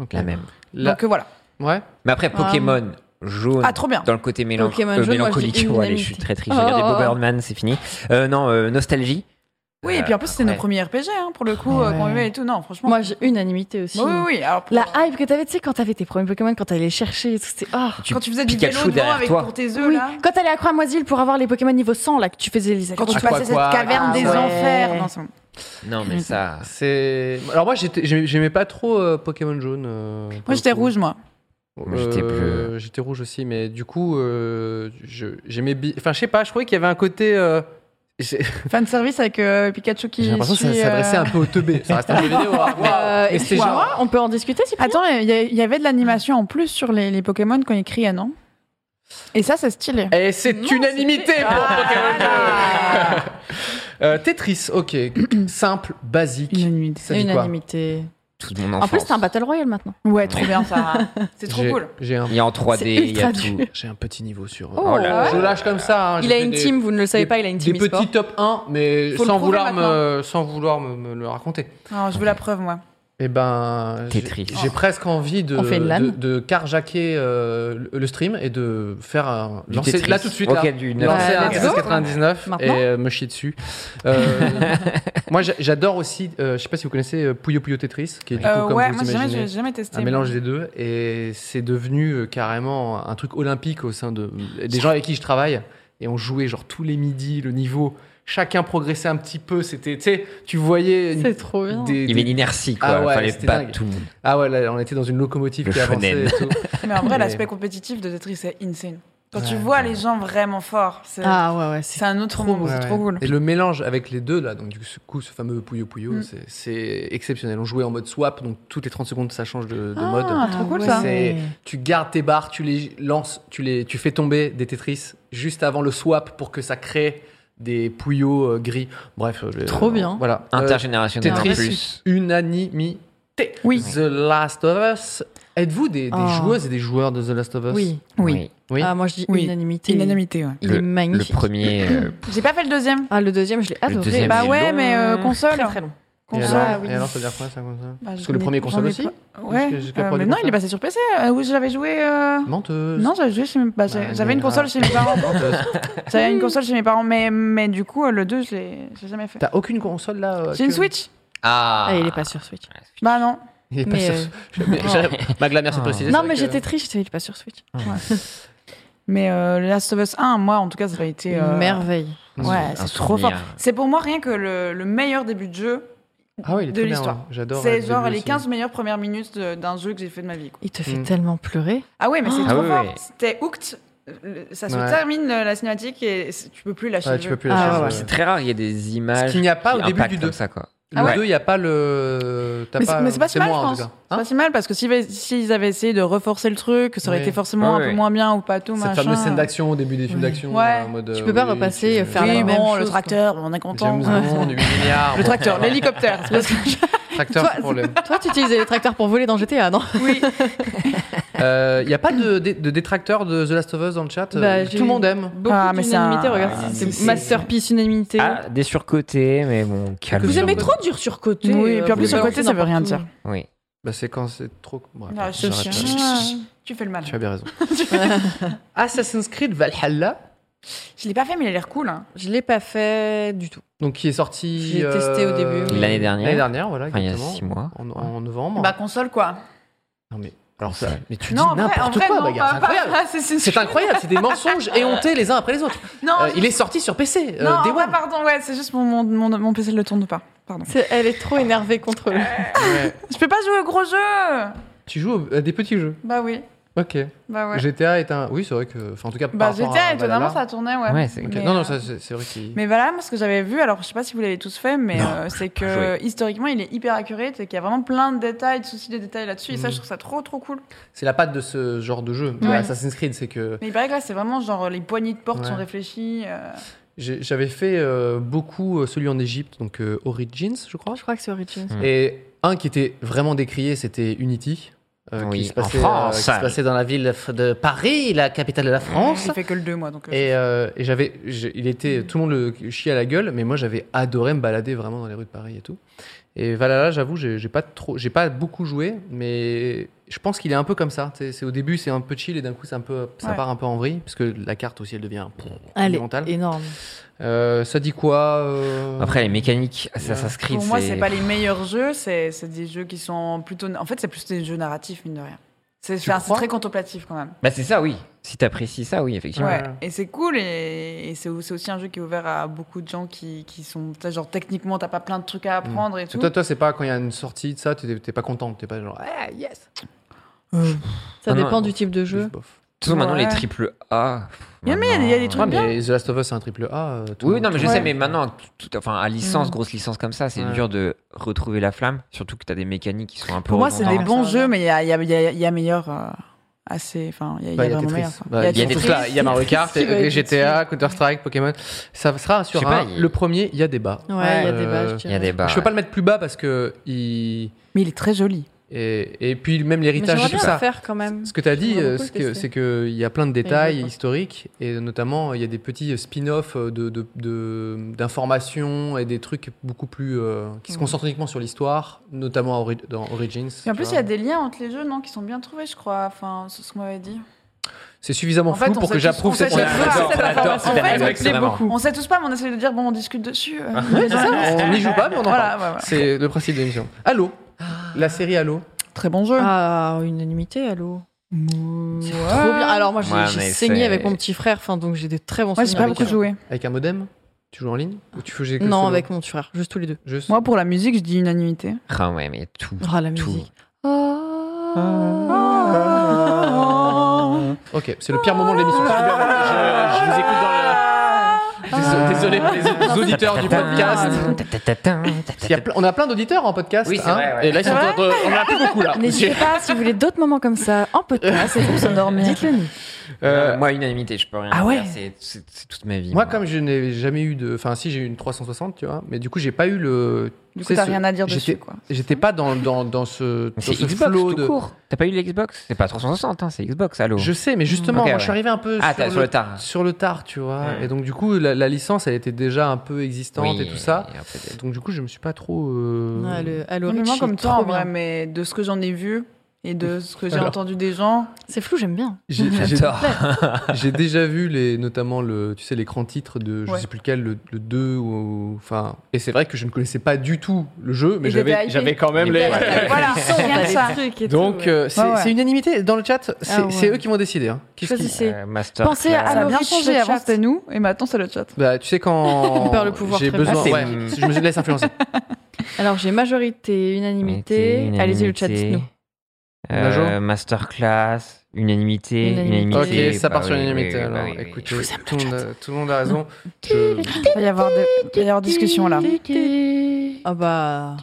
A: Ok.
C: La même.
A: La-
B: Donc euh, voilà.
A: Ouais.
C: Mais après Pokémon jaune.
B: Ah, trop bien.
C: Dans le côté mélan-
D: Pokémon
C: euh,
D: jaune, moi, je dis
C: mélancolique, Oh, allez, je
D: unanimité.
C: suis très triste. J'ai regardé
D: Oh.
C: Bob Herdman, c'est fini. Euh, non, euh, nostalgie.
B: Oui, et puis en plus, c'était nos premiers RPG, hein, pour le coup, euh, qu'on vivait et tout. Non, franchement.
D: Moi, j'ai unanimité aussi.
B: Bah oui, oui, oui. Alors, pour-
D: La hype que t'avais, tu sais, quand t'avais tes premiers Pokémon, quand t'allais les chercher et tout, c'était. Oh.
C: Tu-
B: quand tu faisais du
C: Pikachu
B: vélo devant
C: derrière
B: avec
C: toi.
B: pour tes œufs,
D: Oui,
B: là.
D: quand t'allais à Croix-Moisille pour avoir les Pokémon niveau 100, là, que tu faisais les
B: Quand tu
C: Ah, quoi,
B: passais cette
C: quoi,
B: caverne
D: ah,
B: des
D: ouais.
B: enfers. Non, c'est bon.
C: Non, mais ça.
A: C'est. Alors moi, j'étais- j'aimais j'aimais pas trop euh, Pokémon jaune. euh, pour
B: Moi,
A: le
B: j'étais
A: coup.
B: rouge, moi.
C: Moi, j'étais
A: Euh, J'étais rouge aussi, mais du coup, euh, je- j'aimais. bi- Enfin, je sais pas. Je trouvais qu'il y avait un côté. euh, j'ai
B: Fan service avec euh, Pikachu qui.
A: j'ai l'impression que ça
B: suit, euh,
A: s'adressait un peu au teubé. Ça reste un jeu vidéo. hein. Waouh.
D: Euh,
A: Mais c'était
D: excuse-moi,
A: genre.
D: on peut en discuter si
B: Attends, il y, a- il y avait de l'animation en plus sur les, les Pokémon quand ils criaient, non Et ça, c'est stylé.
A: Et c'est unanimité pour
B: Ah,
A: Pokémon jaune. Euh, Tetris, ok. Simple, basique.
B: Unanimité.
A: Ça dit quoi
D: Unanimité.
C: Toute mon
D: En
C: enfance.
D: plus, c'est un Battle Royale maintenant.
B: Ouais, trop bien, Sarah. C'est trop
A: J'ai-
B: cool.
A: J'ai un,
C: Il est en 3D,
D: C'est
C: il y a
D: ultra
C: tout.
D: dur.
A: j'ai un petit niveau sur. euh,
D: Oh là
A: je lâche comme ça. hein.
D: Il
A: J'ai
D: a
A: fait
D: une
A: des-
D: team, vous ne le savez pas, il a une
A: Des
D: team e-sport.
A: petits top 1, mais
B: Faut le
A: sans
B: prouver
A: vouloir, me,
B: maintenant.
A: sans vouloir me, me le raconter.
B: Alors, je veux la preuve, moi.
A: Eh ben, j'ai-
C: Tetris.
A: j'ai presque envie de,
D: Oh. On fait une LAN
A: de, de carjacker euh, le- le stream et de faire un
C: Du
A: lancer
C: Tetris.
A: là tout de suite
C: Ok,
A: là,
C: du neuf.
A: lancer
D: Bah,
A: un
D: let's
A: Tetris
D: go.
A: 99 et
D: Maintenant.
A: euh, me chier dessus. Euh, moi, j'a- j'adore aussi. euh, je sais pas si vous connaissez euh, Puyo Puyo Tetris, qui est du coup,
B: Euh,
A: comme
B: ouais,
A: vous
B: moi, j'ai jamais,
A: imaginez,
B: j'ai jamais testé.
A: un mélange des deux et c'est devenu euh, carrément un truc olympique au sein de des gens avec qui je travaille et on jouait genre tous les midis le niveau. Chacun progressait un petit peu. C'était, tu sais, tu voyais une-
D: C'est trop bien.
A: des-
C: Il y
A: des-
C: avait une inertie, quoi.
A: Ah ouais,
C: Fallait
A: c'était
C: battre
A: dingue.
C: tout le monde.
A: ah ouais, là, on était dans une locomotive
C: Le
A: qui avançait.
C: shonen.
A: Et tout.
B: Mais en vrai,
A: Mais-
B: l'aspect compétitif de Tetris, c'est insane. Quand tu vois les gens vraiment forts, c'est
D: Ah ouais, ouais, c'est
B: c'est un autre monde. C'est
A: Ouais,
B: trop
A: ouais.
B: cool.
A: Et le mélange avec les deux, là, donc du coup, ce fameux Puyo Puyo,
B: Mm.
A: c'est- c'est exceptionnel. On jouait en mode swap, donc toutes les 30 secondes, ça change de, de
B: Ah,
A: mode.
B: trop cool
D: ouais.
B: ça.
A: C'est- Tu gardes tes barres, tu les lances, tu, les, tu fais tomber des Tetris juste avant le swap pour que ça crée des Puyo euh, gris. Bref. euh,
D: Trop
A: euh,
D: bien.
A: Voilà. Euh,
C: Intergénérationnel en
A: Tetris.
C: plus.
A: unanimité.
B: Oui. Oh.
A: The Last of Us. Êtes-vous des, des
D: Ah.
A: joueuses et des joueurs de The Last of Us
D: Oui.
B: Oui.
A: Oui.
D: Ah, moi je dis
B: Oui.
D: unanimité.
B: Unanimité, ouais.
D: Il est
C: Le
D: magnifique.
C: premier. euh,
B: J'ai pas fait le deuxième.
D: Ah, le deuxième, je l'ai adoré.
C: deuxième,
D: Bah,
B: Bah
C: mais
B: ouais,
C: long.
B: mais euh, console.
D: très très long.
A: Et
B: Console.
A: alors,
D: Ah oui.
A: et alors, ça veut dire quoi ça, comme ça
B: Bah,
A: Parce
B: je
A: que le
B: connais-
A: premier console
B: j'en ai
A: aussi
B: pas- Ouais.
A: Jusqu'à- jusqu'à
B: euh,
A: quoi,
B: mais
A: les
B: non, il
A: consoles
B: est passé sur PC. euh, où j'avais joué. euh,
A: Menteuse.
B: Non, j'avais joué chez mes. bah, j'ai-
A: Bah,
B: j'avais
A: mais-
B: une console
A: ah.
B: chez mes parents.
A: Menteuse.
B: J'avais une console chez mes parents, mais, mais du coup, euh, le 2, je l'ai j'ai jamais fait.
A: T'as aucune console là euh,
B: J'ai une
A: actuelle
B: Switch
C: Ah.
D: Ah, il est pas sur Switch.
B: Bah non.
A: Il est pas
D: Mais,
A: sur-
D: euh,
A: Mais
C: Ah.
A: j'ai- Magla, merci de préciser.
D: Non,
A: c'est vrai
D: mais
A: que-
D: j'étais triste, je t'avais dit pas sur Switch.
B: Mais euh, Last of Us 1, moi, en tout cas, ça a été. euh,
D: Merveille.
B: Ouais,
C: Un
B: c'est trop
C: souvenir.
B: fort. C'est pour moi rien que le, le meilleur début de jeu.
A: Ah ouais, il est
B: de
A: très bien,
B: l'histoire.
A: ouais. J'adore.
B: C'est
A: le
B: genre
A: début
B: les
A: aussi.
B: 15 meilleures premières minutes de- d'un jeu que j'ai fait de ma vie. quoi.
D: Il te fait
A: Mm.
D: tellement pleurer.
B: Ah ouais, mais c'est
C: Ah
B: trop
C: ouais,
B: fort.
C: ouais.
B: C'était hooked. Le- Ça se
A: Ouais.
B: termine euh, la cinématique et c'est- tu peux plus lâcher.
A: Ouais,
B: le
A: tu
B: jeu.
A: peux plus
D: Ah
A: lâcher,
D: ouais, ouais.
A: ouais.
C: C'est très rare, il y a des images.
A: Ce qu'il n'y a pas
C: qui
A: au début
C: impactent
A: du
C: comme
A: 2.
C: ça, quoi.
A: Le
C: Ouais.
A: 2, il n'y a pas le. t'as
B: Mais c'est- mais c'est pas si mal,
A: moi,
B: je
A: en tout
B: pense.
A: cas.
B: C'est
A: Hein
B: pas si mal parce que s'ils avaient- s'ils avaient essayé de reforcer le truc, ça aurait
A: Ouais.
B: été forcément
C: Ouais,
B: un
C: ouais.
B: peu moins bien ou pas tout.
A: Cette
B: machin.
A: fameuse scène d'action au début des films
D: Ouais.
A: d'action.
B: Ouais.
A: euh, en mode,
D: Tu
A: euh,
D: peux pas
A: oui,
D: repasser et
A: tu-
D: faire la
B: Oui,
D: même
B: bon,
D: chose,
B: le
D: quoi.
B: tracteur, on est content.
A: James Bond, 8 milliards.
B: Le
A: bon,
B: tracteur,
A: voilà.
B: l'hélicoptère. c'est parce que-
A: Tracteur, c'est
D: Toi-
A: pour le-
D: Toi, tu utilisais les tracteurs pour voler dans GTA, non
B: Oui.
A: Euh, Il n'y a pas de, de, de détracteurs de The Last of Us dans le chat.
D: Bah,
A: euh,
D: j'ai
A: Tout le
D: eu
A: monde aime.
D: Beaucoup
B: Ah, mais c'est un-
D: d'unanimité,
C: Ah,
D: regarde.
C: c'est-
D: C'est
C: c'est-
D: masterpiece unanimité.
C: Ah, des surcotés, mais bon, calme.
D: Vous aimez trop dire surcoté.
B: Oui,
D: euh,
B: puis en plus,
D: vous
B: surcoté, ça veut rien
D: n'importe
B: dire.
C: Oui.
A: Bah, c'est quand c'est trop. Bref,
B: Ah, je-
A: j'arrête là.
B: Tu fais le mal.
A: Tu as bien raison. Assassin's Creed Valhalla,
B: Je l'ai pas fait, mais il a l'air cool. hein.
D: où. Je l'ai pas fait du tout.
A: donc qui est sorti. euh,
D: J'ai testé au début, oui.
C: L'année dernière.
A: L'année dernière, voilà.
C: Enfin, il y a
A: exactement.
C: six mois.
A: En, en novembre.
B: Bah, console quoi.
A: non, mais. Alors ça. Mais Oh. tu
B: Non,
A: dis
B: en vrai, en
A: n'importe
B: vrai,
A: quoi,
B: non,
A: bagarre. C'est
B: pas- pas-
A: incroyable.
B: pas- c'est- c'est-
A: C'est incroyable, c'est des mensonges éhontés les uns après les autres.
B: Non,
A: Euh, il est sorti sur PC, euh,
B: non, en
A: Day
B: vrai,
A: One.
B: pardon, ouais, c'est juste mon, mon, mon, mon PC le tourne pas. Pardon.
D: C'est- Elle est trop énervée contre le.
A: Ouais.
B: Je peux pas jouer au gros jeu
A: Tu joues au- à des petits jeux.
B: Bah oui,
A: Ok.
B: bah ouais.
A: GTA est un. Oui, c'est vrai que. Enfin, en tout cas,
B: Bah
A: par rapport à
B: GTA, étonnamment,
A: Valhalla.
B: ça tournait, ouais.
C: Ouais, c'est-
A: Ok.
B: Mais,
A: Non, non,
B: euh,
A: ça, c'est c'est vrai qu'il.
B: Mais voilà, moi, ce que j'avais vu, alors je sais pas si vous l'avez tous fait, mais
C: Non,
B: euh, c'est
C: pas joué.
B: que historiquement, il est hyper accurate et qu'il y a vraiment plein de détails, de soucis de détails là-dessus. Et ça,
A: Mm.
B: je trouve ça trop, trop cool.
A: C'est la patte de ce genre de jeu, de
B: Ouais.
A: Assassin's Creed, c'est que
B: Mais il paraît que là, c'est vraiment genre les poignées de porte
A: Ouais.
B: sont réfléchies. euh,
A: j'ai- j'avais fait euh, beaucoup euh, celui en Égypte, donc euh, Origins, je crois.
D: Je crois que c'est Origins.
C: Hmm.
A: Et un qui était vraiment décrié, c'était Unity. euh,
C: Oui,
A: qui se passait,
C: en France.
A: euh, qui se passait dans la ville de Paris, la capitale de la France.
B: J'ai fait que le 2, moi, donc. euh,
A: Et, euh, et j'avais, j'ai- il était, tout le monde le chie à la gueule, mais moi j'avais adoré me balader vraiment dans les rues de Paris et tout. Et Valhalla, j'avoue, j'ai j'ai pas trop, j'ai pas beaucoup joué, mais je pense qu'il est un peu comme ça. tu sais, C'est au début, c'est un peu chill et d'un coup, c'est un peu, ça
B: Ouais.
A: part un peu en vrille, parce que la carte aussi, elle devient
D: Allez,
A: monumentale.
D: énorme.
A: Euh, ça dit quoi euh,
C: Après, les mécaniques Assassin's Creed,
B: Pour moi, c'est pas les meilleurs jeux, c'est c'est des jeux qui sont plutôt. En fait, c'est plus des jeux narratifs, mine de rien. C'est c'est- c'est
A: crois
B: très contemplatif quand même.
C: Bah, c'est ça, oui. Si t'apprécies ça, oui, effectivement.
B: Ouais. Et c'est cool, et, et c'est au- c'est aussi un jeu qui est ouvert à beaucoup de gens qui, qui sont. tu sais, Genre, techniquement, t'as pas plein de trucs à apprendre et tout.
A: Mm. Toi, toi, c'est pas quand il y a une sortie de ça, t'es t'es pas content, t'es pas genre. Ah, yes.
D: Ça
C: Non, non,
D: dépend
C: non.
D: du type de jeu.
A: Juste bof.
C: Tout maintenant, les
B: Ouais.
C: triple A.
B: Il y a- mais il y a des- il y a des
A: Ouais,
B: trucs bien.
A: mais The Last of Us, c'est un triple A. euh, tout le
C: Oui,
A: monde-
C: non, mais je
A: tout le
C: sais,
A: monde-
C: mais maintenant, tout- enfin, à licence, grosse licence comme ça, c'est
A: Ouais.
C: dur de retrouver la flamme, surtout que t'as des mécaniques qui sont un peu.
B: Pour moi, c'est des
C: redondantes.
B: bons
D: Ça,
B: jeux, mais il y a, il y a- il y a- il y a meilleur. euh, assez. Enfin, il y a, il y
A: Bah,
B: a
A: il y a
B: vraiment
A: Tetris.
B: meilleur. quoi.
A: Bah, Il y a
C: des
A: tout
C: Tetris.
A: cela. Il y a Mario Kart,
D: Qui va être
A: les GTA, Counter-Strike, Pokémon. Ça sera
C: Je sais
A: sur
C: pas,
A: un-
C: il-
A: Le premier, il y a des bas.
D: Ouais, il y a des
A: Euh,
D: vaches.
C: Il y a des bars.
A: Je peux pas le mettre plus bas parce que. Il...
B: Mais il est très joli.
A: Et, et puis, même
D: Mais
A: l'héritage
D: j'aimerais
A: et
D: bien
A: tout
D: le
A: ça.
D: faire quand même.
A: Ce que tu as dit,
D: J'aimerais
A: euh,
D: beaucoup
A: ce
D: le
A: que-
D: tester.
A: c'est qu'il y a plein de détails
D: jouer, quoi.
A: historiques et notamment il y a des petits euh, spin-offs euh, de- de- de- d'informations et des trucs beaucoup plus euh, qui se concentrent uniquement sur l'histoire, notamment à Ori- dans Origins.
B: Puis en plus,
A: tu
B: il y a
A: vois.
B: des liens entre les jeux, non, qui sont bien trouvés, je crois. Enfin, c'est ce qu'on m'avait dit.
A: C'est suffisamment
B: En fait,
A: flou
B: on
A: pour
B: sait
A: que
B: tous-
A: j'approuve
B: on sait
A: cette
B: tous- on sait
A: analyse.
B: cette information. En fait,
C: beaucoup.
B: On sait tous pas, mais on essaie de dire, bon, on discute dessus. euh.
A: Ouais, c'est ça, On n'y joue pas, mais on en
B: Voilà,
A: parle.
B: ouais, ouais.
A: C'est le principe de l'émission. Halo, la série Halo.
B: Très bon jeu.
D: Ah, unanimité, allô.
B: Ouais.
D: Trop bien. Alors moi, j'ai
C: Ouais,
D: j'ai
C: mais
D: saigné
C: c'est-
D: avec mon petit frère, enfin donc j'ai des très bons
B: Moi, j'ai
D: souvenirs
B: pas
D: avec
B: beaucoup
D: eux.
B: joué.
A: Avec un modem Tu joues en ligne Ou tu fais que
D: Non,
A: solo
D: avec mon petit frère, juste tous les deux.
A: Juste.
B: Moi, pour la musique, je dis unanimité.
C: Ah ouais, mais tout.
D: Ah la
C: Tout.
D: musique. Ah.
B: Ah.
A: Ok, c'est le pire moment de l'émission. Je, je vous écoute dans le. Désolé pour les auditeurs du podcast. Il y a ple- on a plein d'auditeurs en podcast.
C: Oui, c'est
A: hein.
C: vrai, ouais.
A: Et là, ils sont en train de- on en a plus beaucoup là.
H: N'hésitez pas, si vous voulez d'autres moments comme ça, en podcast, et vous endormir. Dites-le nous.
A: Euh,
C: Moi, unanimité, je peux rien.
H: Ah ouais.
C: dire, c'est- C'est c'est toute ma vie.
A: moi, comme je n'ai jamais eu de. Enfin, si, j'ai eu une 360, tu vois. Mais du coup, j'ai pas eu le.
B: Du
A: tu
B: coup,
A: sais,
B: t'as
A: ce-
B: rien à dire
A: j'étais-
B: dessus, quoi.
A: J'étais pas dans, dans, dans ce,
C: Mais
A: dans
C: C'est
A: ce
C: Xbox
A: flot
C: tout
A: de.
C: court. T'as pas eu l'Xbox C'est pas 360, hein, c'est Xbox, allô.
A: Je sais, mais justement,
C: Ok,
A: moi,
C: ouais.
A: je suis arrivé un peu
C: Ah, t'as-
A: sur,
C: sur le tard.
A: sur le tard, tu vois.
C: Mm.
A: Et donc, du coup, la, la licence, elle était déjà un peu existante
C: Oui,
A: et tout ça.
C: et après, t'as-
A: Donc, du coup, je me suis pas trop. euh,
D: Ah, le Halo
B: Moi,
D: Reach,
B: comme
D: c'est
B: toi, en
D: trop
B: vrai,
D: bien.
B: mais de ce que j'en ai vu et de ce que j'ai
A: Alors.
B: entendu des gens,
D: C'est flou, j'aime bien.
A: j'ai- j'ai-
C: J'adore.
A: J'ai déjà vu les, notamment le, tu sais, l'écran titre de je
B: Ouais.
A: sais plus lequel, le, le 2 ou enfin. Et c'est vrai que je ne connaissais pas du tout le jeu, mais
B: Et t'étais
A: j'avais,
B: hypé.
A: j'avais quand même
C: Et
A: les.
C: t'as- t'as-
B: voilà, rien que ça.
A: Donc euh, c'est,
B: ouais.
A: c'est unanimité dans le chat. C'est,
D: ouais.
A: c'est eux qui vont décider. hein. Qu'est-ce qui-
D: Choisissez.
C: Euh, Master.
H: Pensez à
B: Ça
C: Class.
B: a
H: Halo
B: bien
H: Reach,
B: changé.
H: le
B: Avant,
H: chat.
B: c'était nous, et maintenant, c'est le chat.
A: Bah, tu sais quand
D: On perd le pouvoir
A: j'ai
D: très vite.
A: besoin,
C: Ah, c'est-
A: ouais, je me laisse influencer.
D: Alors j'ai majorité, unanimité.
C: Unanimité,
D: Allez-y le chat, dites-nous.
A: Najo
C: Euh, masterclass, unanimité,
D: Unanimité.
C: unanimité.
A: ok, ça
C: Bah
A: part sur
C: oui, oui,
A: l'unanimité.
C: oui,
A: alors,
C: bah oui, oui.
A: écoutez, tout, le monde a, tout le monde a raison. Je-
B: Il va y avoir des- il va y avoir discussion là.
D: Ah bah.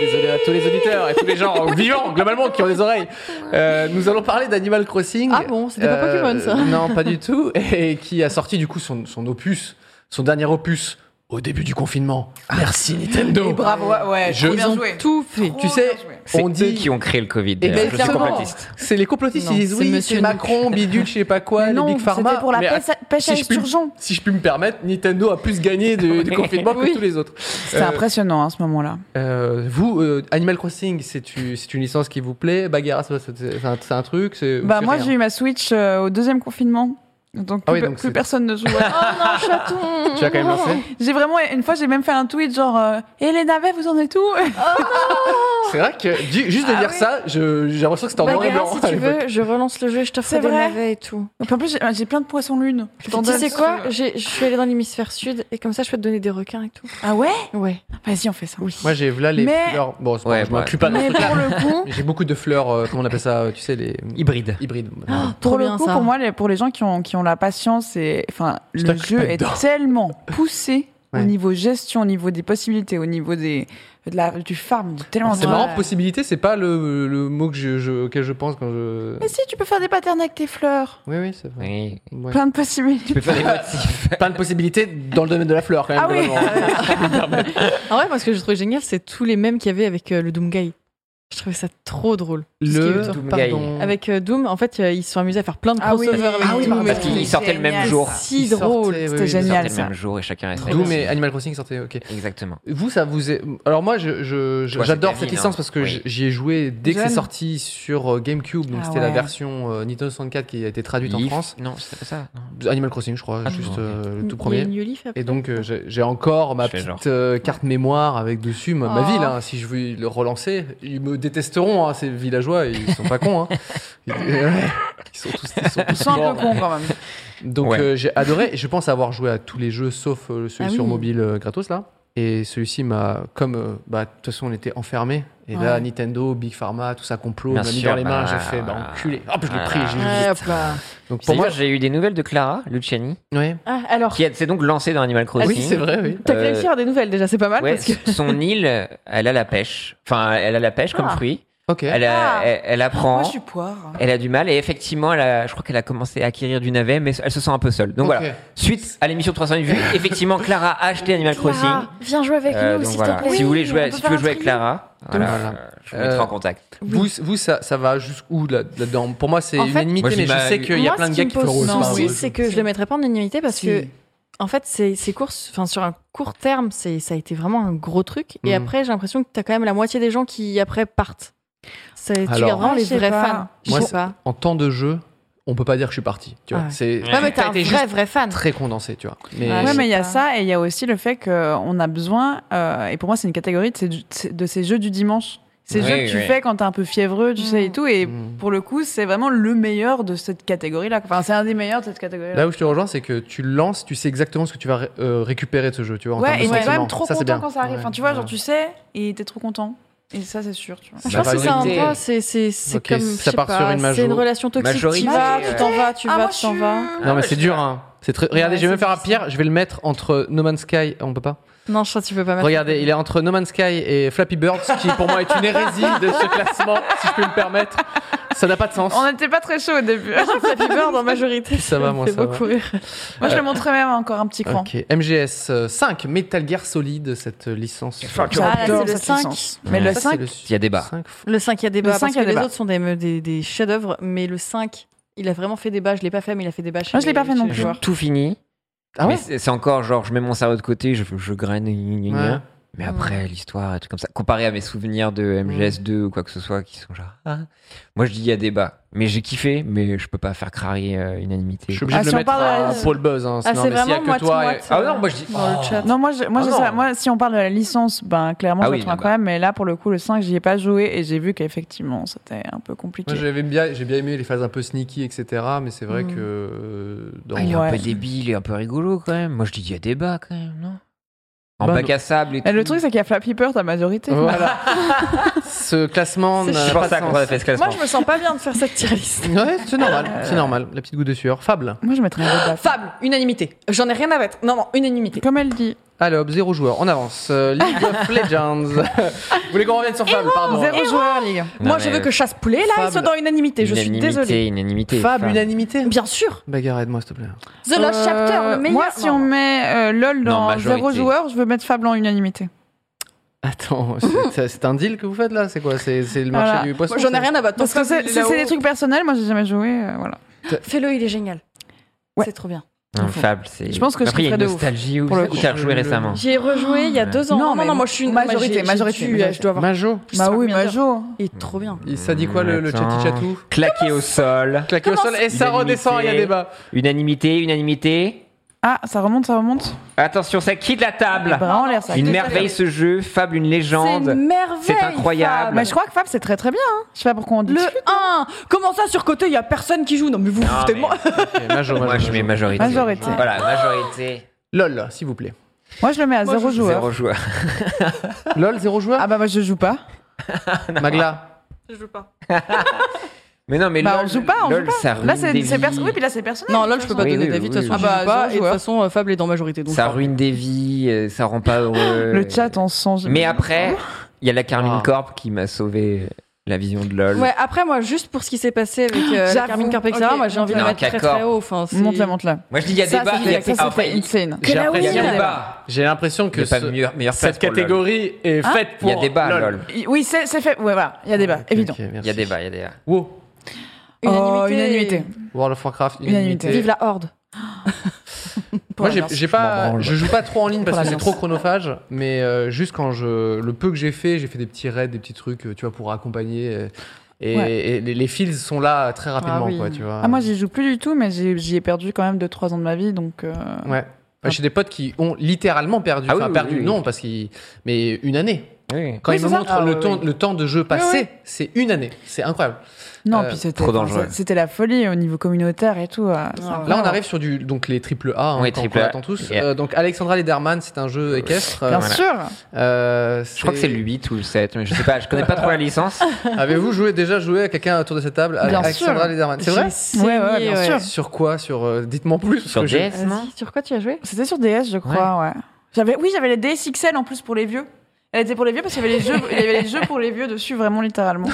A: Désolé à tous les auditeurs et tous les gens vivants globalement qui ont des oreilles. Euh, nous allons parler d'Animal Crossing.
D: Ah bon, c'était pas
A: Euh,
D: Pokémon ça.
A: Non, pas du tout. Et qui a sorti du coup son, son opus, son dernier opus, au début du confinement.
D: Ah.
A: Merci Nintendo.
B: Et bravo, ouais, ouais,
A: Je-
B: trop
D: Ils
B: bien
D: ont
B: joué.
D: tout fait.
B: Trop
A: Tu sais,
B: bien joué.
C: C'est
A: On
C: eux
A: dit-
C: qui ont créé le Covid.
A: Et
C: d'ailleurs, je suis
A: exactement.
C: complotiste.
A: C'est les complotistes
D: Non,
A: qui disent
D: c'est
A: oui,
D: Monsieur
A: c'est Macron, bidule, je sais pas quoi,
B: Mais
A: les
B: non,
A: Big Pharma.
B: C'était pour la
A: Mais
B: pêche à, pêche à
A: si je puis-
B: l'esturgeon.
A: Si je puis me permettre, Nintendo a plus gagné de- du confinement que
D: Oui.
A: tous les autres.
B: C'était
A: Euh,
B: impressionnant à ce moment-là.
A: euh, vous, euh, Animal Crossing, c'est u- c'est une licence qui vous plaît Bagheera, c'est c'est un, c'est un truc c'est-
B: Bah
A: euh, c'est
B: moi
A: rien.
B: j'ai eu ma Switch euh, au deuxième confinement. Donc,
A: Ah
B: plus,
A: oui, donc
B: plus
A: c'est-
B: personne ne joue.
D: chaton.
A: Tu as quand même lancé
B: j'ai vraiment une fois j'ai même fait un tweet genre euh, et les navets vous en êtes où Oh.
A: C'est vrai que du- juste de
B: Ah
A: dire ça, je- j'ai l'impression que c'était
B: Bah,
A: en noir et
D: Bagheera,
A: blanc.
D: Bah, si
A: à
D: tu
A: l'époque.
D: veux, je relance le jeu et je t'offre
B: C'est
D: des
B: vrai.
D: navets et tout.
B: Et puis, En plus j'ai- j'ai plein de poissons lune. Je t'en
D: Tu
B: donne
D: sais
B: si tu
D: quoi
B: veux.
D: J'ai- Je suis allée dans l'hémisphère sud et comme ça je peux te donner des requins et tout.
A: Oh,
B: Ah ouais
D: Ouais.
B: Vas-y on fait ça.
D: Oui.
A: Moi j'ai voilà les
B: Mais-
A: fleurs. Bon, c'est pas
C: Ouais,
A: grave, je
C: ouais.
A: m'inclus pas dans ce
B: Mais
A: truc-là.
B: pour le coup,
A: J'ai beaucoup de fleurs, euh, comment on appelle ça, euh, tu sais, les
C: Hybride.
A: hybrides.
D: Trop
B: pour le
D: bien,
B: coup
D: ça.
B: pour moi les, pour les gens qui ont qui ont la patience et enfin
A: Je
B: le
A: t'inclus
B: jeu
A: pas
B: est
A: dedans.
B: tellement poussé
A: Ouais.
B: au niveau gestion, au niveau des possibilités, au niveau des de la, du farm, de tellement
A: Ah, C'est
B: de-
A: marrant, possibilité, c'est pas le, le mot que je, je- auquel je pense quand je.
B: Mais si tu peux faire des patterns avec tes fleurs,
A: Oui, oui, c'est vrai.
C: Oui.
A: Ouais.
B: plein de possibilités.
C: Tu peux faire des motifs.
A: Plein de possibilités dans le domaine de la fleur, quand même.
B: Ah oui.
A: globalement.
D: Ah En vrai, moi ce que je trouvais génial, c'est tous les mêmes qu'il y avait avec euh, le Doomguy. Je trouvais ça trop drôle. Tout ce qu'il y a eu
A: Le.
D: autour.
C: Doom
A: Pardon.
D: Avec euh, Doom, en fait, euh, ils se sont amusés à faire plein de
B: Ah oui,
D: crossovers avec
B: ah oui,
D: Doom.
B: pardon.
D: et
C: Parce
D: tout.
C: qu'ils sortaient le même
B: Génial,
C: jour.
A: ça.
D: si
A: Ils sortaient,
D: drôle.
A: oui,
D: C'était
A: oui, ils
C: Ils
B: oh, Génial,
C: sortaient
B: ça.
C: le même jour et chacun essayait.
A: Doom et Animal Crossing sortaient, ok.
C: Exactement.
A: Vous, ça vous est... Alors moi, je- je- je-
C: Toi,
A: j'adore
C: c'est
A: cette
C: Kevin,
A: licence
C: hein.
A: parce que
C: Oui.
A: j- j'y ai joué dès que
B: Jeune.
A: c'est sorti sur euh, GameCube, donc
D: Ah
A: c'était la
D: ouais.
A: version euh, Nintendo 64 qui a été traduite en
C: Leaf.
A: France.
C: Non, c'est pas ça. non.
A: Animal Crossing, je crois,
C: Ah,
A: juste
C: ok.
A: euh, le tout
D: Il y a
A: premier.
D: New Leaf après.
A: Et donc euh, j'ai j'ai encore ma
C: Je fais
A: petite euh, carte mémoire avec dessus ma, ma
D: Oh.
A: ville. hein. Si je veux le relancer, ils me détesteront, hein, ces villageois, ils sont pas cons. hein. Ils, ils sont tous, ils sont
B: Ils
A: tous
B: sont un
A: morts.
B: peu cons quand même.
A: Donc
C: Ouais.
A: euh, j'ai adoré. Je pense avoir joué à tous les jeux sauf euh, celui
D: Ah
A: sur
D: oui.
A: mobile euh, gratos là. Et celui-ci m'a, comme euh, bah, de toute façon on était enfermés. Et là
D: Ouais.
A: Nintendo, Big Pharma, tout ça complot,
C: Bien
A: m'a mis
C: sûr,
A: dans les mains.
C: bah,
A: j'ai fait, bah
C: voilà.
A: enculé. Hop, je l'ai
C: Voilà.
A: pris. J'ai joué.
D: Ouais, hop là.
A: Donc pour
C: Pour
A: moi,
C: j'ai eu des nouvelles de Clara Luciani,
A: ouais.
D: Ah, alors,
C: qui a- s'est donc lancée dans Animal Crossing.
A: Ah oui, c'est vrai, oui.
D: t'as
C: Euh,
D: réussi à avoir des nouvelles déjà, c'est pas mal
C: Ouais,
D: parce que.
C: son île, elle a la pêche. Enfin, elle a la pêche comme
D: Ah.
C: fruit.
A: Ok.
C: Elle, a-
B: Ah.
C: elle, elle apprend.
B: Moi, je suis poire.
C: Elle a du mal et effectivement, elle a- je crois qu'elle a commencé à acquérir du navet, mais elle se sent un peu seule. Donc
A: Ok.
C: voilà. Suite à l'émission 300 vues, effectivement, Clara a acheté Animal
H: Clara,
C: Crossing.
H: viens jouer avec
C: Euh,
H: nous,
C: donc
H: s'il
C: voilà.
H: te plaît.
C: Si vous voulez
H: On
C: jouer,
H: peut
C: si tu
H: faire
C: veux
H: un
C: jouer avec
H: trio.
C: Clara, voilà,
A: Voilà.
C: euh, je vous mettrai
A: Euh,
C: en contact.
A: Vous, vous ça, ça va jusqu'où là- là-dedans Pour moi, c'est
D: En
A: une
D: fait,
A: unanimité,
C: Moi,
A: mais je
C: j'imagine-
A: sais qu'il y a
H: Moi,
A: plein
H: ce
A: de
H: qui
A: gars
H: me
A: qui feront c'est
H: pose
A: pas
D: souci,
A: vrai.
H: souci, c'est que je le mettrais pas en anonymité parce
D: Si.
H: que en fait, ces, ces courses, enfin sur un court terme, c'est ça a été vraiment un gros truc. Et
A: Mhm.
H: après, j'ai l'impression que t'as quand même la moitié des gens qui après partent. C'est- Tu
A: Alors-
H: gardes vraiment
B: Ah,
H: les
B: je sais
H: vrais
B: pas.
H: fans. Je
A: Moi,
H: sais
A: c'est-
H: pas.
A: En temps de jeu, on peut pas dire que je suis parti. Tu vois,
H: Ah ouais.
A: c'est
H: Ouais, mais t'es
A: T'as
H: un
A: été
H: vrai,
A: juste
H: vrai fan.
A: très condensé, tu vois. Mais
D: Ouais,
B: Ouais,
D: je
B: mais
D: sais
B: il y a
D: pas.
B: ça et il y a aussi le fait qu'on a besoin, euh, et pour moi c'est une catégorie de ces, de ces- de ces jeux du dimanche. Ces
C: Oui,
B: jeux que tu
C: oui.
B: fais quand t'es un peu fiévreux, tu sais, et
H: Mm.
B: tout. Et
A: Mm.
B: pour le coup, c'est vraiment le meilleur de cette catégorie-là. Enfin, c'est un des meilleurs de cette catégorie-là.
A: Là où je te rejoins, c'est que tu lances, tu sais exactement ce que tu vas ré- euh, récupérer de ce jeu, tu vois. en termes
B: Ouais,
A: de
B: et t'es quand
A: sentiments.
B: même trop
A: Ça, c'est
B: content
A: bien.
B: quand ça arrive.
A: Ouais.
B: Enfin, tu vois, genre
A: Ouais.
B: tu sais, et t'es trop content. Et ça, c'est sûr, tu vois.
D: Je
A: La
D: pense que c'est un
A: majorité.
D: peu, c'est c'est- c'est
A: Ok,
D: comme.
A: ça
D: je sais
A: part sur
D: pas,
A: une
D: C'est une
A: majo-
D: relation toxique. Tu
C: majorité,
D: vas,
C: ouais.
D: tu t'en vas, tu
B: Ah,
D: vas,
B: moi,
D: tu
B: je
D: t'en
B: suis-
D: vas.
A: Non, mais
C: ouais,
A: c'est
C: je
A: dur, hein. C'est très... Regardez,
D: Ouais,
A: je vais même
D: c'est
A: faire un
D: difficile.
A: pire. Je vais le mettre entre No Man's Sky. On peut pas
D: Non, je crois que tu peux pas mettre.
A: Regardez, il est entre No Man's Sky et Flappy Birds, qui pour moi est une hérésie de ce classement, si je peux me permettre. Ça n'a pas de sens.
B: On n'était pas très chaud au début.
D: Flappy Bird en majorité.
A: Ça va,
D: me
A: moi,
D: fait
A: ça
D: beaucoup
A: va.
D: rire.
B: Moi, je le montrais même encore un petit cran.
A: Ok, MGS euh, 5, Metal Gear Solid, cette euh, licence.
D: Ah, là,
B: J'adore
D: c'est le
B: cette
D: 5.
B: licence. Mais le
A: Ça, c'est
B: 5,
A: le-
C: Il y a débat.
A: 5 fois.
D: Le 5, il y a débat.
B: Le
D: parce
B: cinq, il y a
D: que les
B: débat.
D: autres sont des, des, des chefs-d'œuvre, mais le 5, il a vraiment fait débat. Je l'ai pas fait, mais il a fait débat. chez
B: Moi, je l'ai
D: les-
B: pas fait non
D: chez les
B: plus.
D: joueurs.
C: Tout fini.
A: Ah
C: mais
A: ouais
C: c'est c'est encore genre, je mets mon cerveau de côté, je, je graine, gna, gna, gna.
A: Ouais.
C: mais après l'histoire et tout comme ça, comparé à mes souvenirs de MGS2 ou quoi que ce soit, qui sont genre, ah. moi je dis il y a débat, mais j'ai kiffé, mais je peux pas faire crarier euh, unanimité.
A: Je suis obligé
B: Ah,
A: de
B: si
A: le
B: on
A: mettre
B: parle
A: à
B: de-
A: Paul Buzz. Hein,
B: Ah,
A: sinon,
D: c'est
A: mais s'il y a
D: vraiment
A: que
D: moitié,
A: toi. et-
D: moitié.
C: Ah non, moi je dis
D: Dans le
C: oh.
D: chat.
B: Non, moi, je- moi,
C: Ah
B: je
C: non.
B: sais- moi, si on parle de la licence, ben, clairement,
C: Ah
B: je
C: oui,
B: le trouve
C: bah.
B: incroyable. Mais là, pour le coup, le 5, j'y ai pas joué et j'ai vu qu'effectivement, c'était un peu compliqué.
A: Moi, j'avais bien, j'ai bien aimé les phases un peu sneaky, etc. Mais c'est vrai que euh, dans
C: Ah, il est un
B: Ouais.
C: peu débile et un peu rigolo quand même. Moi je dis il y a débat quand même, non En
A: Bah,
C: bac à sable et
B: Mais
C: tout.
B: Eh, le truc, c'est qu'il y a Flappy Bird à majorité.
A: voilà, ce classement n'a
C: je
A: pas
C: pense
A: de
C: ça qu'on
A: sens.
C: a fait ce classement.
D: Moi, je me sens pas bien de faire cette tier list.
A: Ouais, c'est normal, c'est normal. La petite goutte de sueur. Fable.
B: Moi, je mettrais un débat.
D: Fable, unanimité. J'en ai rien à mettre. Non, non, unanimité.
B: Comme elle dit.
A: Allez, hop, zéro joueur. On avance. Euh, League of Legends. Vous voulez qu'on revienne sur Fable Pardon.
B: Zéro joueur, les gars.
C: Non,
D: Moi, je
C: mais-
D: veux que Chasse Poulet, là,
A: Fable.
D: il soit dans unanimité. Je suis
C: Unanimité,
D: désolée.
C: Unanimité,
A: Fable,
C: Fable.
A: unanimité.
D: Bien sûr.
A: Bagarre, aide-moi, s'il te plaît.
D: The Lost
B: Euh,
D: Chapter, le meilleur.
B: Moi, si on met euh, LOL
C: Non,
B: dans
C: majorité.
B: zéro joueur, je veux mettre Fable en unanimité.
A: Attends, c'est- c'est un deal que vous faites là C'est quoi C'est c'est le marché
B: Voilà.
A: du poisson
D: Moi, J'en ai rien à battre.
B: Parce que c'est c'est- c'est des trucs personnels, moi, j'ai jamais joué. euh, voilà.
H: Fais-le, il est génial.
B: Ouais.
D: C'est trop bien.
C: Non, Fable, c'est.
B: Je pense que je
C: Après, il y a une
B: kifferais de ouf.
C: nostalgie ou
B: Pour le
C: ça,
B: coup.
C: j'y ai rejoué récemment.
D: J'y ai rejoué il y a deux ans.
B: Non,
D: Non,
B: mais
D: non, non, moi je suis une
B: majorité,
D: moi, j'ai-
B: majorité,
D: j'ai dû- euh,
B: majorité.
D: Je dois avoir.
A: Majo.
D: je sais
B: Bah
D: pas
B: oui,
D: combien d'heures.
B: Majo.
D: Il est trop bien.
A: Il- Ça dit quoi le, le
C: Attends.
A: chatti chatou
C: Claqué au sol.
A: Claqué au sol et ça
C: Unanimité.
A: redescend, il y a débat.
C: Unanimité, unanimité.
B: Ah, ça remonte, ça remonte.
C: Attention, ça quitte la table.
B: Bras en l'air, ça.
C: Une merveille ce jeu, Fable une
D: C'est
C: légende.
D: une merveille.
C: C'est incroyable.
D: Fab.
B: Mais Bah, je crois que Fable, c'est très très bien. hein. Je sais pas pourquoi on dit.
D: Le 1 Comment ça, sur côté, il y a personne qui joue Non, mais vous vous
C: Non,
D: foutez de
C: mais-
D: moi
A: Ok, Majo, Majo,
C: Moi, je
A: Majo.
C: mets majorité.
B: Majorité.
C: Voilà, majorité.
A: LOL, s'il vous plaît.
B: Moi, je le mets à
D: Moi,
B: zéro
D: je-
B: joueur.
C: Zéro joueur.
A: LOL, zéro joueur
B: Ah bah moi je joue pas.
A: Magla.
D: Je joue pas.
C: Mais non, mais
B: bah
C: LOL,
B: on joue pas, on
C: LOL,
B: joue
C: ça
A: Ah,
B: pas. Là
C: ruine
B: c'est
C: des
B: c'est
C: vies.
B: perso- oui, puis là c'est personnel.
D: Non, là, je peux pas
C: Oui,
D: donner
C: oui,
D: d'avis. De toute
C: oui,
D: façon,
C: oui.
D: je
B: Ah bah,
D: joue pas.
B: zéro
D: Et de toute
B: joueur.
D: façon, euh, Fable est dans majorité. Donc
C: Ça
D: je-
C: ruine des vies, euh, ça rend pas heureux.
B: Le chat on se sent.
C: Mais après, il y a la Carmine
A: Ah.
C: Corp qui m'a sauvé la vision de LOL.
D: Ouais, après, moi, juste pour ce qui s'est passé avec euh, la
B: J'avoue.
D: Carmine Corpexara,
B: Ok.
D: moi, j'ai envie de
C: Non,
D: la mettre très
C: qu'accord.
D: très haut. Enfin, c'est-
B: Monte la monte là.
C: Moi, je dis, il y a
D: Ça,
C: débat.
D: c'est-
C: il y a-
D: ça,
B: Ça,
C: ah,
B: ça
C: enfin,
B: fait insane.
C: j'ai l'impression qu'il y a
D: Kelaoui.
C: débat.
A: J'ai l'impression
C: Il y
A: que
C: a pas
A: ce-
C: de meilleure, meilleure place
A: cette
C: pour LOL.
A: catégorie est
B: Ah.
A: faite
C: Il
A: pour.
C: y a débat, LOL.
B: Oui, c'est c'est fait. Ouais, voilà, il y a débat, évident.
A: Ah, Ok, merci.
C: Il y a débat, il y a débat.
A: Wow.
B: Oh, unanimité.
A: World of Warcraft,
B: Unanimité.
A: unanimité.
D: Vive la Horde.
A: Moi, j'ai
B: l'annonce,
A: j'ai
C: m'en
A: pas,
C: branle.
A: je joue pas trop en ligne parce
B: Pour
A: que c'est
B: l'annonce.
A: trop chronophage, mais euh, juste quand je, le peu que j'ai fait, j'ai fait des petits raids, des petits trucs, euh, tu vois, pour accompagner. euh, et
B: Ouais.
A: et les, les fils sont là euh, très rapidement,
D: oui.
A: quoi, tu vois.
B: Ah, moi, j'y joue plus du tout, mais j'ai- j'y ai perdu quand même 2-3 ans de ma vie, donc. euh,
A: Ouais. Enfin, J'ai des potes qui ont littéralement perdu,
C: Ah oui,
A: enfin
C: oui,
A: perdu,
C: oui.
A: non, parce qu'ils, mais une année.
C: Oui.
A: Quand
B: Oui,
A: ils me
B: c'est ça.
A: montrent
B: Ah,
A: le,
B: oui,
A: temps,
B: oui.
A: le temps de jeu passé, c'est une année. C'est incroyable.
B: Non,
A: Euh,
B: puis c'était.
C: trop dangereux.
B: enfin, C'était la folie au niveau communautaire et tout. euh, c'est incroyable.
A: Là, on arrive sur du, donc les triple A, hein,
C: Oui,
A: qu'on-
C: triple
A: qu'on
C: A.
A: attend tous.
C: Yeah.
A: Euh, donc Alexandra Lederman, c'est un jeu équestre.
B: Bien
A: Euh,
B: sûr.
A: euh,
C: Je crois que c'est le 8 ou le 7, mais je sais pas, je connais pas trop la licence.
A: Avez-vous joué, déjà joué à quelqu'un autour de cette table
B: Bien
A: Alexandra
B: sûr.
C: Ah,
A: Lederman. C'est vrai
D: J'ai
B: Ouais, ouais, Euh,
D: saigné,
B: bien sûr.
A: Sur quoi Sur euh, dites-moi plus. parce
C: Sur
A: que j'ai-
C: DS, non
D: Vas-y, Sur quoi tu as joué
B: C'était sur DS, je crois, ouais. J'avais, oui, j'avais les DS XL en plus pour les vieux. Elle était pour les vieux parce qu'il y avait les jeux, il y avait les jeux pour les vieux dessus, vraiment littéralement.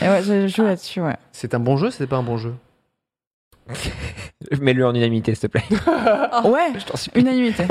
B: Et ouais, j'ai
D: Ah.
B: joué là-dessus, ouais.
A: C'est un bon jeu, c'était pas un bon jeu.
C: Mets-le en unanimité, s'il te plaît.
D: Ah.
B: Ouais,
C: Je t'en supplie.
B: unanimité.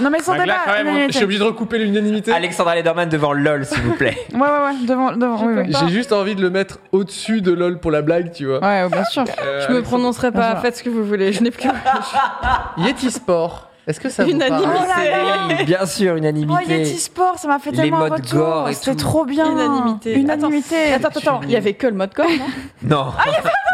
B: non mais sans
C: Donc là, quand
A: hein.
B: débat,
C: même, hein. on-
B: unanimité.
A: obligé de recouper l'unanimité.
C: Alexandra Lederman devant LOL, s'il vous plaît.
B: Ouais, ouais, ouais, devant, devant, oui, oui.
A: J'ai juste envie de le mettre au-dessus de LOL pour la blague, tu vois.
B: Ouais, ouais, bien sûr.
C: Euh,
D: Ah, Je me prononcerai
B: Bien
D: pas,
B: sûr.
D: faites ce que vous voulez, je n'ai plus.
B: Ah.
A: Yeti Sport. Est-ce que ça vous
D: Unanimité.
A: parle
B: Oh là là.
C: Bien sûr,
B: Oh, il
C: unanimité.
B: était sport, ça m'a fait
C: Les
B: tellement un
C: modes
B: retour.
C: gore et
B: C'était
C: tout.
B: trop bien.
D: Unanimité.
B: Unanimité.
D: Attends, attends, attends, il y avait que le mode corps. non
C: non.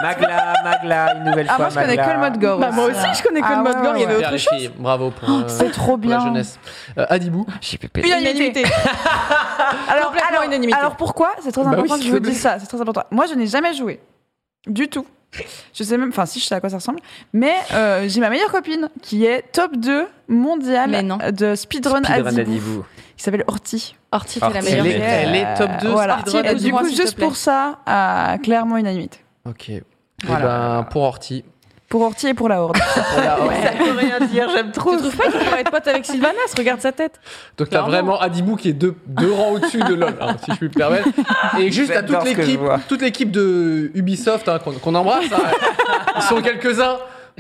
C: Magla, Magla, une nouvelle
B: Ah,
C: fois.
B: moi je connais
C: Magla.
B: que le mode gore.
D: Bah, moi aussi, je connais que
B: Ah,
D: le mode
B: ouais,
D: gore, il y
B: ouais,
D: avait
A: Pierre
D: autre
A: les
D: chose.
A: filles, Bravo pour, euh,
B: C'est trop
A: pour la
B: bien.
A: jeunesse. Euh, Adibou.
C: J'ai pépé.
B: Unanimité. alors,
D: Complètement
B: alors,
D: unanimité.
B: alors pourquoi C'est très
A: Bah
B: important
A: oui,
B: que
A: s'il
B: je vous
A: te plaît.
B: dise ça. C'est très important. Moi, je n'ai jamais joué. Du tout. Je sais même, enfin, si je sais à quoi ça ressemble. Mais euh, j'ai ma meilleure copine qui est top 2
D: Mais
B: mondiale
D: non.
B: de speedrun à
C: Speedrun
B: Dibou,
C: d'Adibou.
B: qui s'appelle Orti.
D: Orti, t'es la
C: Orti, elle
D: meilleure.
C: est- elle
A: est top 2
B: Voilà.
D: speedrun.
B: Et du
D: Dis-moi,
B: coup,
D: s'il te
B: juste
D: plaît.
B: pour ça, euh, clairement unanimité.
A: Ok. Eh
B: Voilà.
A: ben, pour Orti.
B: Pour Orti et pour la Horde.
D: Tu trouves pas qu'il pourrait être pote avec Sylvanas Regarde sa tête.
A: Donc t'as
D: Clairement.
A: vraiment Adibou qui est deux, deux rangs au-dessus de LOL, hein, si je puis me permettre. Et juste à toute
C: J'adore ce que je
A: l'équipe,
C: vois.
A: toute l'équipe de Ubisoft hein, qu'on qu'on embrasse, hein, ils sont quelques-uns.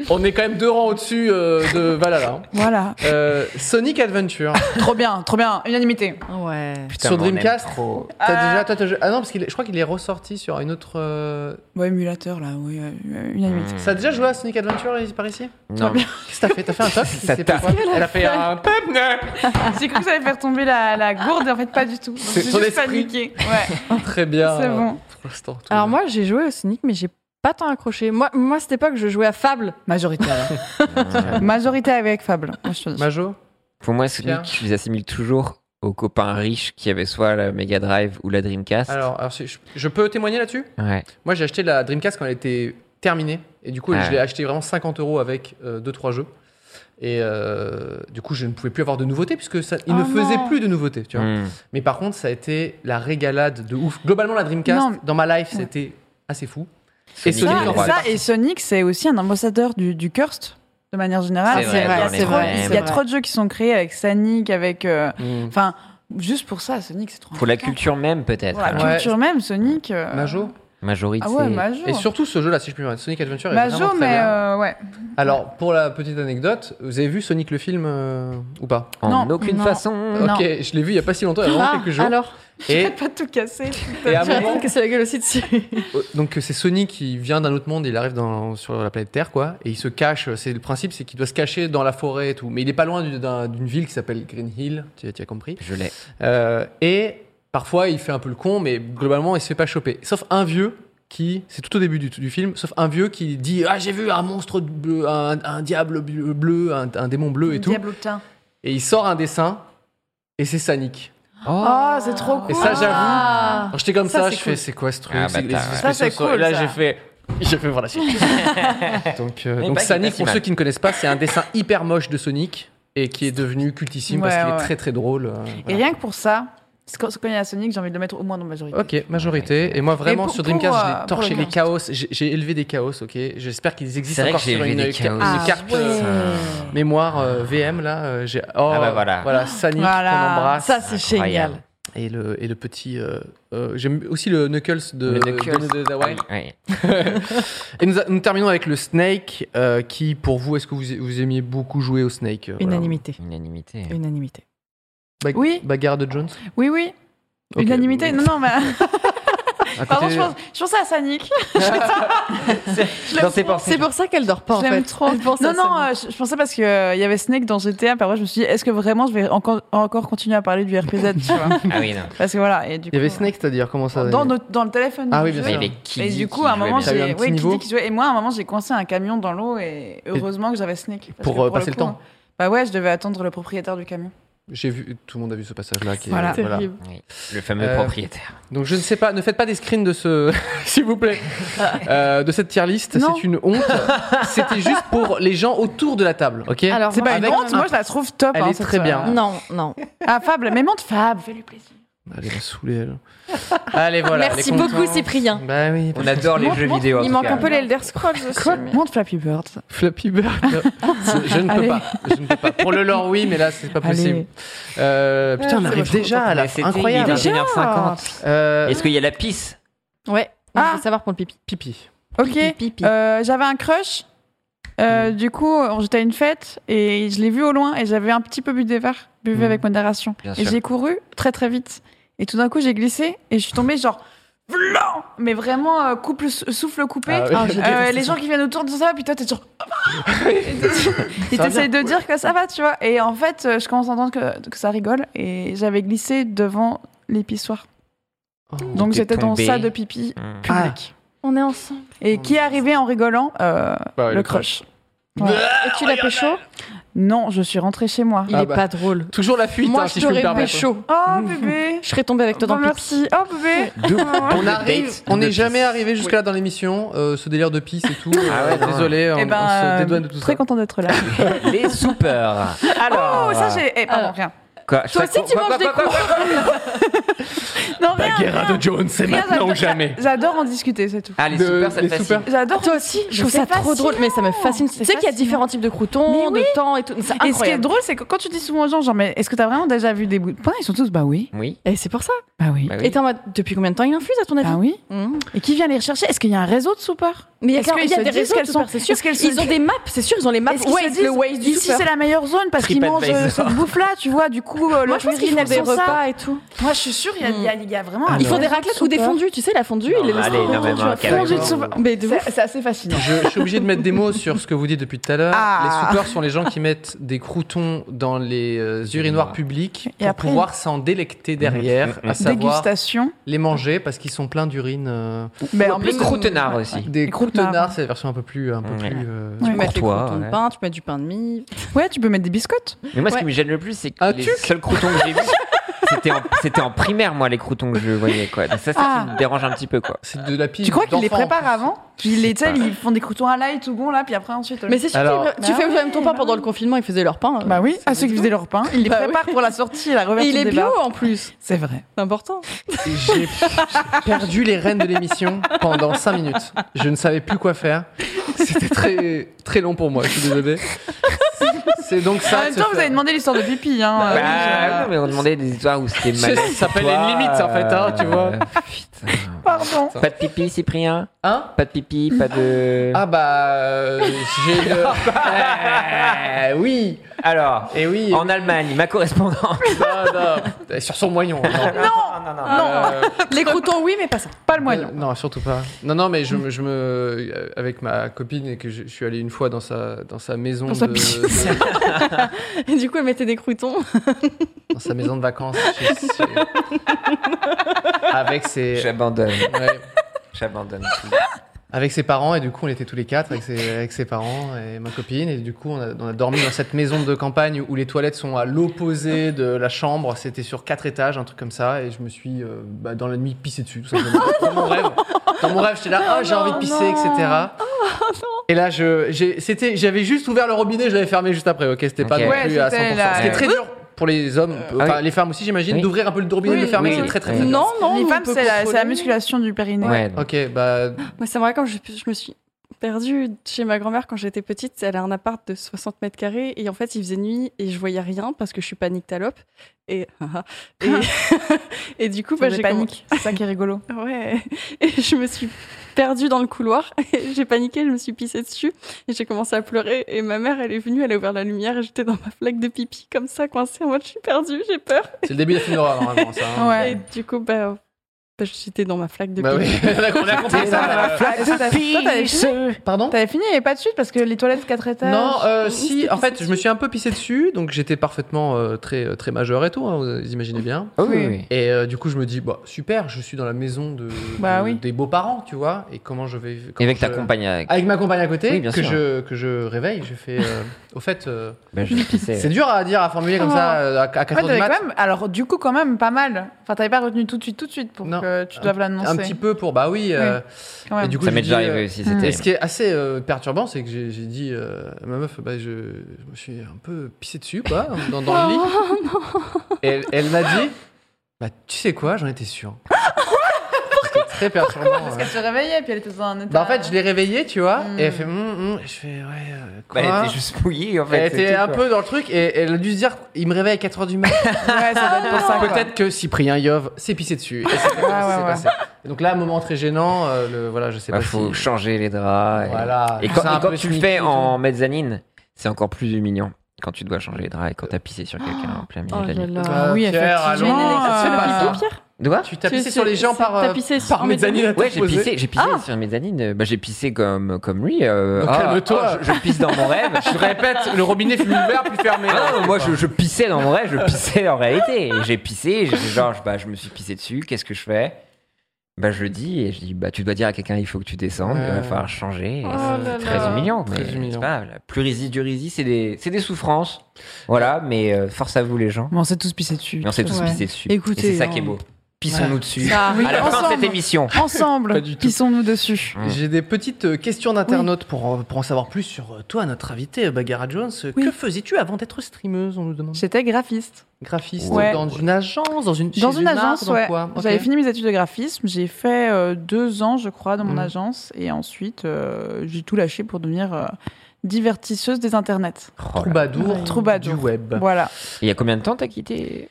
A: On est quand même deux rangs au-dessus euh, de Valhalla. hein.
B: voilà.
A: Euh, Sonic Adventure
B: Trop bien, trop bien. Unanimité.
H: Ah
D: Ouais.
C: Putain,
A: sur
C: mais on aime
A: Dreamcast.
C: trop.
A: T'as
B: Ah.
A: déjà toi, t'as joué- ah non parce qu'il est- je crois qu'il est ressorti sur une autre. euh,
B: Bon, émulateur, là, oui, euh, euh, unanimité.
A: Ça a déjà joué à Sonic Adventure les- par ici
C: Non, mais-
A: Qu'est-ce que t'as fait T'as fait un toc
C: Ça
A: C'est
C: tape.
A: pourquoi Elle a fait un pop
B: J'ai cru que ça allait faire tomber la, la gourde, et en fait, pas du tout. Donc,
A: C'est
B: J'ai
A: ton
B: juste
A: esprit.
B: paniqué. Ouais.
A: Très bien.
B: C'est bon.
A: euh, Pour l'instant. tout
D: Alors
A: bien.
D: moi, j'ai joué au Sonic, mais j'ai pas tant accroché. Moi, moi, à cette époque, je jouais à Fable.
B: Majorité. Majorité avec Fable. moi, je te dis.
A: Majo.
C: Pour moi, Sonic,
A: Pierre.
C: je les assimile toujours aux copains riches qui avaient soit la Mega Drive ou la Dreamcast.
A: Alors, alors, si je- je peux témoigner là-dessus
C: Ouais.
A: Moi, j'ai acheté la Dreamcast quand elle était terminée. Et du coup,
C: Ah
A: je
C: ouais.
A: l'ai acheté vraiment 50 euros avec 2-3 jeux. Et euh, du coup, je ne pouvais plus avoir de nouveautés puisque ça, il
D: Oh
A: ne faisait
D: non.
A: plus de nouveautés. Tu vois.
C: Hmm.
A: Mais par contre, ça a été la régalade de ouf. Globalement, la Dreamcast,
B: Non, mais-
A: dans ma life, c'était assez fou. Et
C: Sonic
A: Sonic
C: et
B: ça,
A: en vrai.
C: Adventure.
B: ça et Sonic, c'est aussi un ambassadeur du, du Cursed, de manière générale.
C: C'est
B: Il y
C: vrai,
B: a
C: dans les
B: trop-
C: vrais,
B: il y
C: c'est
B: a
D: vrai.
B: trop de jeux qui sont créés avec Sonic, avec. euh,
A: Mm.
B: Enfin, juste pour ça, Sonic, c'est trop
C: Pour la
B: important.
C: culture même, peut-être.
B: Pour la
A: Ouais.
B: culture même, Sonic. euh,
A: Majo.
C: Majorité.
B: Ah ouais,
C: c'est-
B: Majo.
A: Et surtout ce jeu-là, si je puis me permettre, Sonic Adventure est
B: Majo,
A: vraiment très
B: mais
A: bien.
B: euh, ouais.
A: Alors, pour la petite anecdote, vous avez vu Sonic le film euh, ou pas
C: En
B: Non,
C: aucune
B: non.
C: façon.
B: Non.
A: Ok, je l'ai vu il y a pas si longtemps, il y a vraiment
D: Ah,
A: quelques jours.
D: alors,
A: Et,
B: Pas tout casser.
A: et à un
D: tu
A: moment,
D: attends que c'est la gueule aussi dessus.
A: Euh, Donc euh, c'est Sonic qui vient d'un autre monde, il arrive dans, sur la planète Terre quoi, et il se cache. euh, C'est le principe, c'est qu'il doit se cacher dans la forêt et tout. Mais il est pas loin du- d'un- d'une ville qui s'appelle Green Hill, tu, tu as compris.
C: Je l'ai.
A: Euh, et parfois il fait un peu le con, mais globalement il se fait pas choper. Sauf un vieux qui, c'est tout au début du, du film, sauf un vieux qui dit ah j'ai vu un monstre bleu, un, un diable bleu, bleu, un, un démon bleu et tout.
B: Diablotin.
A: Et il sort un dessin et c'est Sonic.
B: Oh, c'est trop cool.
A: Et ça, j'avoue.
D: Ah.
A: Alors, j'étais comme
D: Ça,
A: ça,
D: c'est
A: je
D: cool.
A: fais c'est quoi ce truc
C: Ah,
A: c'est-
C: bâtard,
A: les
C: ouais.
A: spéciaux
B: Ça, c'est
A: sont-
B: cool,
A: Et là
B: ça.
A: j'ai fait j'ai fait voir la suite. donc euh,
C: Mais
A: donc
C: pas qu'il est
A: Sonic
C: pas si
A: pour
C: mal.
A: ceux qui ne connaissent pas, c'est un dessin hyper moche de Sonic et qui est devenu cultissime parce
B: Ouais,
A: qu'il
B: ouais.
A: est très très drôle. euh,
B: Et
A: voilà.
B: rien que pour ça, parce que quand il y a Sonic, j'ai envie de le mettre au moins dans majorité.
A: Ok, majorité. Et moi vraiment
B: Et pour-
A: sur Dreamcast,
B: pour, euh,
A: j'ai
B: pour
A: torché
B: le
A: les
B: Dreamcast.
A: chaos. J'ai j'ai élevé des chaos. Ok, j'espère qu'ils
C: C'est
A: existent
C: vrai
A: encore
C: que j'ai
A: sur
C: élevé
A: une,
C: des
A: ca-
C: chaos.
A: une
C: Ah,
A: carte euh, mémoire euh, VM là. euh, J'ai oh
C: Ah bah voilà.
A: Sonic
D: Voilà.
A: qu'on embrasse.
D: Ça, c'est
C: Incroyable.
D: génial.
A: et le, et le petit. euh, euh, J'aime aussi le Knuckles de,
C: Le
A: de-
C: Knuckles.
A: de- de- d'Hawaii.
C: Ouais.
A: Et nous, a- nous terminons avec le Snake, euh, qui pour vous, est-ce que vous, vous aimiez beaucoup jouer au Snake euh, voilà.
H: Unanimité.
C: Unanimité.
H: Unanimité.
A: Ba-
B: Oui.
A: Bagarre de Jones
B: Oui, oui.
A: Ok.
B: Unanimité. Non, non, mais.
A: À
B: Pardon,
A: côté-
B: je pense, je pensais à Sanic.
C: Dans ses pensées.
H: C'est pour ça qu'elle dort pas en
B: J'aime
H: fait.
B: trop.
H: Elle pense à
B: Non,
H: ça.
B: non, euh, je, je pensais parce qu'il y avait Snake dans GTA. Par je me suis dit, est-ce que vraiment je vais encore, encore continuer à parler du RPZ tu vois
C: Ah oui, non.
B: Parce que voilà. Et
A: Il
B: du
A: y
B: coup,
A: avait Snake, c'est-à-dire comment ça
B: Dans, notre- dans le téléphone.
A: Ah
B: du
A: oui, bien
B: jeu.
A: sûr.
C: Mais il est qui
B: Et
C: dit
B: du coup,
C: qui
B: à un
C: jouait
B: moment,
C: bien.
A: T'as eu un
B: j'ai
A: petit
B: ouais, qui
A: niveau
B: dit qu'il jouait. Et moi, à un moment, j'ai coincé un camion dans l'eau. Et heureusement que j'avais Snake. parce
A: Pour,
B: que
A: euh, passer le
B: coup,
A: temps.
B: Bah ouais, je devais attendre le propriétaire du camion.
A: J'ai vu, tout le monde a vu ce passage-là. qui est-
H: Voilà.
A: voilà.
H: Terrible.
C: Oui, le fameux
A: Euh,
C: propriétaire.
A: Donc je ne sais pas, ne faites pas des screens de ce, s'il vous plaît, euh, de cette tier list.
B: Non.
A: C'est une honte. C'était juste pour les gens autour de la table, ok
H: Alors,
B: C'est pas une
A: Avec-
B: honte, moi je la trouve top.
A: Elle
B: hein,
A: est
B: cette,
A: très bien.
B: euh,
H: Non, non.
B: Ah, Fab, mais monte Fab, fais-lui plaisir.
A: Elle va saouler. elle. Allez voilà. elle est
H: Merci beaucoup
A: contente.
H: Cyprien.
A: Bah oui.
C: On adore les
B: Montre-
C: jeux
B: montre-
C: vidéo. en
H: Il
C: tout
H: manque
C: cas.
H: un peu l'Elder Scrolls aussi. mais-
B: Monte Flappy Bird.
A: Flappy Bird. Je- je ne peux
B: Allez.
A: pas. Je ne peux pas. Pour le lore oui, mais là c'est pas possible.
B: Allez.
A: Euh, putain, on
H: c'est
A: arrive
H: vachement
A: déjà à la
C: Mais c'était-
A: incroyable.
C: Il est 1h50.
A: Euh,
C: Est-ce qu'il y a la pisse
H: Ouais. Ah.
B: Ah.
H: Je veux savoir pour le pipi.
A: pipi.
B: Ok.
H: Pipi.
B: Euh, j'avais un crush. Euh, Du coup, on- j'étais à une fête et je l'ai vu au loin et j'avais un petit peu bu des verres, buvé
C: Mhm.
B: avec modération.
C: Bien
B: et
C: sûr.
B: j'ai couru très très vite. Et tout d'un coup, j'ai glissé et je suis tombée genre vlan, mais vraiment euh, couple sou- souffle coupé.
A: Ah oui.
H: Ah, je
B: Euh,
H: déteste
B: les
H: ça.
B: gens qui viennent autour disent ça, puis toi t'es genre. oh, Ils
A: va
B: t'essayent de dire que ça va, tu vois. Et en fait, euh, je commence à entendre que, que ça rigole et j'avais glissé devant l'épissoir. Donc
C: t'es
B: j'étais dans
C: tombée.
B: ça de pipi
C: Mmh.
B: public.
H: On est ensemble.
B: Et qui est arrivé en rigolant Euh,
A: Bah,
B: Le crush.
H: Et tu l'as pécho
B: Non, je suis rentrée chez moi.
H: Il
A: Ah
H: est
A: bah.
H: pas drôle.
A: Toujours la fuite,
H: Moi,
A: hein,
H: je
A: si je peux me
H: t'aurais
A: permettre.
H: pécho.
B: Oh bébé
H: Je serais tombée avec toi dans
B: Oh,
H: le pipi.
B: Merci. Oh bébé
A: De- on arrive,
C: date,
A: on
C: de
A: n'est
C: pisse.
A: jamais arrivé jusque là dans l'émission, euh, ce délire de pisse et tout.
C: Ah ouais,
A: euh,
C: non.
A: désolé, on,
B: Eh ben,
A: on
B: euh,
A: se dédouane de tout
B: Très
A: ça.
B: content d'être là.
C: Les soupeurs.
B: Alors, oh, ça j'ai. Eh, pardon,
H: Alors.
B: rien.
C: Quoi,
H: Toi aussi, tu manges des coups.
B: Non, rien. rien.
A: Jones, c'est
B: Rien, j'adore- J'adore en discuter, c'est tout.
C: Ah, les
A: De-
C: soupeurs, ça te
A: les
C: fascine.
A: soupeurs.
B: J'adore.
H: Toi aussi, je
B: Mais
H: trouve ça
B: c'est
H: trop drôle, mais ça me fascine. Tu sais qu'il y a
B: fascinant.
H: différents types de croutons,
B: Mais
H: de temps et tout.
B: Et
H: C'est
B: ce qui est
H: incroyable.
B: drôle, c'est que quand tu dis souvent aux gens, genre, mais est-ce que t'as vraiment déjà vu des bouts de pain Ils sont tous, bah oui.
C: Oui.
H: Et c'est pour ça.
B: Bah oui.
C: Bah
H: Et t'es en mode, depuis combien de temps il infuse à ton avis
B: Bah oui.
H: Mmh.
B: Et qui vient les rechercher Est-ce qu'il y a un réseau de soupeurs
H: Mais il y a,
B: Est-ce
H: car-
B: qu'ils
H: il y a
B: se
H: des
B: disent
H: réseaux
B: qu'elles
H: de
B: sont-
H: super, c'est sûr.
B: est-ce qu'elles
H: Ils
B: sont-
H: ont des maps, c'est sûr, ils ont les maps.
B: Est-ce qu'ils se
H: Waze,
B: disent,
H: le Waze du
B: Ici,
H: super.
B: c'est la meilleure zone parce qu'ils mangent
C: TripAdvisor.
B: euh, cette bouffe-là, tu vois. Du coup, euh,
H: Moi,
B: leur
H: je pense qu'ils
B: cuisine,
H: font
B: elles
H: des
B: font ça.
H: repas et tout.
B: Moi, je suis sûre, il y a- il y, a- il y a
A: Hmm.
B: vraiment. un
H: Ils font des
B: réseau de
H: raclettes ou des
B: soupeurs.
H: fondues, tu sais, la fondue, ils les
C: Non,
H: laissent
C: allez,
H: trop
C: non, mais
H: longtemps,
C: non,
H: tu vois. Fondue de
C: carrément.
H: sauveur. Mais de ouf.
B: C'est c'est assez fascinant.
A: Je, je suis obligé de mettre des mots sur ce que vous dites depuis tout à l'heure.
B: Ah.
A: Les soupeurs sont les gens qui mettent des croutons dans les euh, urinoirs publics
B: Et
A: pour
B: après-
A: pouvoir s'en délecter derrière,
C: Mhm.
A: à savoir
B: Dégustation.
A: les manger parce qu'ils sont pleins d'urine. euh,
B: Mais
C: En plus, croutenard aussi.
A: des
B: Les croutenards.
A: croutenards, c'est la version un peu plus. Un peu
C: Ouais.
A: plus euh,
H: Tu
B: hein. Ouais.
H: mets des
C: Courtois,
H: croutons de
C: ouais.
H: pain, tu mets du pain de mie.
B: Ouais, tu peux mettre des biscottes.
C: Mais moi, ce
H: Ouais.
C: qui me gêne le plus, c'est que
A: Un
C: les
A: tuc.
C: seuls croutons que j'ai vus, c'était en, c'était en primaire, moi, les croutons que je voyais, quoi. Donc ça, ça
B: Ah.
C: qui me dérange un petit peu, quoi.
A: C'est de la pisse.
B: Tu crois qu'ils les
A: d'enfant, en
B: préparent
A: plus.
B: avant Puis les, tu sais,
C: pas.
B: ils font des croutons à l'ail tout bon là, puis après ensuite. euh,
H: Mais c'est sûr,
A: Alors-
H: que tu
B: Bah
H: fais
B: ouais,
H: même ton pain
B: bah
H: pendant le
B: oui.
H: confinement, ils faisaient leur pain. euh.
B: bah oui, à ceux qui faisaient leur pain, ils les
H: Bah oui.
B: préparent pour la sortie et la
H: Et
B: reversion.
H: il est
B: des
H: bio
B: barres.
H: en plus,
B: C'est vrai.
H: c'est important.
A: J'ai perdu les rênes de l'émission pendant 5 minutes. Je ne savais plus quoi faire. C'était très, très long pour moi, je suis désolé. C'est donc ça.
B: en même
A: de se
B: temps, vous
A: faire.
B: avez demandé l'histoire de pipi, hein.
C: Bah,
B: euh,
C: non,
A: Ah,
B: je-
C: mais on demandait des histoires où c'était mal.
A: Ça s'appelle une limite, en fait, hein,
C: euh,
A: tu vois.
C: Putain.
B: Pardon.
C: Pas de pipi, Cyprien
A: Hein
C: Pas de pipi, pas de.
A: Ah bah euh, j'ai le... Eh oui
C: Alors,
A: et oui
C: en Allemagne, ma correspondante.
A: Non, non. Eh, sur son moignon non,
C: non, non.
A: Euh,
H: Les croutons, oui, mais pas ça.
B: Pas le
A: euh,
B: moignon.
A: non surtout pas non non mais je, me- je me euh, avec ma copine et que je, je suis allé une fois dans sa dans sa maison
B: Dans sa
A: de,
B: piscine.
A: de-
D: Euh,
H: Et du coup, elle mettait des croutons.
A: dans sa maison de vacances chez- chez- avec ses
C: J'abandonne.
A: ouais,
C: J'abandonne. tout.
A: avec ses parents et du coup on était tous les quatre avec ses, avec ses parents et ma copine et du coup on a, on a dormi dans cette maison de campagne où les toilettes sont à l'opposé de la chambre c'était sur quatre étages un truc comme ça et je me suis euh, bah, dans la nuit pissé dessus tout simplement dans mon rêve dans mon rêve j'étais là oh j'ai envie de pisser etc et là je j'ai- c'était j'avais juste ouvert le robinet je l'avais fermé juste après ok c'était pas
C: Ok.
A: non
B: Ouais,
A: plus à 100%
B: c'était la-
A: ce qui est très dur pour les hommes enfin
C: Ah oui.
A: les femmes aussi j'imagine
C: Oui.
A: d'ouvrir un peu le robinet et de le
B: Oui,
A: fermer
C: oui.
A: c'est très très, très dur.
H: Non,
D: Oh,
H: non,
B: les
H: on
B: femmes,
H: peut
B: c'est la, c'est la
H: contrôler.
B: musculation du périnée.
C: Ouais, donc,
A: ok bah
H: Moi, c'est vrai, quand je, je me suis
D: perdue chez ma grand-mère quand j'étais petite. Elle a un appart de 60 mètres carrés et en fait, il faisait nuit et je voyais rien parce que je suis pas nyctalope. Et, et, et du coup, bah, j'ai commen-
B: panique. C'est ça qui est rigolo.
D: Ouais. Et je me suis perdue dans le couloir. Et J'ai paniqué, je me suis pissée dessus. Et j'ai commencé à pleurer. Et ma mère, elle est venue, elle a ouvert la lumière et j'étais dans ma flaque de pipi, comme ça, coincée en mode je suis perdue, j'ai peur.
A: C'est le début de la film d'horreur, normalement, ça. hein.
B: Ouais.
D: Et du coup, bah, bah, j'étais dans ma flaque de
A: Bah
D: pipi.
A: oui, on a compris.
B: Toi, t'as- toi, t'avais fini
A: Pardon
B: T'avais fini, il n'y avait pas de suite parce que les toilettes 4 étages.
A: Non, euh,
D: C'était
A: si, en fait, je me suis un peu pissé dessus, donc j'étais parfaitement euh, très, très majeur et tout, hein, vous imaginez bien.
C: Ah oui, oui.
A: Et euh, du coup, je me dis, bah, super, je suis dans la maison de,
B: Bah
A: de-
B: oui.
A: des beaux-parents, tu vois, et comment je vais.
C: Et
A: comment
C: avec ta
A: je-
C: compagne. euh, Avec...
A: Avec ma compagne à côté,
C: Oui, bien
A: que,
C: sûr.
A: je, que je réveille, je fais. euh, au fait, euh,
C: Ben, je pissais.
A: c'est dur à dire, à formuler comme ça euh, à, 4
B: Ouais,
A: heures du
B: t'avais
A: mat.
B: quand même, alors du coup, quand même, pas mal. Enfin, t'avais pas retenu tout de suite, tout de suite pour
A: Non.
B: que tu doives l'annoncer.
A: Un petit peu pour, bah oui. euh,
B: quand même.
A: et du coup,
C: ça
A: je
C: m'est
A: dis,
C: déjà
A: euh,
C: arrivé aussi.
B: hmm.
A: Et
C: C'était.
A: ce qui est assez euh, perturbant, c'est que j'ai j'ai dit euh, à ma meuf, bah, je, je me suis un peu pissé dessus, quoi, dans, dans le lit.
B: Oh,
A: Et elle, elle m'a dit, bah, tu sais quoi, j'en étais sûr. C'était très perturbant.
B: Parce
A: ouais.
B: qu'elle se réveillait, puis elle était dans un état.
A: Bah, en fait, je l'ai réveillée, tu vois,
B: Hmm.
A: et elle fait, Hum, hum. je fais, ouais, euh,
C: Bah,
A: quoi
C: elle était juste mouillée en fait.
A: Elle
C: c'est
A: était
C: tout,
A: un
C: quoi.
A: peu dans le truc et elle a dû se dire il me réveille à 4h du matin.
B: Ouais, ça doit être pour ça. quoi. Ah,
A: Peut-être que Cyprien Yov s'est pissé dessus. Et c'est comme ça que
B: ouais,
A: ça s'est
B: ouais.
A: passé. Et Donc là, moment très gênant, euh, le, voilà, je sais
C: Bah,
A: pas
C: faut
A: si-
C: changer les draps. et-
A: Voilà.
C: Et
A: tout
C: quand,
A: ça
C: et
A: un
C: quand
A: peu
C: tu le
A: sneaky et
C: fais
A: tout.
C: en mezzanine, c'est encore plus humiliant. Quand tu dois changer les draps et quand t'as pissé sur quelqu'un en plein milieu
D: Oh
C: de la
D: là
C: nuit.
D: là.
H: Bah,
A: Ah,
B: oui,
A: Pierre,
B: effectivement.
A: allons,
B: Mais
A: euh,
B: c'est
A: c'est pas ça.
D: pipi, Pierre
C: De quoi
A: Tu t'as
D: Tu-
A: pissé
D: tu-
A: sur les gens
D: c'est-
A: par,
D: t'as
A: euh,
D: pissé
A: par
D: en mezzanine.
A: mezzanine à
C: Ouais,
A: tête
C: j'ai
A: posée.
C: pissé, j'ai
D: Ah
C: pissé sur une mezzanine. euh, Bah, j'ai pissé comme, comme lui. euh,
A: Donc,
C: ah,
A: calme-toi.
C: ah, je, je pisse dans mon rêve.
A: Je répète, le robinet fut ouvert puis fermé.
C: Ah non, moi je, je pissais dans mon rêve, je pissais en réalité. Et J'ai pissé, j'ai- genre, je, bah, je me suis pissé dessus, qu'est-ce que je fais Bah je le dis et je dis, bah tu dois dire à quelqu'un il faut que tu descendes, il va
A: Ouais.
C: falloir changer. Et
D: Oh
C: c'est
D: là
C: très
D: là.
C: humiliant, mais
A: Très humiliant.
C: c'est pas grave. La pleurésie, diurésie, c'est des, c'est des souffrances. Voilà, mais euh, force à vous les gens.
B: Mais on s'est tous pissé dessus.
C: Mais on s'est tous
D: Ouais.
C: pissé dessus.
D: Écoutez,
C: et c'est ça
D: hein.
C: qui est beau. Pissons-nous dessus.
D: Ça,
B: Oui,
C: à la fin de cette
B: ensemble.
C: émission. Oh
B: Ensemble,
A: Pas du tout. Mmh.
B: pissons-nous dessus.
A: J'ai des petites euh, questions d'internautes pour, en- pour en savoir plus sur euh, toi, notre invité, euh, Bagheera Jones.
B: Oui.
A: Que faisais-tu avant d'être streameuse On nous demande.
B: J'étais graphiste.
A: Graphiste
B: Ouais.
A: dans une agence, dans une
B: Dans
A: chez
B: une
A: art,
B: agence,
A: dans
B: ouais.
A: quoi Ok.
B: J'avais fini mes études de graphisme. J'ai fait euh, deux ans, je crois, dans mon
A: Mm.
B: agence. Et ensuite, euh, j'ai tout lâché pour devenir euh, divertisseuse des internets.
C: Oh là.
A: Troubadour,
B: Ouais. Troubadour.
A: du web.
B: Voilà.
C: Et Il y a combien de temps t'as quitté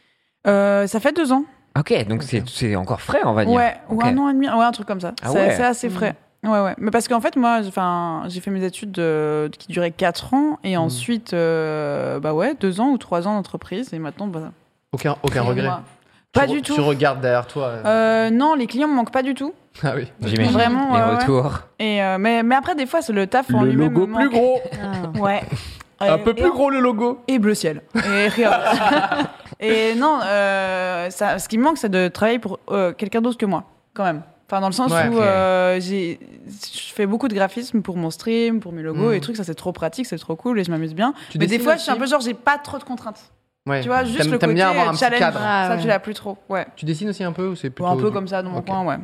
B: Euh, ça fait deux ans.
C: Ok, donc c'est- c'est encore frais, on va dire.
B: Ouais,
C: Ok.
B: ou un an et demi, ouais, un truc comme ça.
C: Ah
B: c'est
C: ouais. Hmm.
B: c'est assez frais. Ouais, ouais. Mais parce qu'en fait, moi, j'ai- enfin, j'ai fait mes études euh, qui duraient 4 ans et
C: Hmm.
B: ensuite, euh, bah ouais, 2 ans ou 3 ans d'entreprise et maintenant, bah.
A: Aucun, aucun
B: c'est
A: regret.
B: moi. Pas
A: Tu
B: du
A: re-
B: tout.
A: Tu regardes derrière toi. euh.
B: Euh, non, les clients me manquent pas du tout.
A: Ah oui.
C: J'imagine
B: Vraiment,
C: les
B: ouais, ouais.
C: retours.
B: Et, euh, mais, mais après, des fois, c'est le taf en
A: Le
B: lui-même.
A: logo
B: me
A: plus
B: manque.
A: gros.
H: Ah.
B: Ouais.
A: Un
B: Et-
A: peu
B: et-
A: plus gros le logo.
B: Et bleu ciel. Et rien. et non, euh, ça, ce qui me manque, c'est de travailler pour euh, quelqu'un d'autre que moi, quand même. Enfin, dans le sens
A: Ouais,
B: où
C: ok.
B: euh, j'ai- je fais beaucoup de graphisme pour mon stream, pour mes logos
A: Mm.
B: et trucs, ça c'est trop pratique, c'est trop cool et je m'amuse bien.
A: Tu
B: Mais des
A: dessines
B: fois, je suis un
A: aussi
B: peu genre, j'ai pas trop de contraintes.
A: Ouais.
B: Tu vois, juste
A: T'aimes-
B: le
A: t'aimes
B: côté
A: bien avoir un petit
B: challenge.
A: cadre.
H: Ah,
B: ça,
H: ouais.
B: tu l'as plus trop. Ouais.
A: Tu dessines aussi un peu ou c'est
B: Ou
A: plutôt
B: un peu
A: du-
B: comme ça dans mon
A: Ok.
B: coin, ouais.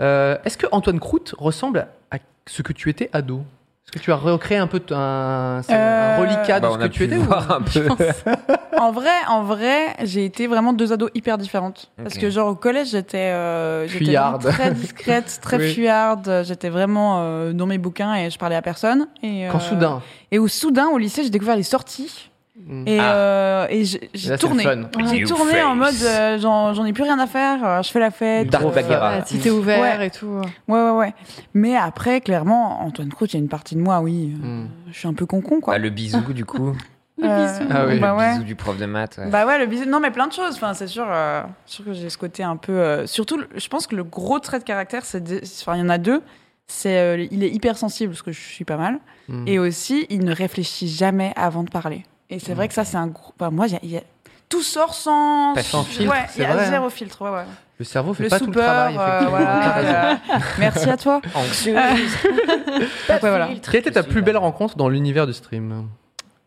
A: Euh, Est-ce que Antoine Croûte ressemble à ce que tu étais ado Est-ce que tu as recréé un peu t- un, c'est un
B: Euh,
A: reliquat de
C: Bah,
A: Ah, ce
C: on
A: que
C: a
A: tu
C: pu
A: étais ou-
C: voir un peu.
B: En vrai, en vrai, j'ai été vraiment deux ados hyper différentes. Parce
C: Ok.
B: que genre au collège, j'étais euh, j'étais
A: Fuyarde.
B: vraiment très discrète, très
A: Oui.
B: fuyarde. J'étais vraiment euh, dans mes bouquins et je parlais à personne. Et, euh,
A: Quand soudain.
B: Et au soudain, au lycée, j'ai découvert les sorties.
A: Mm.
B: Et,
C: Ah.
B: euh, et j'ai
A: Là,
B: j'ai
A: c'est le
B: tourné.
A: fun.
B: J'ai
C: You
B: tourné en mode
C: face.
B: euh, j'en j'en ai plus rien à faire. euh, je fais la fête.
C: Dark Bagheera.
D: Bah,
H: Ouais, si t'es ouvert
B: Ouais.
H: et tout.
B: Ouais, ouais, ouais. Mais après, clairement, Antoine Croûte, il y a une partie de moi, oui. euh,
A: Mm.
B: Je suis un peu con-con, quoi.
C: Ah, le bisou du coup.
B: Euh,
H: bisou.
A: Ah oui,
B: bah
C: le
B: ouais.
C: bisou du prof de maths. ouais.
B: Bah ouais, le business. Non, mais plein de choses. Enfin, c'est sûr, euh, c'est sûr que j'ai ce côté un peu. euh, surtout, le- je pense que le gros trait de caractère, c'est. de- Enfin, il y en a deux. C'est, euh, il est hyper sensible, parce que je suis pas mal.
A: Mm.
B: Et aussi, il ne réfléchit jamais avant de parler. Et
A: Mmh.
B: c'est vrai que ça, c'est un gros. Enfin, moi, il y a- il y a- tout sort sans.
A: Pas sans filtre,
B: Ouais, il y
A: c'est
B: a
A: vrai,
B: zéro filtre. Ouais, ouais.
A: Le cerveau fait
B: Le
A: pas
B: souper,
A: tout le travail.
B: euh,
A: effectivement.
B: voilà. la- Merci à toi.
A: Bah,
C: Anxieuse.
B: Pas de Ah. voilà.
A: Quelle était ta plus belle rencontre dans l'univers du stream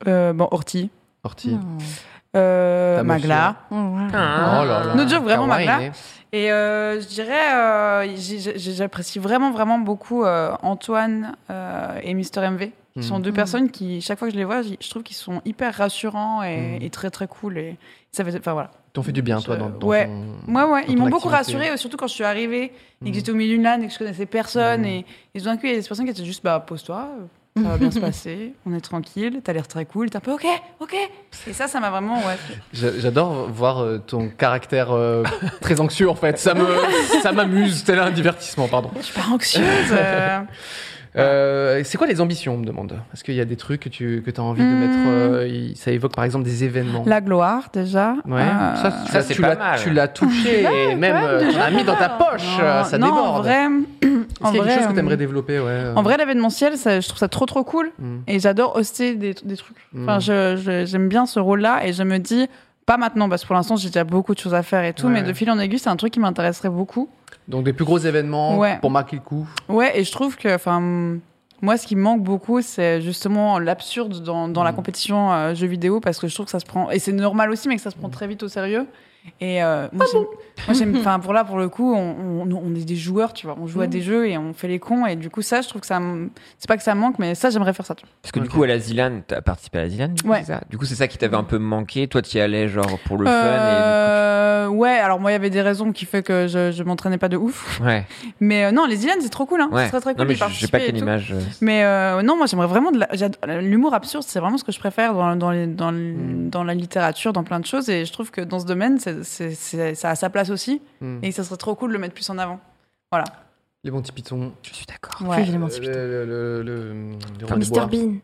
B: Euh, bon, Orti.
A: Orti.
B: euh,
A: Ta
B: Magla.
D: Ah
H: ah
C: Ah.
A: Oh là là.
B: Nous dire vraiment
C: Kawaii,
B: Magla.
C: mais-
B: Et euh, je dirais, euh, j'ai- j'ai- j'apprécie vraiment, vraiment beaucoup euh, Antoine euh, et Mister MV.
A: Mhm.
B: Ils sont deux
H: Mhm.
B: personnes qui, chaque fois que je les vois, j'y- je trouve qu'ils sont hyper rassurants et,
A: Mhm.
B: et très très cool. Et ça fait, enfin voilà.
A: T'en fais du bien, toi,
B: Je-
A: dans, dans
B: ouais.
A: ton-
B: Moi, ouais,
A: Dans
B: ils
A: ton
B: m'ont beaucoup
A: activité.
B: rassurée, surtout quand je suis arrivée et
A: Mhm.
B: que j'étais au milieu d'une lane et que je connaissais personne.
A: Mhm.
B: Et, et tout d'un coup, il y a des personnes qui étaient juste, bah pose-toi, euh, ça va bien se passer, on est tranquille, t'as l'air très cool, t'es un peu ok, ok. Et ça, ça m'a vraiment, ouais.
A: J'a- J'adore voir euh, ton caractère euh, très anxieux, en fait. Ça me, ça m'amuse. C'est là un divertissement, pardon.
B: Je suis pas anxieuse. euh.
A: Euh, c'est quoi les ambitions, on me demande Est-ce qu'il y a des trucs que tu que as envie de
B: Hmm.
A: mettre euh, il- Ça évoque par exemple des événements.
B: La gloire, déjà.
A: Ouais.
B: Euh,
A: Ça,
C: Ça,
A: ça,
C: c'est
A: tu
C: pas
A: l'as-
C: mal.
A: tu l'as touché et même
H: même,
A: euh,
H: déjà
A: t'en as mis dans ta poche. euh,
B: non,
A: ça
B: non,
A: déborde.
B: en vrai,
A: Est-ce
B: en
A: qu'il y a quelque
B: vrai,
A: chose que t'aimerais
B: euh,
A: développer ouais, euh,
B: en vrai, l'événementiel, ça, je trouve ça trop trop cool.
A: hmm,
B: Et j'adore hoster des, des trucs.
A: hmm.
B: Enfin, je- je- j'aime bien ce rôle-là et je me dis, pas maintenant, parce que pour l'instant, j'ai déjà beaucoup de choses à faire et tout,
A: Ouais.
B: mais de fil en aiguille, c'est un truc qui m'intéresserait beaucoup.
A: Donc des plus gros événements
B: Ouais.
A: pour marquer le coup.
B: Ouais, et je trouve que, enfin, moi, ce qui me manque beaucoup, c'est justement l'absurde dans, dans la
A: Mm.
B: compétition euh, jeux vidéo, parce que je trouve que ça se prend, et c'est normal aussi, mais que ça se prend
C: Mm.
B: très vite au sérieux. Et
C: Ah
B: euh, moi, j'aime- moi, j'aime, enfin, pour là, pour le coup, on, on- on est des joueurs, tu vois, on joue à
C: Mm.
B: des jeux et on fait les cons, et du coup, ça, je trouve que ça, me- c'est pas que ça me manque, mais ça, j'aimerais faire ça. tu vois.
C: Parce que
A: Ok.
C: du coup, à la Zilane, t'as participé à la Zilane, du coup,
B: Ouais.
C: c'est ça Du coup, c'est ça qui t'avait un peu manqué. Toi, t'y allais genre pour le
B: Euh, Ouais, alors moi, il y avait des raisons qui fait que je, je m'entraînais pas de ouf,
C: fun. Et... Ouais,
B: mais euh, non, les Ilan, c'est trop cool, hein,
C: ouais.
B: c'est très très cool.
C: non, mais
B: d'y
C: je- j'ai
B: participer
C: pas
B: et
C: quelle
B: tout.
C: image. euh,
B: Mais euh, non, moi j'aimerais vraiment de la- j'ado- l'humour absurde, c'est vraiment ce que je préfère dans dans les- dans, le-
A: Mm.
B: dans la littérature, dans plein de choses, et je trouve que dans ce domaine, c'est- c'est- c'est- ça a sa place aussi,
A: Hmm.
B: et ça serait trop cool de le mettre plus en avant.
A: Les bons petits pitons.
C: Je suis d'accord.
H: Ouais. Euh,
A: Euh, le, le, le, le- le roi des
H: Mr
A: bois.
H: Bean.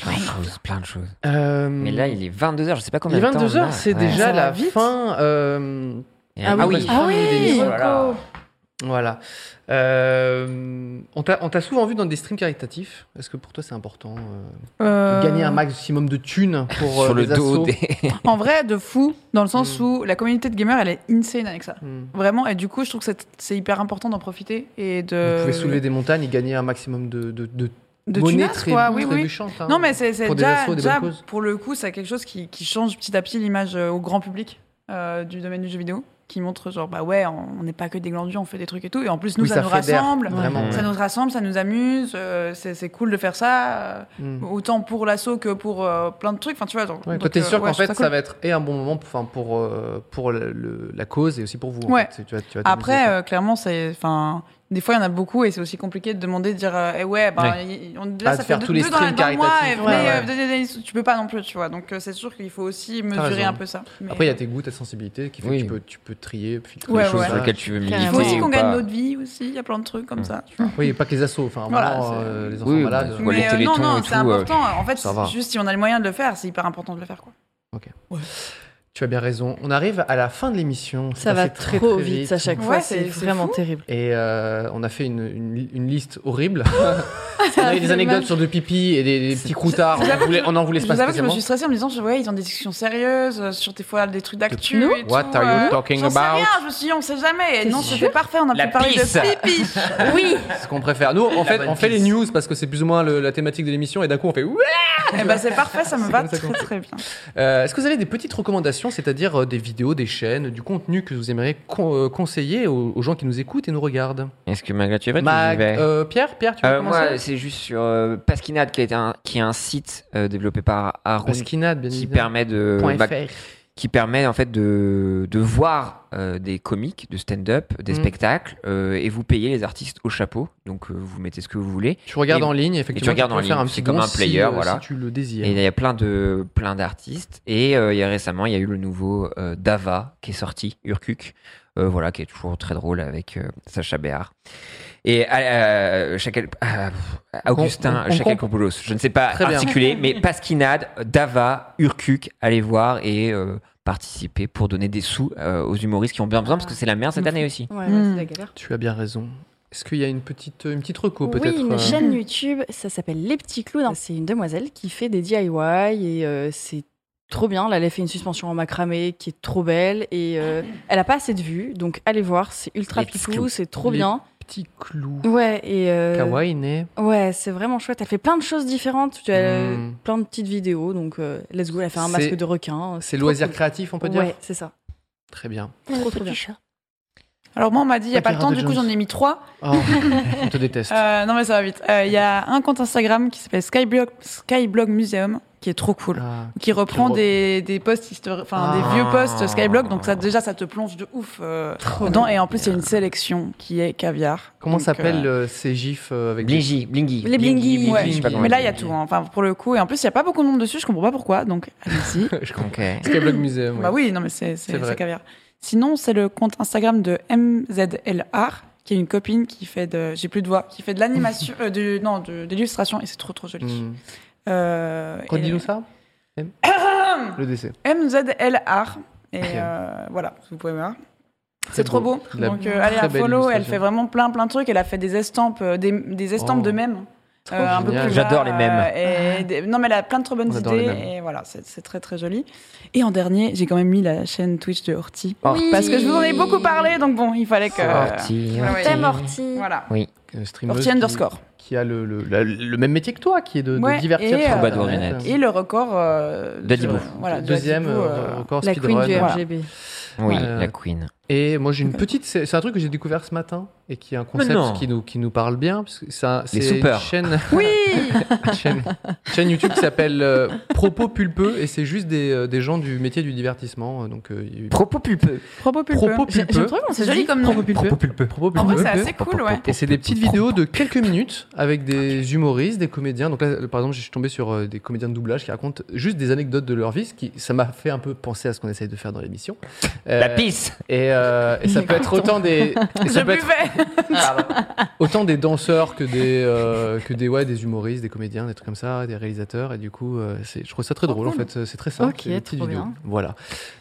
C: Plein de choses, plein de choses.
A: Euh,
C: Mais
B: Mm.
C: là, il est 22h, je sais pas combien
A: Il
C: de
A: est
C: temps.
A: 22h, c'est déjà
H: Ça va
A: la
H: vite.
A: fin. euh,
C: Et-
H: Ah
C: Ah
H: oui,
C: oui,
H: Ah oui,
C: Oh là là.
H: Rocco.
A: voilà. Euh, on t'a on t'a souvent vu dans des streams caritatifs. Est-ce que pour toi c'est important euh, de gagner un maximum de thunes pour euh,
C: sur le
A: les assos
C: dos des.
B: En vrai, de fou, dans le sens
A: Mm.
B: où la communauté de gamers, elle est insane avec ça.
A: Hmm.
B: Vraiment, et du coup, je trouve que c'est- c'est hyper important d'en profiter et de.
A: Vous pouvez soulever des montagnes et gagner un maximum de, de, de,
B: Euh. de
A: monnaie
B: tunas,
A: très,
B: quoi, oui, oui.
A: trébuchante, hein.
B: Non, mais c'est c'est
A: Pour des
B: déjà,
A: assos, des
B: déjà,
A: bonnes causes.
B: pour le coup, c'est quelque chose qui, qui change petit à petit l'image euh, au grand public euh, du domaine du jeu vidéo, qui montre genre, bah ouais, on on n'est pas que des glandus, on fait des trucs et tout. Et en plus, nous,
A: Oui,
B: ça, nous
A: fédère,
B: rassemble.
A: Vraiment.
B: Ça nous rassemble, ça nous amuse, euh, c'est c'est cool de faire ça, euh,
A: Hmm.
B: autant pour l'assaut que pour euh, plein de trucs. Enfin, tu vois, genre.
A: Ouais, toi,
B: donc,
A: t'es
B: euh,
A: sûr qu'en
B: ouais, je trouve
A: fait, ça,
B: cool.
A: va être et un bon moment pour, enfin, pour, euh, pour le- le- la cause et aussi pour vous. en
B: Ouais.
A: fait. Tu vas- tu vas t'amuser,
B: Après,
A: quoi.
B: euh, clairement, c'est. Enfin, des fois, il y en a beaucoup et c'est aussi compliqué de demander, de dire, euh, eh ouais, ben,
C: Ouais.
B: y- y- on- là,
A: Ah,
B: ça
A: de
B: fait
A: faire
B: deux,
A: tous les
B: deux dans, la- dans le
A: streams
B: mois et
A: caritatifs.
B: venez,
A: Ouais,
B: euh, venez, venez, tu peux pas non plus, tu vois. Donc, euh, c'est sûr qu'il faut aussi mesurer
A: raison.
B: un peu ça. Mais-
A: Après, il y a tes goûts, ta sensibilité qui fait
C: Oui.
A: que tu peux, tu peux trier, filtrer
B: Ouais,
A: les
C: les
A: choses euh,
C: choses
B: ouais.
C: sur lesquelles tu veux militer.
H: Carrément.
B: Il faut aussi
C: ou
B: qu'on gagne
C: pas.
B: notre vie aussi, il y a plein de trucs comme
C: Mm.
B: ça. tu vois.
A: Oui, pas que les assos, enfin,
B: Voilà,
A: vraiment,
B: c'est-
A: euh, les enfants
C: Oui,
A: malades.
C: Ouais, les
B: Mais euh,
C: télétons
B: non, non,
C: et
B: c'est
C: tout,
B: important. En fait,
A: ça va.
B: c'est juste si on a les moyens de le faire, c'est hyper important de le faire. Quoi.
A: Tu as bien raison. On arrive à la fin de l'émission. C'est
H: Ça va
A: passé très,
H: trop
A: très
H: vite à chaque
B: Ouais,
H: fois,
B: c'est-
H: c'est
B: c'est
H: vraiment
B: fou.
H: terrible.
A: Et euh, on a fait une, une- une liste horrible. on avait des anecdotes sur de pipi et des, des petits croûtards. On en voulait, on en voulait
B: Je
A: pas
B: vous avoue que je me
A: spécialement.
B: suis stressée en me disant, je voyais, ils ont des discussions sérieuses euh, sur des fois des trucs d'actu.
H: Nous
B: et
A: What
B: tout,
A: are you
B: euh,
A: talking
B: j'en sais
A: about
B: rien, je me suis dit, on sait jamais. Et
H: T'es
B: non,
H: sûr
B: c'était parfait, on a
C: La
B: pu parler
C: pisse.
B: de pipi.
H: Oui,
A: Ce qu'on préfère. Nous, en fait,
C: bonne
A: on fait les
C: pisse.
A: news parce que c'est plus ou moins le- la thématique de l'émission et d'un coup, on fait ouais.
B: et bah, c'est parfait, ça me
A: C'est
B: va
A: comme ça qu'on
B: très très bien.
A: Euh, Est-ce que vous avez des petites recommandations, c'est-à-dire euh, des vidéos, des chaînes, du contenu que vous aimeriez con- euh, conseiller aux, aux gens qui nous écoutent et nous regardent
C: Est-ce que Magla, tu es vrai
A: Mag-
C: tu y vas
A: euh, Pierre, Pierre, tu veux
C: Euh, moi,
A: commencer
C: c'est juste sur euh, Pasquinade qui est un qui est un site euh, développé par Haroun
A: Pasquinade, bien
C: qui
A: évidemment.
C: permet de
A: Point
C: bah,
A: fr.
C: qui permet en fait de, de voir euh, des comiques, de stand-up, des
A: Mm.
C: spectacles euh, et vous payez les artistes au chapeau. Donc euh, vous mettez ce que vous voulez.
A: Tu regardes
C: Et-
A: en ligne,
C: tu
A: effectivement.
C: regardes
A: peux
C: en
A: faire
C: ligne,
A: un petit
C: c'est comme
A: don
C: un player,
A: si, euh,
C: voilà.
A: Si tu le désires.
C: Et il y a plein de plein d'artistes et euh, il y a récemment il y a eu le nouveau euh, Dava qui est sorti Urkuk euh, voilà qui est toujours très drôle avec euh, Sacha Béard et euh, Chacal- euh, Augustin
A: on- on
C: Chakalkopoulos je ne sais pas
A: Très bien.
C: articuler mais Pasquinade Dava Urkuk allez voir et euh, participer pour donner des sous euh, aux humoristes qui ont bien besoin parce que c'est la merde cette année aussi
H: ouais,
B: Hmm.
H: c'est la galère.
A: Tu as bien raison. Est-ce qu'il y a une petite, une petite reco peut-être
H: Oui, une
A: euh,
H: chaîne YouTube, ça s'appelle Les Petits Clowns. C'est une demoiselle qui fait des DIY et euh, c'est trop bien. Là, elle a fait une suspension en macramé qui est trop belle et euh, elle a pas assez de vues, donc allez voir, c'est ultra
C: Les Petits
H: pipou,
C: Clowns.
H: c'est trop
A: Les
H: bien.
A: petits clous.
H: Ouais, et. euh,
A: Kawaii né.
H: Ouais, c'est vraiment chouette. Elle fait plein de choses différentes. Tu as
A: Hmm.
H: plein de petites vidéos. Donc, euh, let's go, elle a fait un
A: C'est-
H: masque de requin.
A: C'est
H: trop
A: loisir
H: cool.
A: créatif, on peut dire
H: Ouais, c'est ça.
A: Très bien.
H: Trop, trop bien.
B: Alors moi, on m'a dit, il n'y a
A: Pas
B: pas le temps,
A: Carrada
B: du coup,
A: Jones.
B: j'en ai mis trois.
A: Oh, on te déteste.
B: Euh, non, mais ça va vite. Euh, Il y a un compte Instagram qui s'appelle Skyblog, Skyblog Museum, qui est trop cool.
A: Ah,
B: Qui reprend
A: Qui re-
B: des, des posts histori- enfin
C: Ah.
B: des vieux posts Skyblog, donc ça déjà ça te plonge de ouf euh, dedans. Et en plus il y a une sélection qui est caviar.
A: Comment
B: Donc,
A: s'appellent
B: euh,
A: euh, ces gifs euh, avec des...
C: Blingy, Blingy.
H: Les Blingy,
C: Blingy,
B: ouais.
C: je sais pas comment
B: Mais là
C: on
B: il y a
C: dit.
B: tout, hein. enfin pour le coup. Et en plus il y a pas beaucoup de monde dessus, je comprends pas pourquoi. Donc allez-y.
A: Je comprends.
C: Ok.
A: Skyblog Museum. ouais.
B: Bah oui, non, mais c'est
A: C'est
B: c'est-
A: vrai.
B: c'est caviar. Sinon, c'est le compte Instagram de MZLR, qui est une copine qui fait de. J'ai plus de voix, qui fait de l'animation. euh, de, non, de, de l'illustration, et c'est trop, trop joli.
A: Hmm.
B: Euh, et-
A: Redis-nous ça M. Le décès.
B: MZLR. Et
A: Très
B: euh, voilà, vous pouvez voir.
A: Très
B: C'est trop beau.
A: La-
B: Donc, euh, allez
A: très
B: la
A: belle
B: follow. Elle
A: illustration.
B: fait vraiment plein, plein de trucs. Elle a fait des estampes, euh, des, des estampes
A: Oh.
B: de mèmes.
A: Trop
B: euh, un peu
A: génial.
B: plus
C: J'adore
B: bas,
C: les mèmes.
B: euh, et des- Non, mais elle a plein de trop bonnes
A: On adore les
B: idées.
A: mèmes.
B: Et voilà, c'est c'est très, très joli. Et en dernier, j'ai quand même mis la chaîne Twitch de Horty.
C: Oh,
B: Parce que je vous en ai beaucoup parlé, donc bon, il fallait que. Ah
C: Orti,
B: ouais,
C: Orti.
B: ouais.
F: Thème Orti.
B: Voilà.
A: Euh, streameuse
B: Orti
A: qui-
B: underscore.
A: Qui a le, le, la- le même métier que toi, qui est de, de
B: Ouais,
A: divertir
B: et,
A: sur
B: euh,
C: Combat de
A: Internet.
C: ordinate.
B: Et le record. euh,
C: De
B: sur-
C: Dibou.
B: Voilà, de
A: Deuxième
B: Dibou, euh,
A: euh, record
H: La queen
A: speedrun.
H: du
B: Voilà.
H: RGB.
C: Oui,
A: Euh,
C: la Queen.
A: Et moi j'ai une petite, c'est c'est un truc que j'ai découvert ce matin et qui est un
C: Mais non.
A: concept qui nous, qui nous parle bien. parce que c'est un-
C: Les
A: C'est une
C: soupeurs.
A: chaîne,
B: Oui
A: une chaîne, une chaîne YouTube qui s'appelle euh, Propos Pulpeux et c'est juste des, euh, des gens du métier du divertissement. euh, Donc, euh, il-
C: Propos pulpeux.
B: Propos pulpeux.
A: Propos
H: J'ai- J'aime
A: Pulpeux.
H: trop comment
B: C'est joli comme nom.
A: Propos Pulpeux. Propos
B: En vrai,
A: Pulpeux.
B: c'est assez cool, ouais.
A: Et c'est des petites vidéos de quelques minutes avec
C: Ah.
A: des humoristes, des comédiens. Donc là, par exemple, je suis tombé sur euh, des comédiens de doublage qui racontent juste des anecdotes de leur vie, ce qui ça m'a fait un peu penser à ce qu'on essaye de faire dans l'émission. Euh,
C: La pisse.
A: Et, euh, et ça
H: Il est
A: peut être autant des, et
B: Je
A: ça peut être
B: buvais
A: autant des danseurs que des euh, que des ouais des humoristes, des comédiens, des trucs comme ça, des réalisateurs. Et du coup, euh, c'est, je trouve ça très drôle. En fait, c'est très simple.
H: Oh, Ok,
A: c'est des petites
H: trop
A: vidéos.
H: bien.
A: Voilà.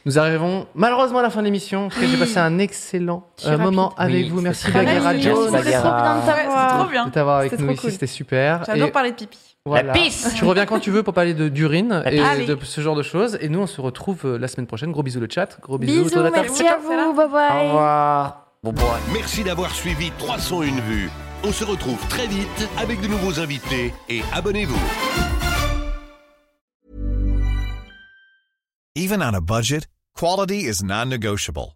A: Nous arrivons malheureusement à la fin de l'émission. parce que J'ai passé un excellent
H: Je suis
A: euh, moment
C: rapide.
A: avec
C: Oui,
A: vous.
C: c'est
A: Merci
C: très
A: Bagheera
C: rapide.
A: Jones.
C: Merci,
H: C'est trop bien de
B: Ouais, C'est trop
H: t'avoir.
B: bien.
A: de t'avoir avec
H: C'était
A: nous
H: trop
A: ici,
H: cool.
A: c'était super.
B: J'adore
A: Et
B: parler de pipi.
A: voilà.
C: pisse.
A: Tu reviens quand tu veux pour parler de d'urine et
B: Allez.
A: de ce genre de choses. Et nous, on se retrouve euh, la semaine prochaine. Gros bisous le chat. Gros bisous, autour
F: Bisous,
A: de la table.
F: merci à vous, bye
C: Au
F: bye.
C: revoir. Bon boy.
E: Merci d'avoir suivi 301 vues. On se retrouve très vite avec de nouveaux invités et abonnez-vous.
I: Even on a budget, quality is non-negotiable.